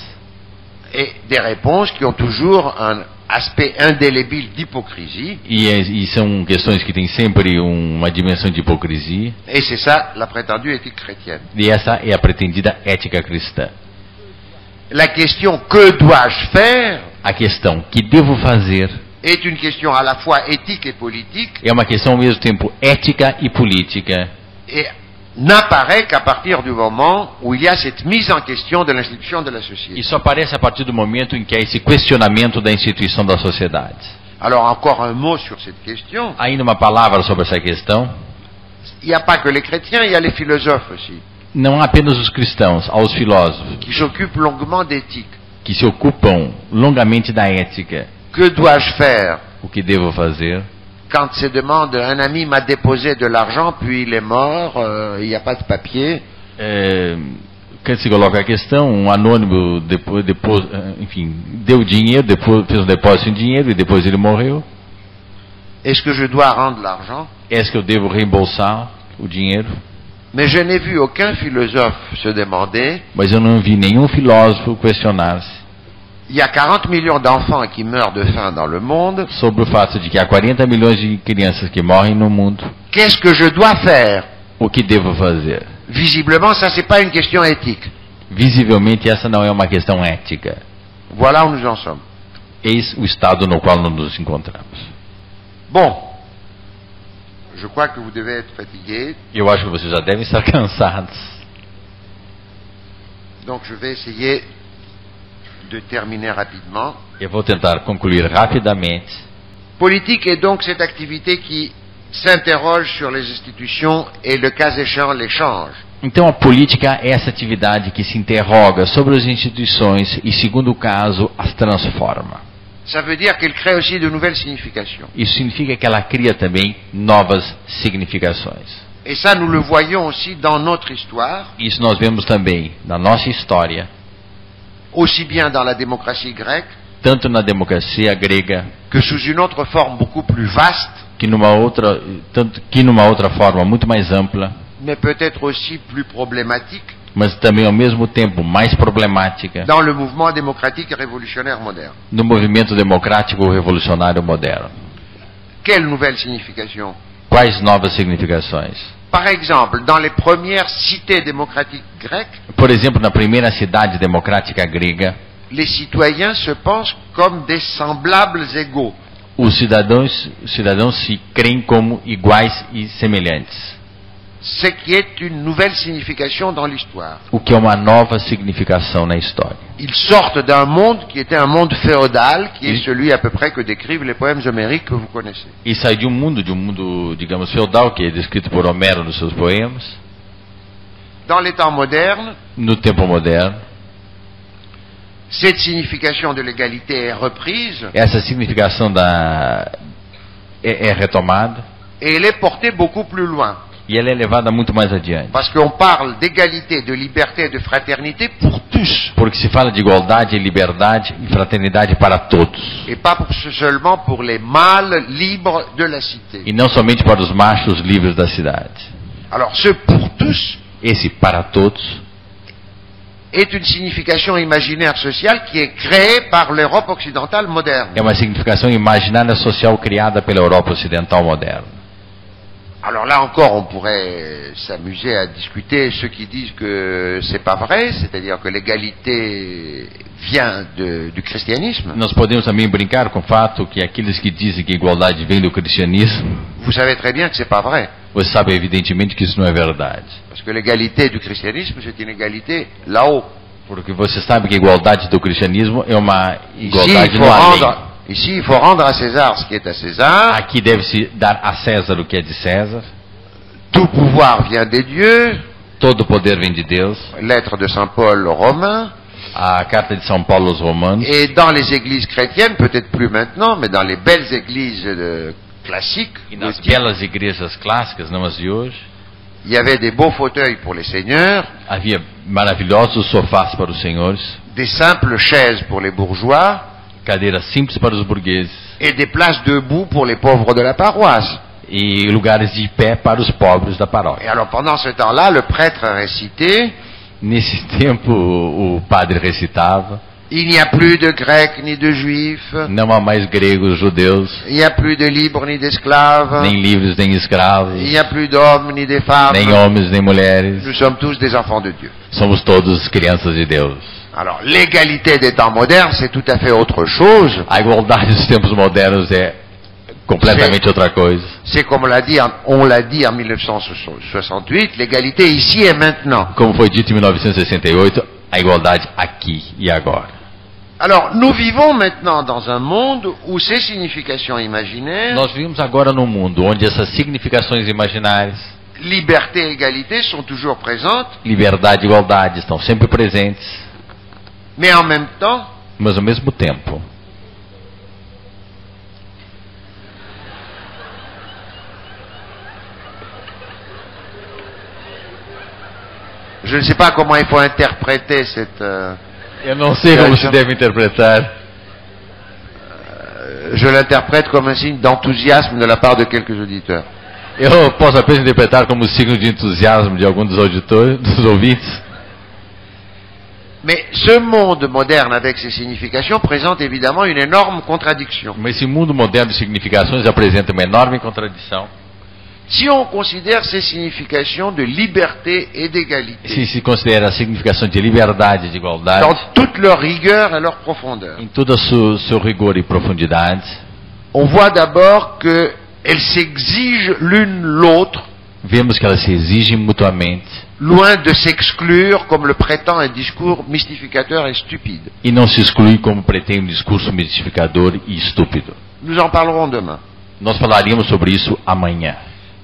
S5: et des réponses qui ont toujours un aspect indélébile d'hypocrisie,
S6: e, é- e são questões que têm sempre uma dimensão de hipocrisia
S5: et c'est ça la prétendue éthique chrétienne.
S6: e essa é a pretendida ética cristã.
S5: La question que dois-je faire
S6: A questão que devo fazer
S5: est une question à la fois éthique et politique,
S6: é uma questão ao mesmo tempo ética e política
S5: et n'apparaît qu'à partir du moment où il y a cette mise en question de l'institution de la société.
S6: e só aparece a partir do momento em que há esse questionamento da instituição da sociedade.
S5: Alors encore un mot sur cette question.
S6: Ainda uma palavra sobre essa questão.
S5: Il n'y a pas que les chrétiens, il y a les philosophes aussi,
S6: Não há apenas os cristãos, há os filósofos
S5: qui s'occupent longuement d'éthique.
S6: que se ocupam longamente da ética.
S5: Que dois-je faire
S6: O que devo fazer?
S5: quand se demande un ami m'a déposé de l'argent, puis il est mort, euh, il n'y a pas de papier.
S6: É, quando se coloca a questão, um anônimo depois, depois, enfim, deu dinheiro, depois fez um depósito em dinheiro e depois ele morreu.
S5: Est-ce que je dois rendre l'argent
S6: Est-ce que eu devo reembolsar o dinheiro?
S5: Mais je n'ai vu aucun philosophe se demander.
S6: Mas eu não vi nenhum filósofo questionar-se
S5: Il y a 40 millions d'enfants qui meurent de faim dans le monde.
S6: sobre o fato de que há 40 milhões de crianças que morrem no mundo.
S5: Qu'est-ce que je dois faire
S6: o que devo fazer?
S5: Visiblement, ça, c'est pas une question éthique.
S6: Visivelmente, essa não é uma questão ética.
S5: Voilà où nous en sommes.
S6: Eis o estado no qual nós nos encontramos.
S5: Bon. Je crois que vous devez être fatigué,
S6: Eu acho que vocês já devem estar cansados.
S5: donc je vais essayer de terminer rapidement.
S6: Eu vou tentar concluir rapidamente.
S5: Politique est donc cette activité qui s'interroge sur les institutions et le cas échéant l'échange.
S6: Então, a política é essa atividade que se interroga sobre as instituições e, segundo o caso, as transforma.
S5: Ça veut dire qu'elle crée aussi de nouvelles significations.
S6: Isso significa que ela cria também novas significações.
S5: Et ça, nous le voyons aussi dans notre histoire,
S6: Isso nós vemos também na nossa história,
S5: aussi bien dans la démocratie grecque
S6: tanto na democracia grega
S5: que sous une autre forme beaucoup plus vaste,
S6: que numa outra, tanto que numa outra forma muito mais ampla,
S5: mais peut-être aussi plus problématique,
S6: mas também ao mesmo tempo mais problemática
S5: dans le mouvement démocratique et révolutionnaire moderne.
S6: no movimento democrático revolucionário moderno.
S5: Quelle nouvelle signification
S6: Quais novas significações?
S5: Par exemple, dans les premières cités démocratiques grecques,
S6: Por exemplo, na primeira cidade democrática grega,
S5: les citoyens se pensent comme des semblables égaux.
S6: os cidadãos, os cidadãos se creem como iguais e semelhantes,
S5: ce qui est une nouvelle signification dans l'histoire.
S6: o que é uma nova significação na história.
S5: Ils sortent d'un monde qui était un monde féodal, qui
S6: Oui.
S5: est celui à peu près que décrivent les poèmes homériques que vous connaissez.
S6: E sai de um mundo, de um mundo, digamos, feudal, que é descrito por Homero nos seus poemas,
S5: Dans les temps modernes,
S6: no tempo moderno.
S5: cette signification de l'égalité est reprise
S6: Essa significação da, é, é retomada
S5: et elle est portée beaucoup plus loin.
S6: e ela é levada muito mais adiante.
S5: Parce qu'on parle d'égalité, de liberté et de fraternité pour tous,
S6: Porque se fala de igualdade, liberdade e fraternidade para todos.
S5: et pas pour ce- seulement pour les mâles libres de la cité.
S6: E não somente para os machos livres da cidade.
S5: Alors ce pour tous
S6: Esse para todos
S5: est une signification imaginaire sociale qui est créée par l'Europe occidentale moderne.
S6: é uma significação imaginária social criada pela Europa Ocidental moderna.
S5: Alors là encore, on pourrait s'amuser à discuter ceux qui disent que c'est pas vrai, c'est-à-dire que l'égalité vient de- du christianisme.
S6: Nós podemos também brincar com o fato que aqueles que dizem que a igualdade vem do cristianismo,
S5: Vous savez très bien que c'est pas vrai,
S6: você sabe evidentemente que isso não é verdade.
S5: parce que l'égalité du christianisme, c'est une égalité là-haut.
S6: Porque você sabe que a igualdade do cristianismo é uma
S5: Ici,
S6: igualdade
S5: il
S6: no
S5: faut
S6: além.
S5: rendre, ici, il faut rendre à César ce qui est à César.
S6: Aqui deve-se dar a César o que é de César.
S5: Tout pouvoir vient des dieux.
S6: Todo poder vem de Deus.
S5: Lettre de saint Paul aux Romains.
S6: A carta de São Paulo aos Romanos.
S5: Et dans les églises chrétiennes, peut-être plus maintenant, mais dans les belles églises euh, classiques,
S6: E nas
S5: gothiques,
S6: belas igrejas clássicas, não as de hoje,
S5: il y avait des beaux fauteuils pour les seigneurs.
S6: havia maravilhosos sofás para os senhores,
S5: des simples chaises pour les bourgeois
S6: cadeiras simples para os burgueses
S5: et des places debout pour les pauvres de la paroisse.
S6: e lugares de pé para os pobres da
S5: Et
S6: paróquia.
S5: alors pendant ce temps-là, le prêtre a récité
S6: Nesse tempo, o o padre recitava:
S5: Il n'y a plus de Grecs ni de Juifs,
S6: Não há mais gregos, judeus,
S5: il n'y a plus de libres ni d'esclaves,
S6: nem livres, nem escravos,
S5: il n'y a plus d'hommes ni de femmes.
S6: nem homens, nem mulheres.
S5: Nous sommes tous des enfants de Dieu.
S6: Somos todos crianças de Deus.
S5: Alors l'égalité des temps modernes, c'est tout à fait autre chose.
S6: A igualdade dos tempos modernos é completamente outra coisa.
S5: C'est comme on l'a dit, en- on l'a dit en 1968, l'égalité ici et maintenant.
S6: Como foi dito em 1968, a igualdade aqui e agora.
S5: Alors, nous vivons maintenant dans un monde où ces significations imaginaires,
S6: Nós vivemos agora num mundo onde essas significações imaginárias,
S5: liberté et égalité sont toujours présentes,
S6: liberdade e igualdade, estão sempre presentes,
S5: mais en même temps,
S6: mas ao mesmo tempo.
S5: je ne sais pas comment il faut interpréter cette... euh,
S6: Eu não sei
S5: como
S6: como
S5: se
S6: se deve interpretar.
S5: je l'interprète comme un signe d'enthousiasme de la part de quelques auditeurs.
S6: Eu posso apenas interpretar como signo de entusiasmo de algum dos auditores, dos ouvintes.
S5: Mais ce monde moderne avec ses significations présente évidemment une énorme contradiction
S6: Mas esse mundo moderno de significações apresenta uma enorme contradição
S5: Si on considère ces significations de liberté et d'égalité,
S6: Se se considera a significação de liberdade, de
S5: dans
S6: igualdade,
S5: toute leur rigueur et leur profondeur,
S6: em todo o seu, seu rigor e profundidade,
S5: on voit d'abord qu'elles s'exigent l'une l'autre,
S6: vemos que elas se exigem mutuamente
S5: loin de s'exclure comme le prétend un discours mystificateur et stupide.
S6: e não se excluem como pretende um discurso mistificador e estúpido.
S5: Nous en parlerons demain.
S6: Nós falaríamos sobre isso amanhã.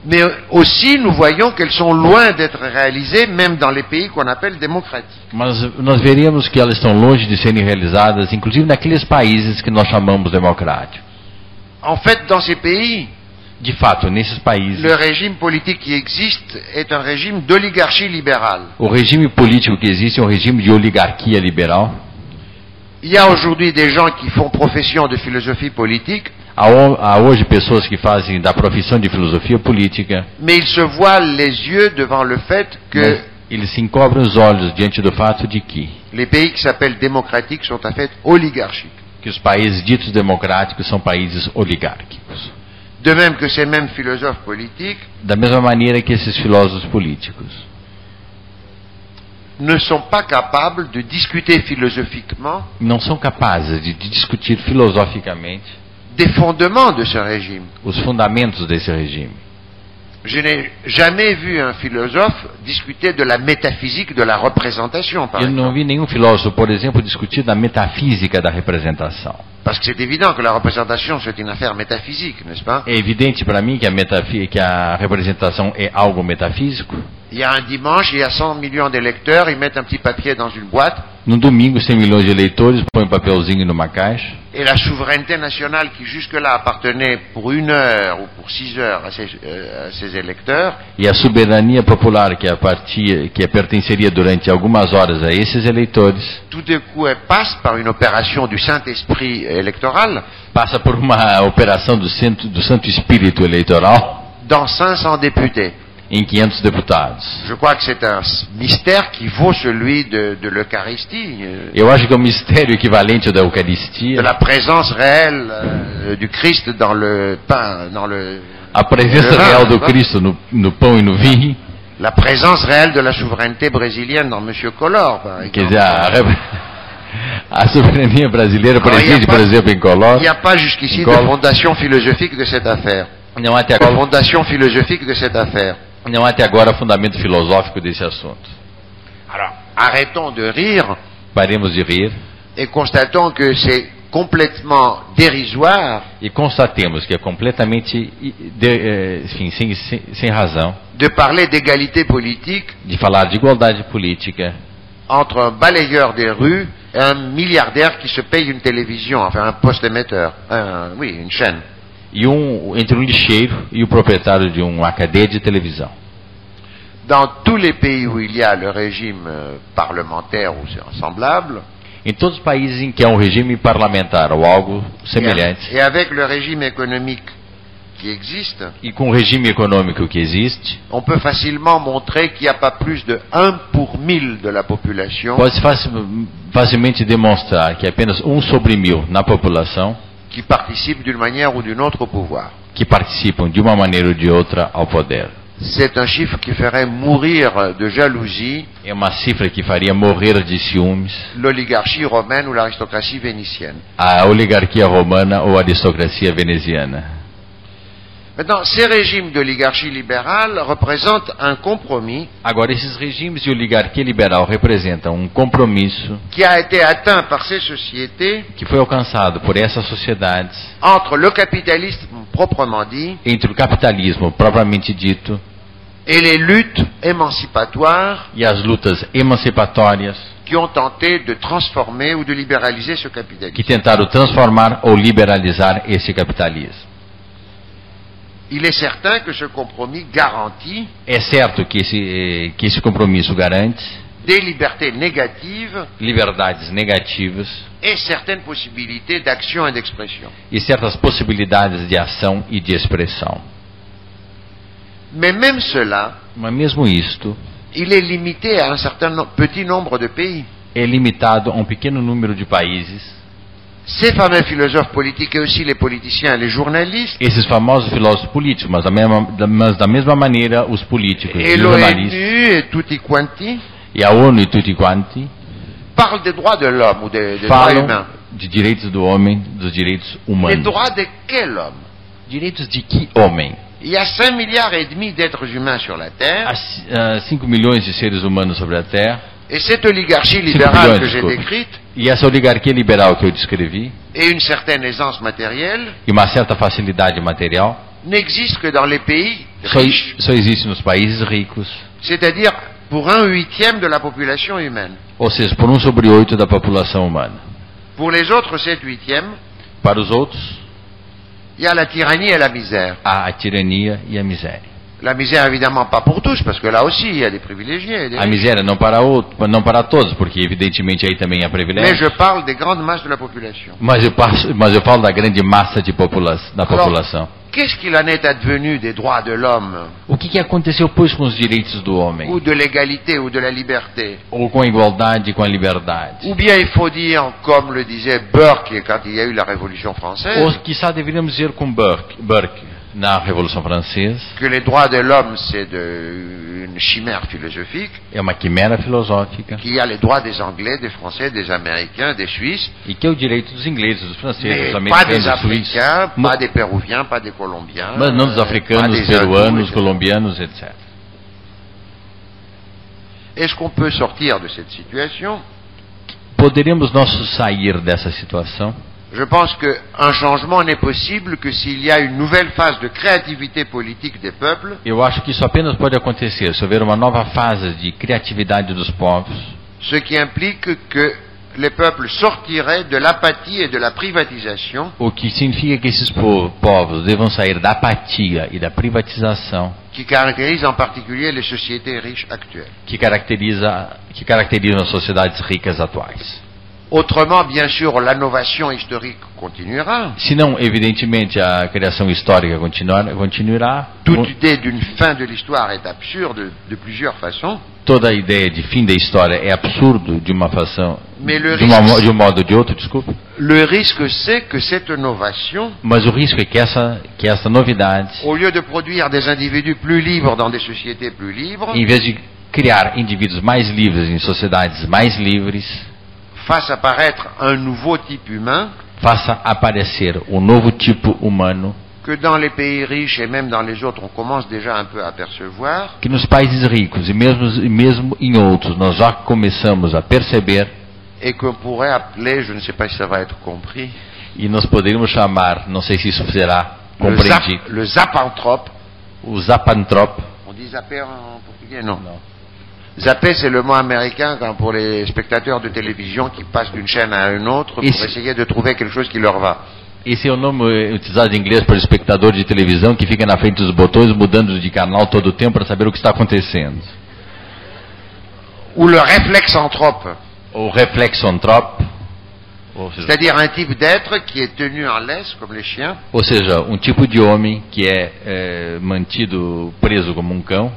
S5: Mais aussi, nous voyons qu'elles sont loin d'être réalisées, même dans les pays qu'on appelle démocratiques.
S6: Mas nós veríamos que elas estão longe de serem realizadas, inclusive naqueles países que nós chamamos democráticos.
S5: En fait, dans ces pays,
S6: De fato, nesses países,
S5: le régime politique qui existe est un régime d'oligarchie libérale.
S6: o regime político que existe é um regime de oligarquia liberal.
S5: Il y a aujourd'hui des gens qui font profession de philosophie politique,
S6: Há, ho- há hoje pessoas que fazem da profissão de filosofia política,
S5: mais ils se voilent les yeux devant le fait que
S6: mas eles se encobrem os olhos diante do fato de que,
S5: les pays qui s'appellent démocratiques sont en fait oligarchiques.
S6: que os países ditos democráticos são países oligárquicos.
S5: De même que ces mêmes philosophes politiques
S6: Da mesma maneira que esses filósofos políticos
S5: ne sont pas capables de discuter philosophiquement
S6: não são capazes de, de discutir filosoficamente
S5: des fondements de ce régime.
S6: os fundamentos desse regime.
S5: Je n'ai jamais vu un philosophe discuter de la métaphysique de la représentation, par
S6: Eu
S5: exemple.
S6: não vi nenhum filósofo, por exemplo, discutir da metafísica da representação.
S5: Parce que c'est évident que la représentation, c'est une affaire métaphysique, n'est-ce pas
S6: É evidente para mim que a, metafi- que a representação é algo metafísico.
S5: Il y a un dimanche, il y a 100 millions d'électeurs, ils mettent un petit papier dans une boîte,
S6: No domingo, 100 milhões de eleitores põem um papelzinho numa caixa
S5: et la souveraineté nationale qui jusque-là appartenait pour une heure ou pour six heures à ces, euh, à ces électeurs,
S6: e a soberania popular que a partia, que pertenceria durante algumas horas a esses eleitores
S5: tout d'un coup, elle passe par une opération du Saint-Esprit électoral
S6: passa por uma operação do, centro, do Santo Espírito Eleitoral
S5: dans 500 députés.
S6: em 500 deputados.
S5: Je crois que c'est un s- mystère qui vaut celui de, de l'Eucharistie. euh,
S6: Eu acho que é um mistério equivalente ao da Eucaristia,
S5: de la présence réelle euh, du Christ dans le pain, dans le
S6: a presença
S5: Ah,
S6: real do
S5: tá.
S6: Cristo no, no pão e no vinho,
S5: la présence réelle de la souveraineté brésilienne dans Monsieur Collor. par
S6: quer
S5: exemple.
S6: dizer, a, re- a soberania brasileira
S5: Alors, il y a
S6: presente, por
S5: pas-
S6: exemplo, em
S5: Il n'y
S6: Colónia.
S5: a pas jusqu'ici de
S6: Collor.
S5: fondation philosophique de cette affaire.
S6: Não há até
S5: La
S6: agora,
S5: fondation philosophique de cette affaire.
S6: não há até agora fundamento filosófico desse assunto.
S5: Alors, arrêtons de rire
S6: Paremos de rir
S5: et constatons que c'est complètement dérisoire
S6: e constatemos que é completamente i- de- eh, enfim, sem, sem, sem razão
S5: de parler d'égalité politique
S6: de falar de igualdade política
S5: entre un balayeur des rues et un milliardaire qui se paye une télévision, enfin un poste émetteur, un- oui, une chaîne.
S6: e um, entre um lixeiro e o proprietário de uma cadeia de televisão.
S5: Dans tous les pays où il y a le régime euh, parlementaire ou semblable,
S6: Em todos os países em que há um regime parlamentar ou algo
S5: et a-
S6: semelhante,
S5: et avec le régime économique qui existe,
S6: e com o regime econômico que existe,
S5: on peut facilement montrer qu'il n'y a pas plus de 1 pour 1000 de la population
S6: pode-se faci- facilmente demonstrar que apenas um sobre mil na população
S5: qui participe d'une manière ou d'une autre au pouvoir.
S6: que participam de uma maneira ou de outra ao poder.
S5: C'est un chiffre qui ferait mourir de jalousie
S6: É uma cifra que faria morrer de ciúmes
S5: l'oligarchie romaine ou l'aristocratie vénitienne.
S6: a oligarquia romana ou a aristocracia veneziana.
S5: Maintenant, ces régimes d'oligarchie libérale représentent un compromis
S6: Agora, esses regimes de oligarquia liberal representam um compromisso
S5: qui a été atteint par ces sociétés
S6: que foi alcançado por essas sociedades
S5: entre le capitalisme proprement dit
S6: entre o capitalismo propriamente dito
S5: et les luttes émancipatoires
S6: e as lutas emancipatórias
S5: qui ont tenté de transformer ou de libéraliser ce capitalisme.
S6: que tentaram transformar ou liberalizar esse capitalismo.
S5: Il est certain que ce compromis garantit
S6: É certo que esse, eh, que esse compromisso garante
S5: des libertés négatives
S6: liberdades negativas
S5: et certaines possibilités d'action et d'expression.
S6: e certas possibilidades de ação e de expressão.
S5: Mais même cela,
S6: Mas mesmo isto
S5: il est limité à un certain no- petit nombre de pays.
S6: é limitado a um pequeno número de países
S5: Ces fameux philosophes politiques et aussi les politiciens, les journalistes
S6: Esses famosos filósofos políticos, mas da mesma, da- mas da mesma maneira os políticos,
S5: et
S6: os
S5: l'ONU
S6: jornalistas
S5: et tutti quanti
S6: e a ONU e tutti quanti
S5: parlent des droits de l'homme ou des, des droits humains.
S6: falam de direitos do homem, dos direitos
S5: Les
S6: humanos.
S5: droits de quel homme
S6: Direitos de que homem?
S5: Il y a 5 milliards et demi d'êtres humains sur la Terre
S6: Há 5 milhões de seres humanos sobre a Terra
S5: et cette oligarchie
S6: bilhões,
S5: libérale que j'ai
S6: desculpe.
S5: décrite
S6: e essa oligarquia liberal que eu descrevi
S5: et une certaine aisance matérielle
S6: e uma certa facilidade material
S5: n'existe que dans les pays
S6: só,
S5: riches.
S6: só existe nos países ricos,
S5: c'est-à-dire pour un huitième de la population humaine.
S6: ou seja, por um sobre oito da população humana.
S5: Pour les autres sept huitièmes,
S6: Para os outros,
S5: il y a la tyrannie et la misère.
S6: há a tirania e a miséria.
S5: La misère, évidemment, pas pour tous, parce que là aussi, il y a des privilégiés. et des
S6: A
S5: riches.
S6: miséria não para outro, não para todos, porque evidentemente aí também há
S5: Mais
S6: privilégio.
S5: je parle des grandes masses de la population.
S6: Mas eu, passo, mas eu falo da grande massa de popula da
S5: Alors,
S6: população.
S5: Qu'est-ce qu'il en est advenu des droits de l'homme,
S6: O que, que aconteceu, pois, com os direitos do
S5: ou
S6: homem?
S5: de l'égalité, ou de la liberté
S6: Ou com a igualdade, com a liberdade?
S5: Ou bien il faut dire, comme le disait Burke quand il y a eu la Révolution française,
S6: Ou, quiçá, deveríamos dizer com Burke, Burke na Revolução Francesa,
S5: que les droits de l'homme, c'est de- une chimère philosophique,
S6: é uma quimera filosófica,
S5: qu'il y a les droits des Anglais, des Français, des Américains, des Suíces,
S6: e que é o direito dos ingleses, dos franceses,
S5: Mais
S6: dos
S5: pas des
S6: americanos, dos suíços,
S5: Africains, pas
S6: ma-
S5: des Péruviens, pas des Colombiens.
S6: mas não dos
S5: euh, pas
S6: africanos,
S5: des Hindous,
S6: peruanos,
S5: etc.
S6: colombianos, etc.
S5: Est-ce qu'on peut sortir de cette situation
S6: Poderíamos nós sair dessa situação?
S5: Je pense qu'un changement n'est possible que s'il y a une nouvelle phase de créativité politique des peuples,
S6: Eu acho que isso apenas pode acontecer se houver uma nova fase de criatividade dos povos,
S5: ce qui implique que les peuples sortiraient de l'apathie et de la privatisation
S6: o que significa que esses po- povos devam sair da apatia e da privatização
S5: qui caractérisent en particulier les sociétés riches actuelles.
S6: que, caracteriza, que caracterizam as sociedades ricas atuais.
S5: Autrement, bien sûr, l'innovation historique continuera.
S6: Senão, evidentemente, a criação histórica continuar, continuará.
S5: Toute idée d'une fin de l'histoire est absurde de plusieurs façons.
S6: Toda a ideia de fim da história é absurdo de uma fação,
S5: Mais le
S6: de, uma
S5: risque-
S6: mo- de um modo ou de outro, desculpa.
S5: Le risque, c'est que cette innovation,
S6: Mas o risco é que essa, que essa novidade
S5: au lieu de produire des individus plus libres dans des sociétés plus libres,
S6: em vez de criar indivíduos mais livres em sociedades mais livres,
S5: fasse apparaître un nouveau type humain
S6: faça aparecer um novo tipo humano
S5: que dans les pays riches et même dans les autres, on commence déjà un peu à percevoir,
S6: que nos países ricos e mesmo, e mesmo em outros nós já começamos a perceber
S5: et qu'on pourrait appeler, je ne sais pas si ça va être compris,
S6: e nós poderíamos chamar, não sei se isso será
S5: le, zap-
S6: compreendido,
S5: le zapanthrope.
S6: o zapantropo.
S5: On dit zapper en portugais, non.
S6: Non.
S5: Zapper, c'est le mot américain quand pour les spectateurs de télévision qui passent d'une chaîne à une autre
S6: Et
S5: pour
S6: c'est-
S5: essayer de trouver quelque chose qui leur va.
S6: Esse é o nome eh, utilizado em inglês pelo espectador de televisão que fica na frente dos botões mudando de canal todo o tempo para saber o que está acontecendo.
S5: Ou le réflexanthrope.
S6: O reflexontropo, ou seja,
S5: C'est-à-dire un type d'être qui est tenu en laisse, comme les chiens,
S6: Ou seja, um tipo de homem que é, é, mantido preso como um cão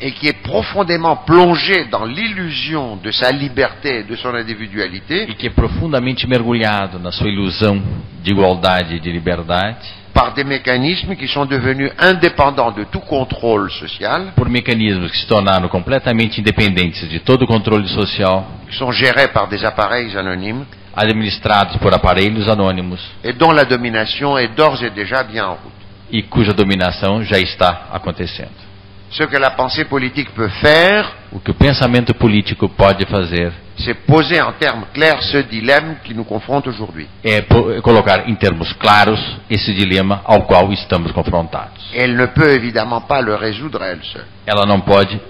S5: et qui est profondément plongé dans l'illusion de sa liberté et de son individualité
S6: e que é profundamente mergulhado na sua ilusão de igualdade e de liberdade
S5: par des mécanismes qui sont devenus indépendants de tout contrôle social,
S6: por mecanismos que se tornaram completamente independentes de todo o controle social,
S5: qui sont gérés par des appareils anonymes
S6: administrados por aparelhos anônimos
S5: et dont la domination est d'ores et déjà bien en route.
S6: e cuja dominação já está acontecendo.
S5: Ce que la pensée politique peut faire,
S6: O que o pensamento político pode fazer
S5: c'est poser en termes clairs ce dilemme qui nous confronte aujourd'hui.
S6: é po- colocar em termos claros esse dilema ao qual estamos confrontados.
S5: Elle ne peut évidemment pas le résoudre à elle seule.
S6: ela não pode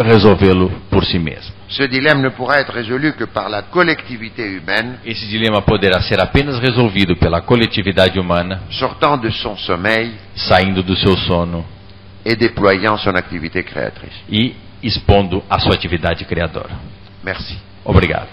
S6: resolvê-lo por si mesma.
S5: Ce dilemme ne pourra être résolu que par la collectivité humaine
S6: Esse dilema poderá ser apenas resolvido pela coletividade humana
S5: sortant de son sommeil
S6: saindo do seu sono
S5: et déployant son activité créatrice.
S6: e expondo a sua atividade criadora.
S5: Merci.
S6: Obrigado.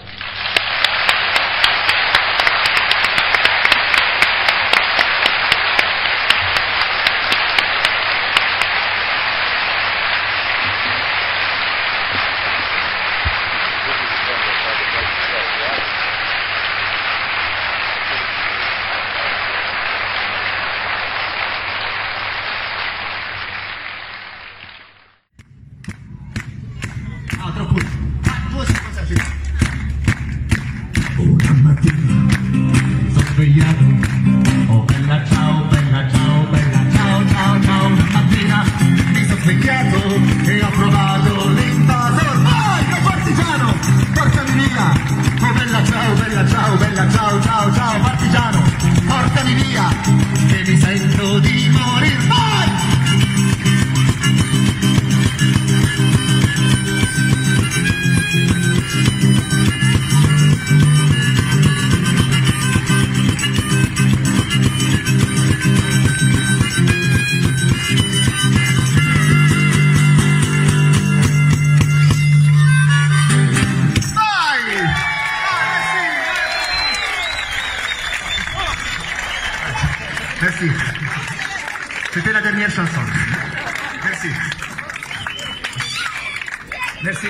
S7: Oh, Oh, via, ciao ciao ciao partigiano, portami via, che mi sento di morire mai! Vai! Merci. C'était la dernière chanson. Merci. Merci.